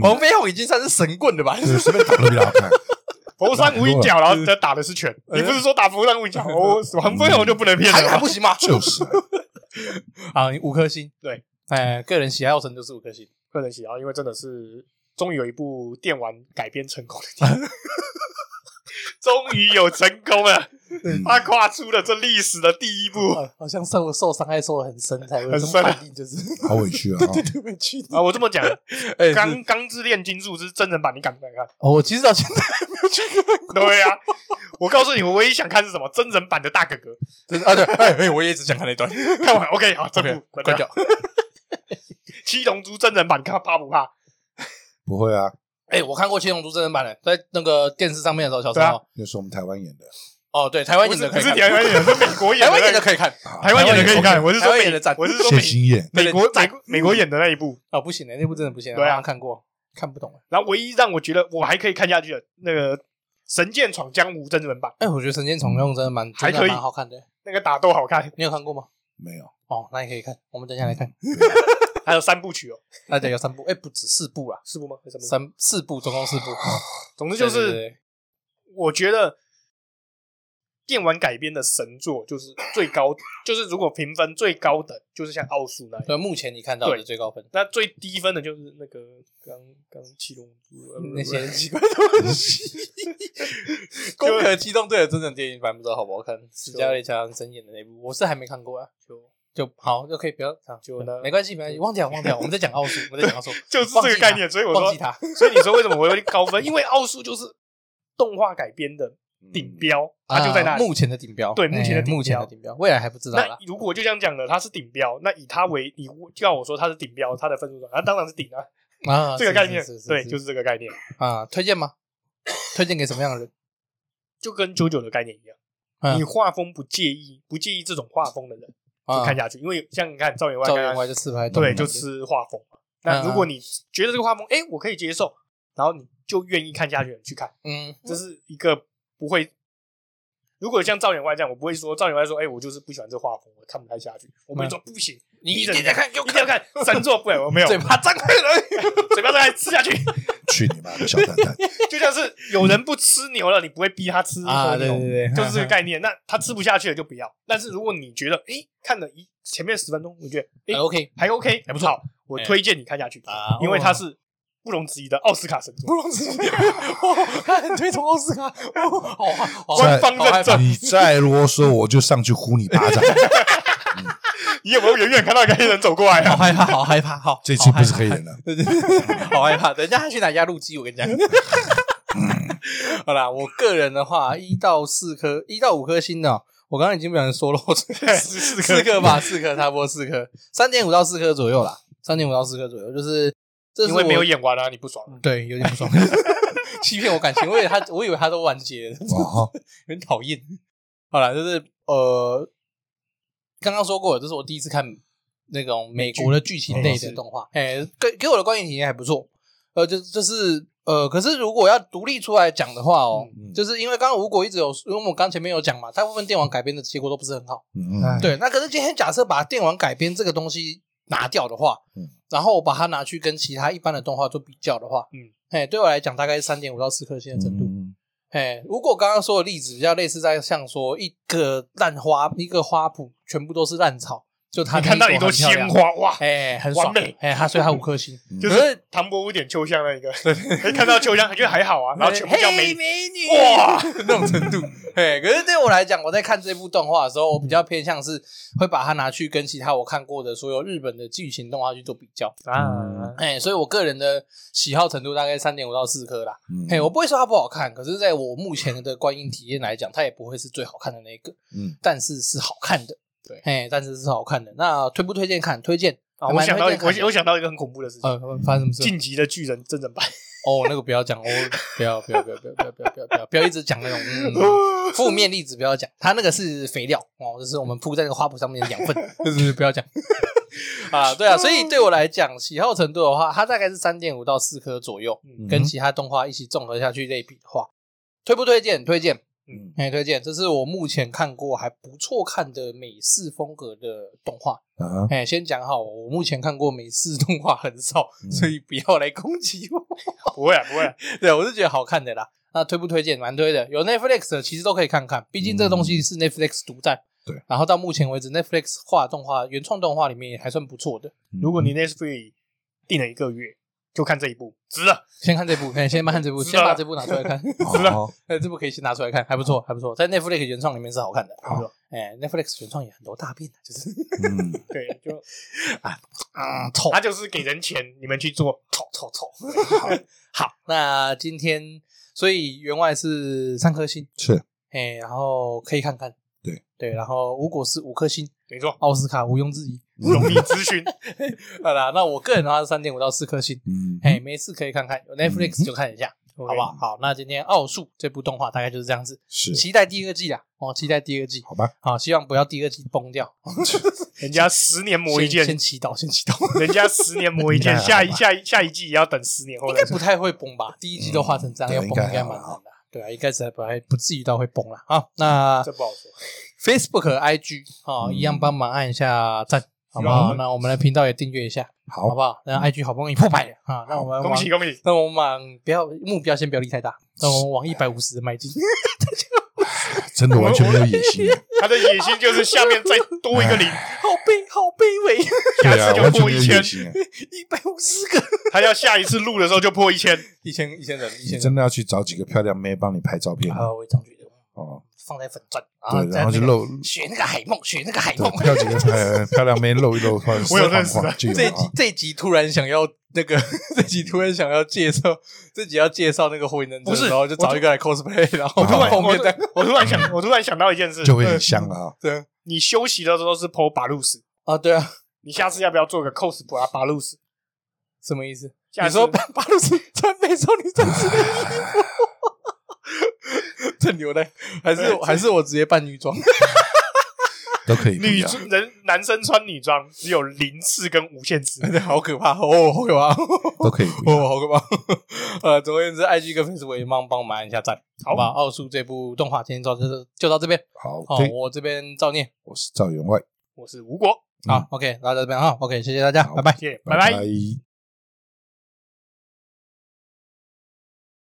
Speaker 2: 黄飞鸿已经算是神棍了吧？
Speaker 3: 对，随便打都比较好看。
Speaker 1: 佛山无影脚，然后这打的是拳。你不是说打佛山无 影脚？哦，死亡飞鸿就不能骗哦
Speaker 3: 还
Speaker 1: 人
Speaker 3: 敢
Speaker 1: 吗
Speaker 3: 不？行吗？就是啊，
Speaker 2: 啊，五颗星，
Speaker 1: 对，
Speaker 2: 哎，个人喜爱好程度是五颗星，
Speaker 1: 个人喜好，因为真的是终于有一部电玩改编成功的电 影，终于有成功了，
Speaker 3: 嗯
Speaker 2: 嗯
Speaker 1: 他跨出了这历史的第一步。
Speaker 2: 啊好像受受伤害受的很深才会
Speaker 1: 很
Speaker 2: 这么
Speaker 1: 深啊
Speaker 2: 反应，就是
Speaker 3: 好委屈啊！
Speaker 2: 对对委屈
Speaker 1: 啊，我这么讲，
Speaker 2: 哎
Speaker 1: 《
Speaker 2: 是
Speaker 1: 钢钢之炼金术师》真人版，你敢不敢看？
Speaker 2: 哦，我其实到现在 还没有去看
Speaker 1: 对呀、我告诉你，我唯一想看是什么？真人版的大哥哥，
Speaker 2: 就是啊，对，哎哎，我也只想看那一段，
Speaker 1: 看完 OK 好，这
Speaker 2: OK，
Speaker 1: 部
Speaker 2: 关掉。
Speaker 1: 七龙珠》真人版，看怕不怕？
Speaker 3: 不会啊，
Speaker 2: 哎，我看过《七龙珠》真人版的，在那个电视上面的时候，小时
Speaker 1: 对啊
Speaker 2: 候，
Speaker 3: 那是我们台湾演的，
Speaker 2: 哦，对，台湾
Speaker 1: 不
Speaker 2: 演
Speaker 1: 是
Speaker 2: 的
Speaker 1: 不
Speaker 2: 可以
Speaker 1: 是
Speaker 2: 看，
Speaker 1: 台湾演的，是美国演
Speaker 2: 台
Speaker 1: 的
Speaker 2: 湾
Speaker 1: 那
Speaker 2: 演的
Speaker 1: 个，
Speaker 2: 可以看，
Speaker 3: 啊
Speaker 1: 台湾演的可以看。我是说
Speaker 2: 台湾演的
Speaker 1: 美
Speaker 2: 赞，
Speaker 1: 我是说
Speaker 3: 谢
Speaker 1: 美
Speaker 3: 欣燕，
Speaker 1: 美国
Speaker 2: 赞
Speaker 1: 美国美国演的那一部。
Speaker 2: 啊，不行的，那部真的不行，
Speaker 1: 对啊
Speaker 2: 我好像看过，看不懂了。
Speaker 1: 然后唯一让我觉得我还可以看下去的那个《神剑闯江湖》真人版，
Speaker 2: 哎，我觉得《神剑闯江湖》真的蛮
Speaker 1: 嗯还
Speaker 2: 真
Speaker 1: 可
Speaker 2: 的
Speaker 1: 以
Speaker 2: 蛮好看的。
Speaker 1: 那个打斗好 看，
Speaker 2: 你有看过吗？
Speaker 3: 没有，
Speaker 2: 哦，那你可以看，我们等一下来
Speaker 1: 嗯
Speaker 2: 看。
Speaker 1: 还有三部曲哦，
Speaker 2: 那对，有三部，哎，不止四部啦，
Speaker 1: 四部吗？还是三部？
Speaker 2: 三四部，总共四部。
Speaker 1: 总之哦就
Speaker 2: 对对
Speaker 1: 是
Speaker 2: 对
Speaker 1: 我觉得电玩改编的神作就是最高， 就是如果评分最高的就是像奥数那样，
Speaker 2: 对，目前你看到的最高分，
Speaker 1: 那最低分的就是那个刚刚七龙珠呃
Speaker 2: 那些奇怪的东西。攻壳机动队的真正电影版不知道好不好看，史嘉蕾·乔安森演的那部，我是还没看过啊。
Speaker 1: 就
Speaker 2: 就好，就可以不要讲，
Speaker 1: 就那
Speaker 2: 没关系，没关系，忘掉，忘掉，我们在讲奥数，我们在讲奥数，
Speaker 1: 就是这个概念，所以我
Speaker 2: 忘
Speaker 1: 说
Speaker 2: 记，它。
Speaker 1: 所以你说为什么我会高分？因为奥数就是动画改编的
Speaker 3: 嗯
Speaker 1: 顶标，它就在那
Speaker 2: 嗯啊
Speaker 1: 里。
Speaker 2: 目前的顶标，
Speaker 1: 对目前的
Speaker 2: 哎
Speaker 1: 顶标
Speaker 2: 目前的顶标，未来还不知道
Speaker 1: 那
Speaker 2: 啦。
Speaker 1: 如果就这样讲了，它是顶标，那以它为你要我说它是顶标，它的分数多少那当然是顶啊，
Speaker 2: 啊，
Speaker 1: 这个概念
Speaker 2: 是是是，
Speaker 1: 对，
Speaker 2: 是
Speaker 1: 就是这个概念，
Speaker 2: 啊，推荐吗？推荐给什么样的人？
Speaker 1: 就跟九九的概念一样。
Speaker 2: 嗯
Speaker 1: 你画风不介意，不介意这种画风的人就
Speaker 2: 啊
Speaker 1: 看下去，因为像你看赵员外
Speaker 2: 赵
Speaker 1: 刚
Speaker 2: 员
Speaker 1: 刚，
Speaker 2: 外就四拍，
Speaker 1: 对，就吃画风嘛。
Speaker 2: 嗯
Speaker 1: 那如果你觉得这个画风，哎，我可以接受，然后你就愿意看下去的人去看，
Speaker 2: 嗯，
Speaker 1: 这是一个不会。如果像赵员外这样，我不会说赵员外说，哎，我就是不喜欢这画风，我看不太下去。我
Speaker 2: 嗯
Speaker 1: 不会说不行，
Speaker 2: 你
Speaker 1: 逼
Speaker 2: 一
Speaker 1: 着
Speaker 2: 定在看，
Speaker 1: 一定要 看神作，不然我没有
Speaker 2: 嘴巴张开了，
Speaker 1: 嘴巴再吃下去，
Speaker 3: 去你妈的小蛋蛋！
Speaker 1: 就像是有人不吃牛了，你不会逼他吃
Speaker 2: 啊
Speaker 1: 和牛，
Speaker 2: 对对对 哎
Speaker 1: 就是这个概念。那他吃不下去了就不要。但是如果你觉得，诶，看了一前面十分钟，我觉得，诶，
Speaker 2: 哎 OK，
Speaker 1: 还 OK，还不错，哦我
Speaker 2: 哎
Speaker 1: 推荐你看下去
Speaker 2: 啊，
Speaker 1: 因为它是不容置疑的奥斯卡神作，
Speaker 2: 容置疑，哦他很推崇奥斯卡，哦好啊，好
Speaker 1: 官
Speaker 2: 啊
Speaker 1: 方认证。
Speaker 3: 你再啰嗦，我就上去呼你 巴
Speaker 1: 哦
Speaker 3: 掌。
Speaker 1: 你有没有远远看到一个黑人走过来
Speaker 2: 好
Speaker 1: 啊？
Speaker 2: 害怕，好害怕，好，
Speaker 3: 这期不是黑人了，
Speaker 2: 对对对， 好害怕。等一下他去拿压路机，我跟你讲。 好啦，我个人的话，一到四颗，一到五颗星的哦、我刚刚已经不小心说漏嘴 了，
Speaker 1: 四
Speaker 2: 四
Speaker 1: 四
Speaker 2: 颗吧，四颗，差不多四颗，三点五到四颗左右啦，三点五到四颗左右，就是这是
Speaker 1: 因为
Speaker 2: 我
Speaker 1: 没有演完啊，你不爽。
Speaker 2: 对，有点不爽， 欺骗我感情，我以为他，我以为他都完结了，
Speaker 3: 哦，
Speaker 2: 有点讨厌。好啦，就是呃，刚刚说过，这是我第一次看那种美国的剧情类的动画，哎、给给我的观影体验还不错。呃，就就是呃，可是如果要独立出来讲的话哦，
Speaker 3: 嗯嗯
Speaker 2: 就是因为刚刚吴果一直有，因为我们刚前面有讲嘛，大部分电玩改编的结果都不是很好。
Speaker 3: 嗯
Speaker 1: 哎
Speaker 2: 对，那可是今天假设把电玩改编这个东西拿掉的话，
Speaker 3: 嗯
Speaker 2: 然后我把它拿去跟其他一般的动画做比较的话，
Speaker 1: 嗯，
Speaker 2: 哎，对我来讲大概是三点五到四颗星的程度。
Speaker 3: 嗯，
Speaker 2: 哎，如果刚刚说的例子比较类似，在像说一个烂花，一个花圃全部都是烂草，就它
Speaker 1: 你看到
Speaker 2: 那
Speaker 1: 一
Speaker 2: 一朵
Speaker 1: 朵
Speaker 2: 很漂
Speaker 1: 鲜
Speaker 2: 亮，
Speaker 1: 花，哇，
Speaker 2: 哎，很爽
Speaker 1: 完美，
Speaker 2: 哎，它所以它五颗 星，
Speaker 3: 嗯
Speaker 1: 就是唐伯虎点秋香那一个， 哎看到秋香觉得还好啊，然后全部叫美
Speaker 2: 嘿
Speaker 1: 女，
Speaker 2: 美女
Speaker 1: 哇，
Speaker 2: 那种程度。哎，可是对我来讲，我在看这部动画的时候，我比较偏向是会把它拿去跟其他我看过的所有日本的剧情动画去做比较。
Speaker 1: 啊，
Speaker 2: 哎，所以我个人的喜好程度大概三点五到四颗啦。
Speaker 3: 嗯
Speaker 2: 哎，我不会说它不好看，可是在我目前的观影体验来讲，它也不会是最好看的那一个。
Speaker 3: 嗯，
Speaker 2: 但是是好看的。
Speaker 1: 对
Speaker 2: 哎，但是是好看的。那推不推荐看？推荐。
Speaker 1: 啊
Speaker 2: 还
Speaker 1: 我
Speaker 2: 蛮
Speaker 1: 想到一
Speaker 2: 推
Speaker 1: 个，我
Speaker 2: 荐看的
Speaker 1: 我想到一个很恐怖的事情，
Speaker 2: 呃，发生什么
Speaker 1: 《
Speaker 2: 事？
Speaker 1: 晋级的巨人》真人 版。
Speaker 2: 哦，那个不要讲，哦，不要不要不要不要不要不要不要不要 不要一直讲那种 嗯负面例子，不要讲。它那个是肥料哦，就是我们铺在那个花圃上面的 养分，就是不要讲。啊，对啊，所以对我来讲，喜好程度的话，它大概是三点五到四颗左右，
Speaker 1: 嗯
Speaker 2: 跟其他动画一起综合下去类比的话，推不推荐？推荐，
Speaker 3: 嗯
Speaker 2: 哎，推荐，这是我目前看过还不错看的美式风格的动画。
Speaker 1: 嗯
Speaker 3: 啊，
Speaker 2: 哎，先讲好，我目前看过美式动画很少，
Speaker 3: 嗯
Speaker 2: 所以不要来攻击我。
Speaker 1: 不会啊，不会啊，
Speaker 2: 对，我是觉得好看的啦。那推不推荐？蛮推的，有 Netflix 的其实都可以看看，毕竟这个东西是 Netflix 独占。
Speaker 3: 对，
Speaker 2: 然后到目前为止，Netflix 画动画原创动画里面也还算不错的。
Speaker 1: 如
Speaker 3: 嗯
Speaker 1: 果你 Netflix 定了一个月，就看这一部，值 了。
Speaker 2: 先看这部，哎，先看这部，
Speaker 1: 知
Speaker 2: 先
Speaker 1: 道了
Speaker 2: 把这部拿出来看。
Speaker 1: 是吧
Speaker 3: 好，
Speaker 2: 哎，这部可以先拿出来看，还不错，还不错，在 Netflix 原创里面是好看的。
Speaker 1: 好
Speaker 2: 哎，Netflix 原创也很多大便的，啊就是
Speaker 3: 嗯，
Speaker 1: 对，就
Speaker 2: 哦 啊，臭
Speaker 1: 他就是给人钱，你们去做，臭臭臭。
Speaker 2: 好，那今天所以员外是三颗星，
Speaker 3: 是
Speaker 2: 哎，然后可以看看，
Speaker 3: 对
Speaker 2: 对，然后无果是五颗星，
Speaker 1: 没错，
Speaker 2: 奥斯卡毋庸置疑。
Speaker 1: 容易咨 询，
Speaker 2: 好啦，那我个人的话是三点五到四颗星，
Speaker 3: 嗯，
Speaker 2: 哎，没事可以看看，有 Netflix 就看一下，好不好？好，那今天奥数这部动画大概就是这样子，
Speaker 3: 是，
Speaker 2: 期待第二季啦，哦，期待第二季，
Speaker 3: 好吧，
Speaker 2: 好，希望不要第二季崩 掉，
Speaker 1: 人家十年磨一
Speaker 2: 先
Speaker 1: 剑
Speaker 2: 先，祈祷，先祈祷。
Speaker 1: 人家十年磨一 剑，
Speaker 3: 那
Speaker 1: 下一
Speaker 3: 好吧
Speaker 1: 下一下一季也要等十年后
Speaker 2: 应
Speaker 1: 再
Speaker 2: 该
Speaker 1: 出
Speaker 2: 不。太会崩吧？第一季都画成这样，
Speaker 3: 嗯
Speaker 2: 要崩应
Speaker 3: 对应该
Speaker 2: 该蛮难的。对啊，应该是不还不至于到会崩了啊。好那
Speaker 1: 这不好说，
Speaker 2: Facebook、IG 啊、
Speaker 3: 嗯
Speaker 2: 一样帮忙按一下赞，好不
Speaker 3: 好
Speaker 2: 好？那我们的频道也订阅一下，好
Speaker 3: 好
Speaker 2: 不，好？那 IG 好不容易破百了啊，那我们
Speaker 1: 恭喜
Speaker 2: 往，
Speaker 1: 恭喜！
Speaker 2: 那我们往不要目标先不要立太大，那我们往一百五十迈进。
Speaker 3: 真的完全没有野 心，
Speaker 1: 他的野心就是下面再多一个零，
Speaker 2: 好卑好卑微，
Speaker 1: 下
Speaker 3: 对啊
Speaker 1: 次，就
Speaker 3: 完全
Speaker 1: 破
Speaker 3: 没有
Speaker 1: 一千
Speaker 3: 野。心啊，
Speaker 2: 一百五十个，
Speaker 1: 他要下一次录的时候就破一千，
Speaker 2: 一千一千人，一
Speaker 3: 你
Speaker 2: 千
Speaker 3: 真
Speaker 2: 人。
Speaker 3: 的要去找几个漂亮妹帮你拍照片
Speaker 2: 啊，我也这样觉得，
Speaker 3: 哦，
Speaker 2: 放在粉钻，
Speaker 3: 对，
Speaker 2: 啊在
Speaker 3: 然后
Speaker 2: 那
Speaker 3: 就
Speaker 2: 个
Speaker 3: 露，
Speaker 2: 学那个海梦，学那个海
Speaker 3: 对
Speaker 2: 梦，。
Speaker 3: 漂几个漂漂亮妹露一露，或者
Speaker 1: 我有认识的
Speaker 3: 就有
Speaker 2: 这一
Speaker 3: 了
Speaker 2: 集这一集突然想要那个， 这集突然想要介绍，这集要介绍那个火影忍者
Speaker 1: 不
Speaker 2: 的
Speaker 1: 是
Speaker 2: 时候，就找一个来 cosplay，然后
Speaker 3: 我突
Speaker 2: 放
Speaker 3: 然
Speaker 2: 后
Speaker 1: 我
Speaker 2: 面
Speaker 1: 突
Speaker 2: 再
Speaker 1: 我突然想，我突然想到一件事，
Speaker 3: 就会很香了啊。
Speaker 2: 对
Speaker 1: 你休息的时候是 PO 巴鲁斯，
Speaker 2: 啊，对啊，
Speaker 1: 你下次要不要做个 cos 巴巴鲁斯？
Speaker 2: 什么意思？
Speaker 1: 下
Speaker 2: 你
Speaker 1: 次
Speaker 2: 说巴巴鲁斯穿美少女战士的衣服， 这牛的，还是还是我直接扮女装？
Speaker 3: 都可以不一
Speaker 1: 女
Speaker 3: 样
Speaker 1: 人男生穿女装只有零次跟无限次，
Speaker 2: 好可怕哦，好可怕哦，
Speaker 3: 都可以不一样
Speaker 2: 哦，好可怕！ 呃，总而言之，IG 跟 Facebook 也帮帮我们按一下赞，好吧？奥数这部动画今天到这就到这边，
Speaker 3: 好
Speaker 2: 好，
Speaker 3: ，OK，
Speaker 2: 我这边照念，
Speaker 3: 我是赵员外，
Speaker 1: 我是吴国，
Speaker 2: 好，OK，那到这边啊，OK，谢谢大家，
Speaker 3: 好
Speaker 2: 拜拜。
Speaker 1: 谢谢，拜
Speaker 3: 拜
Speaker 1: 拜。
Speaker 3: 拜。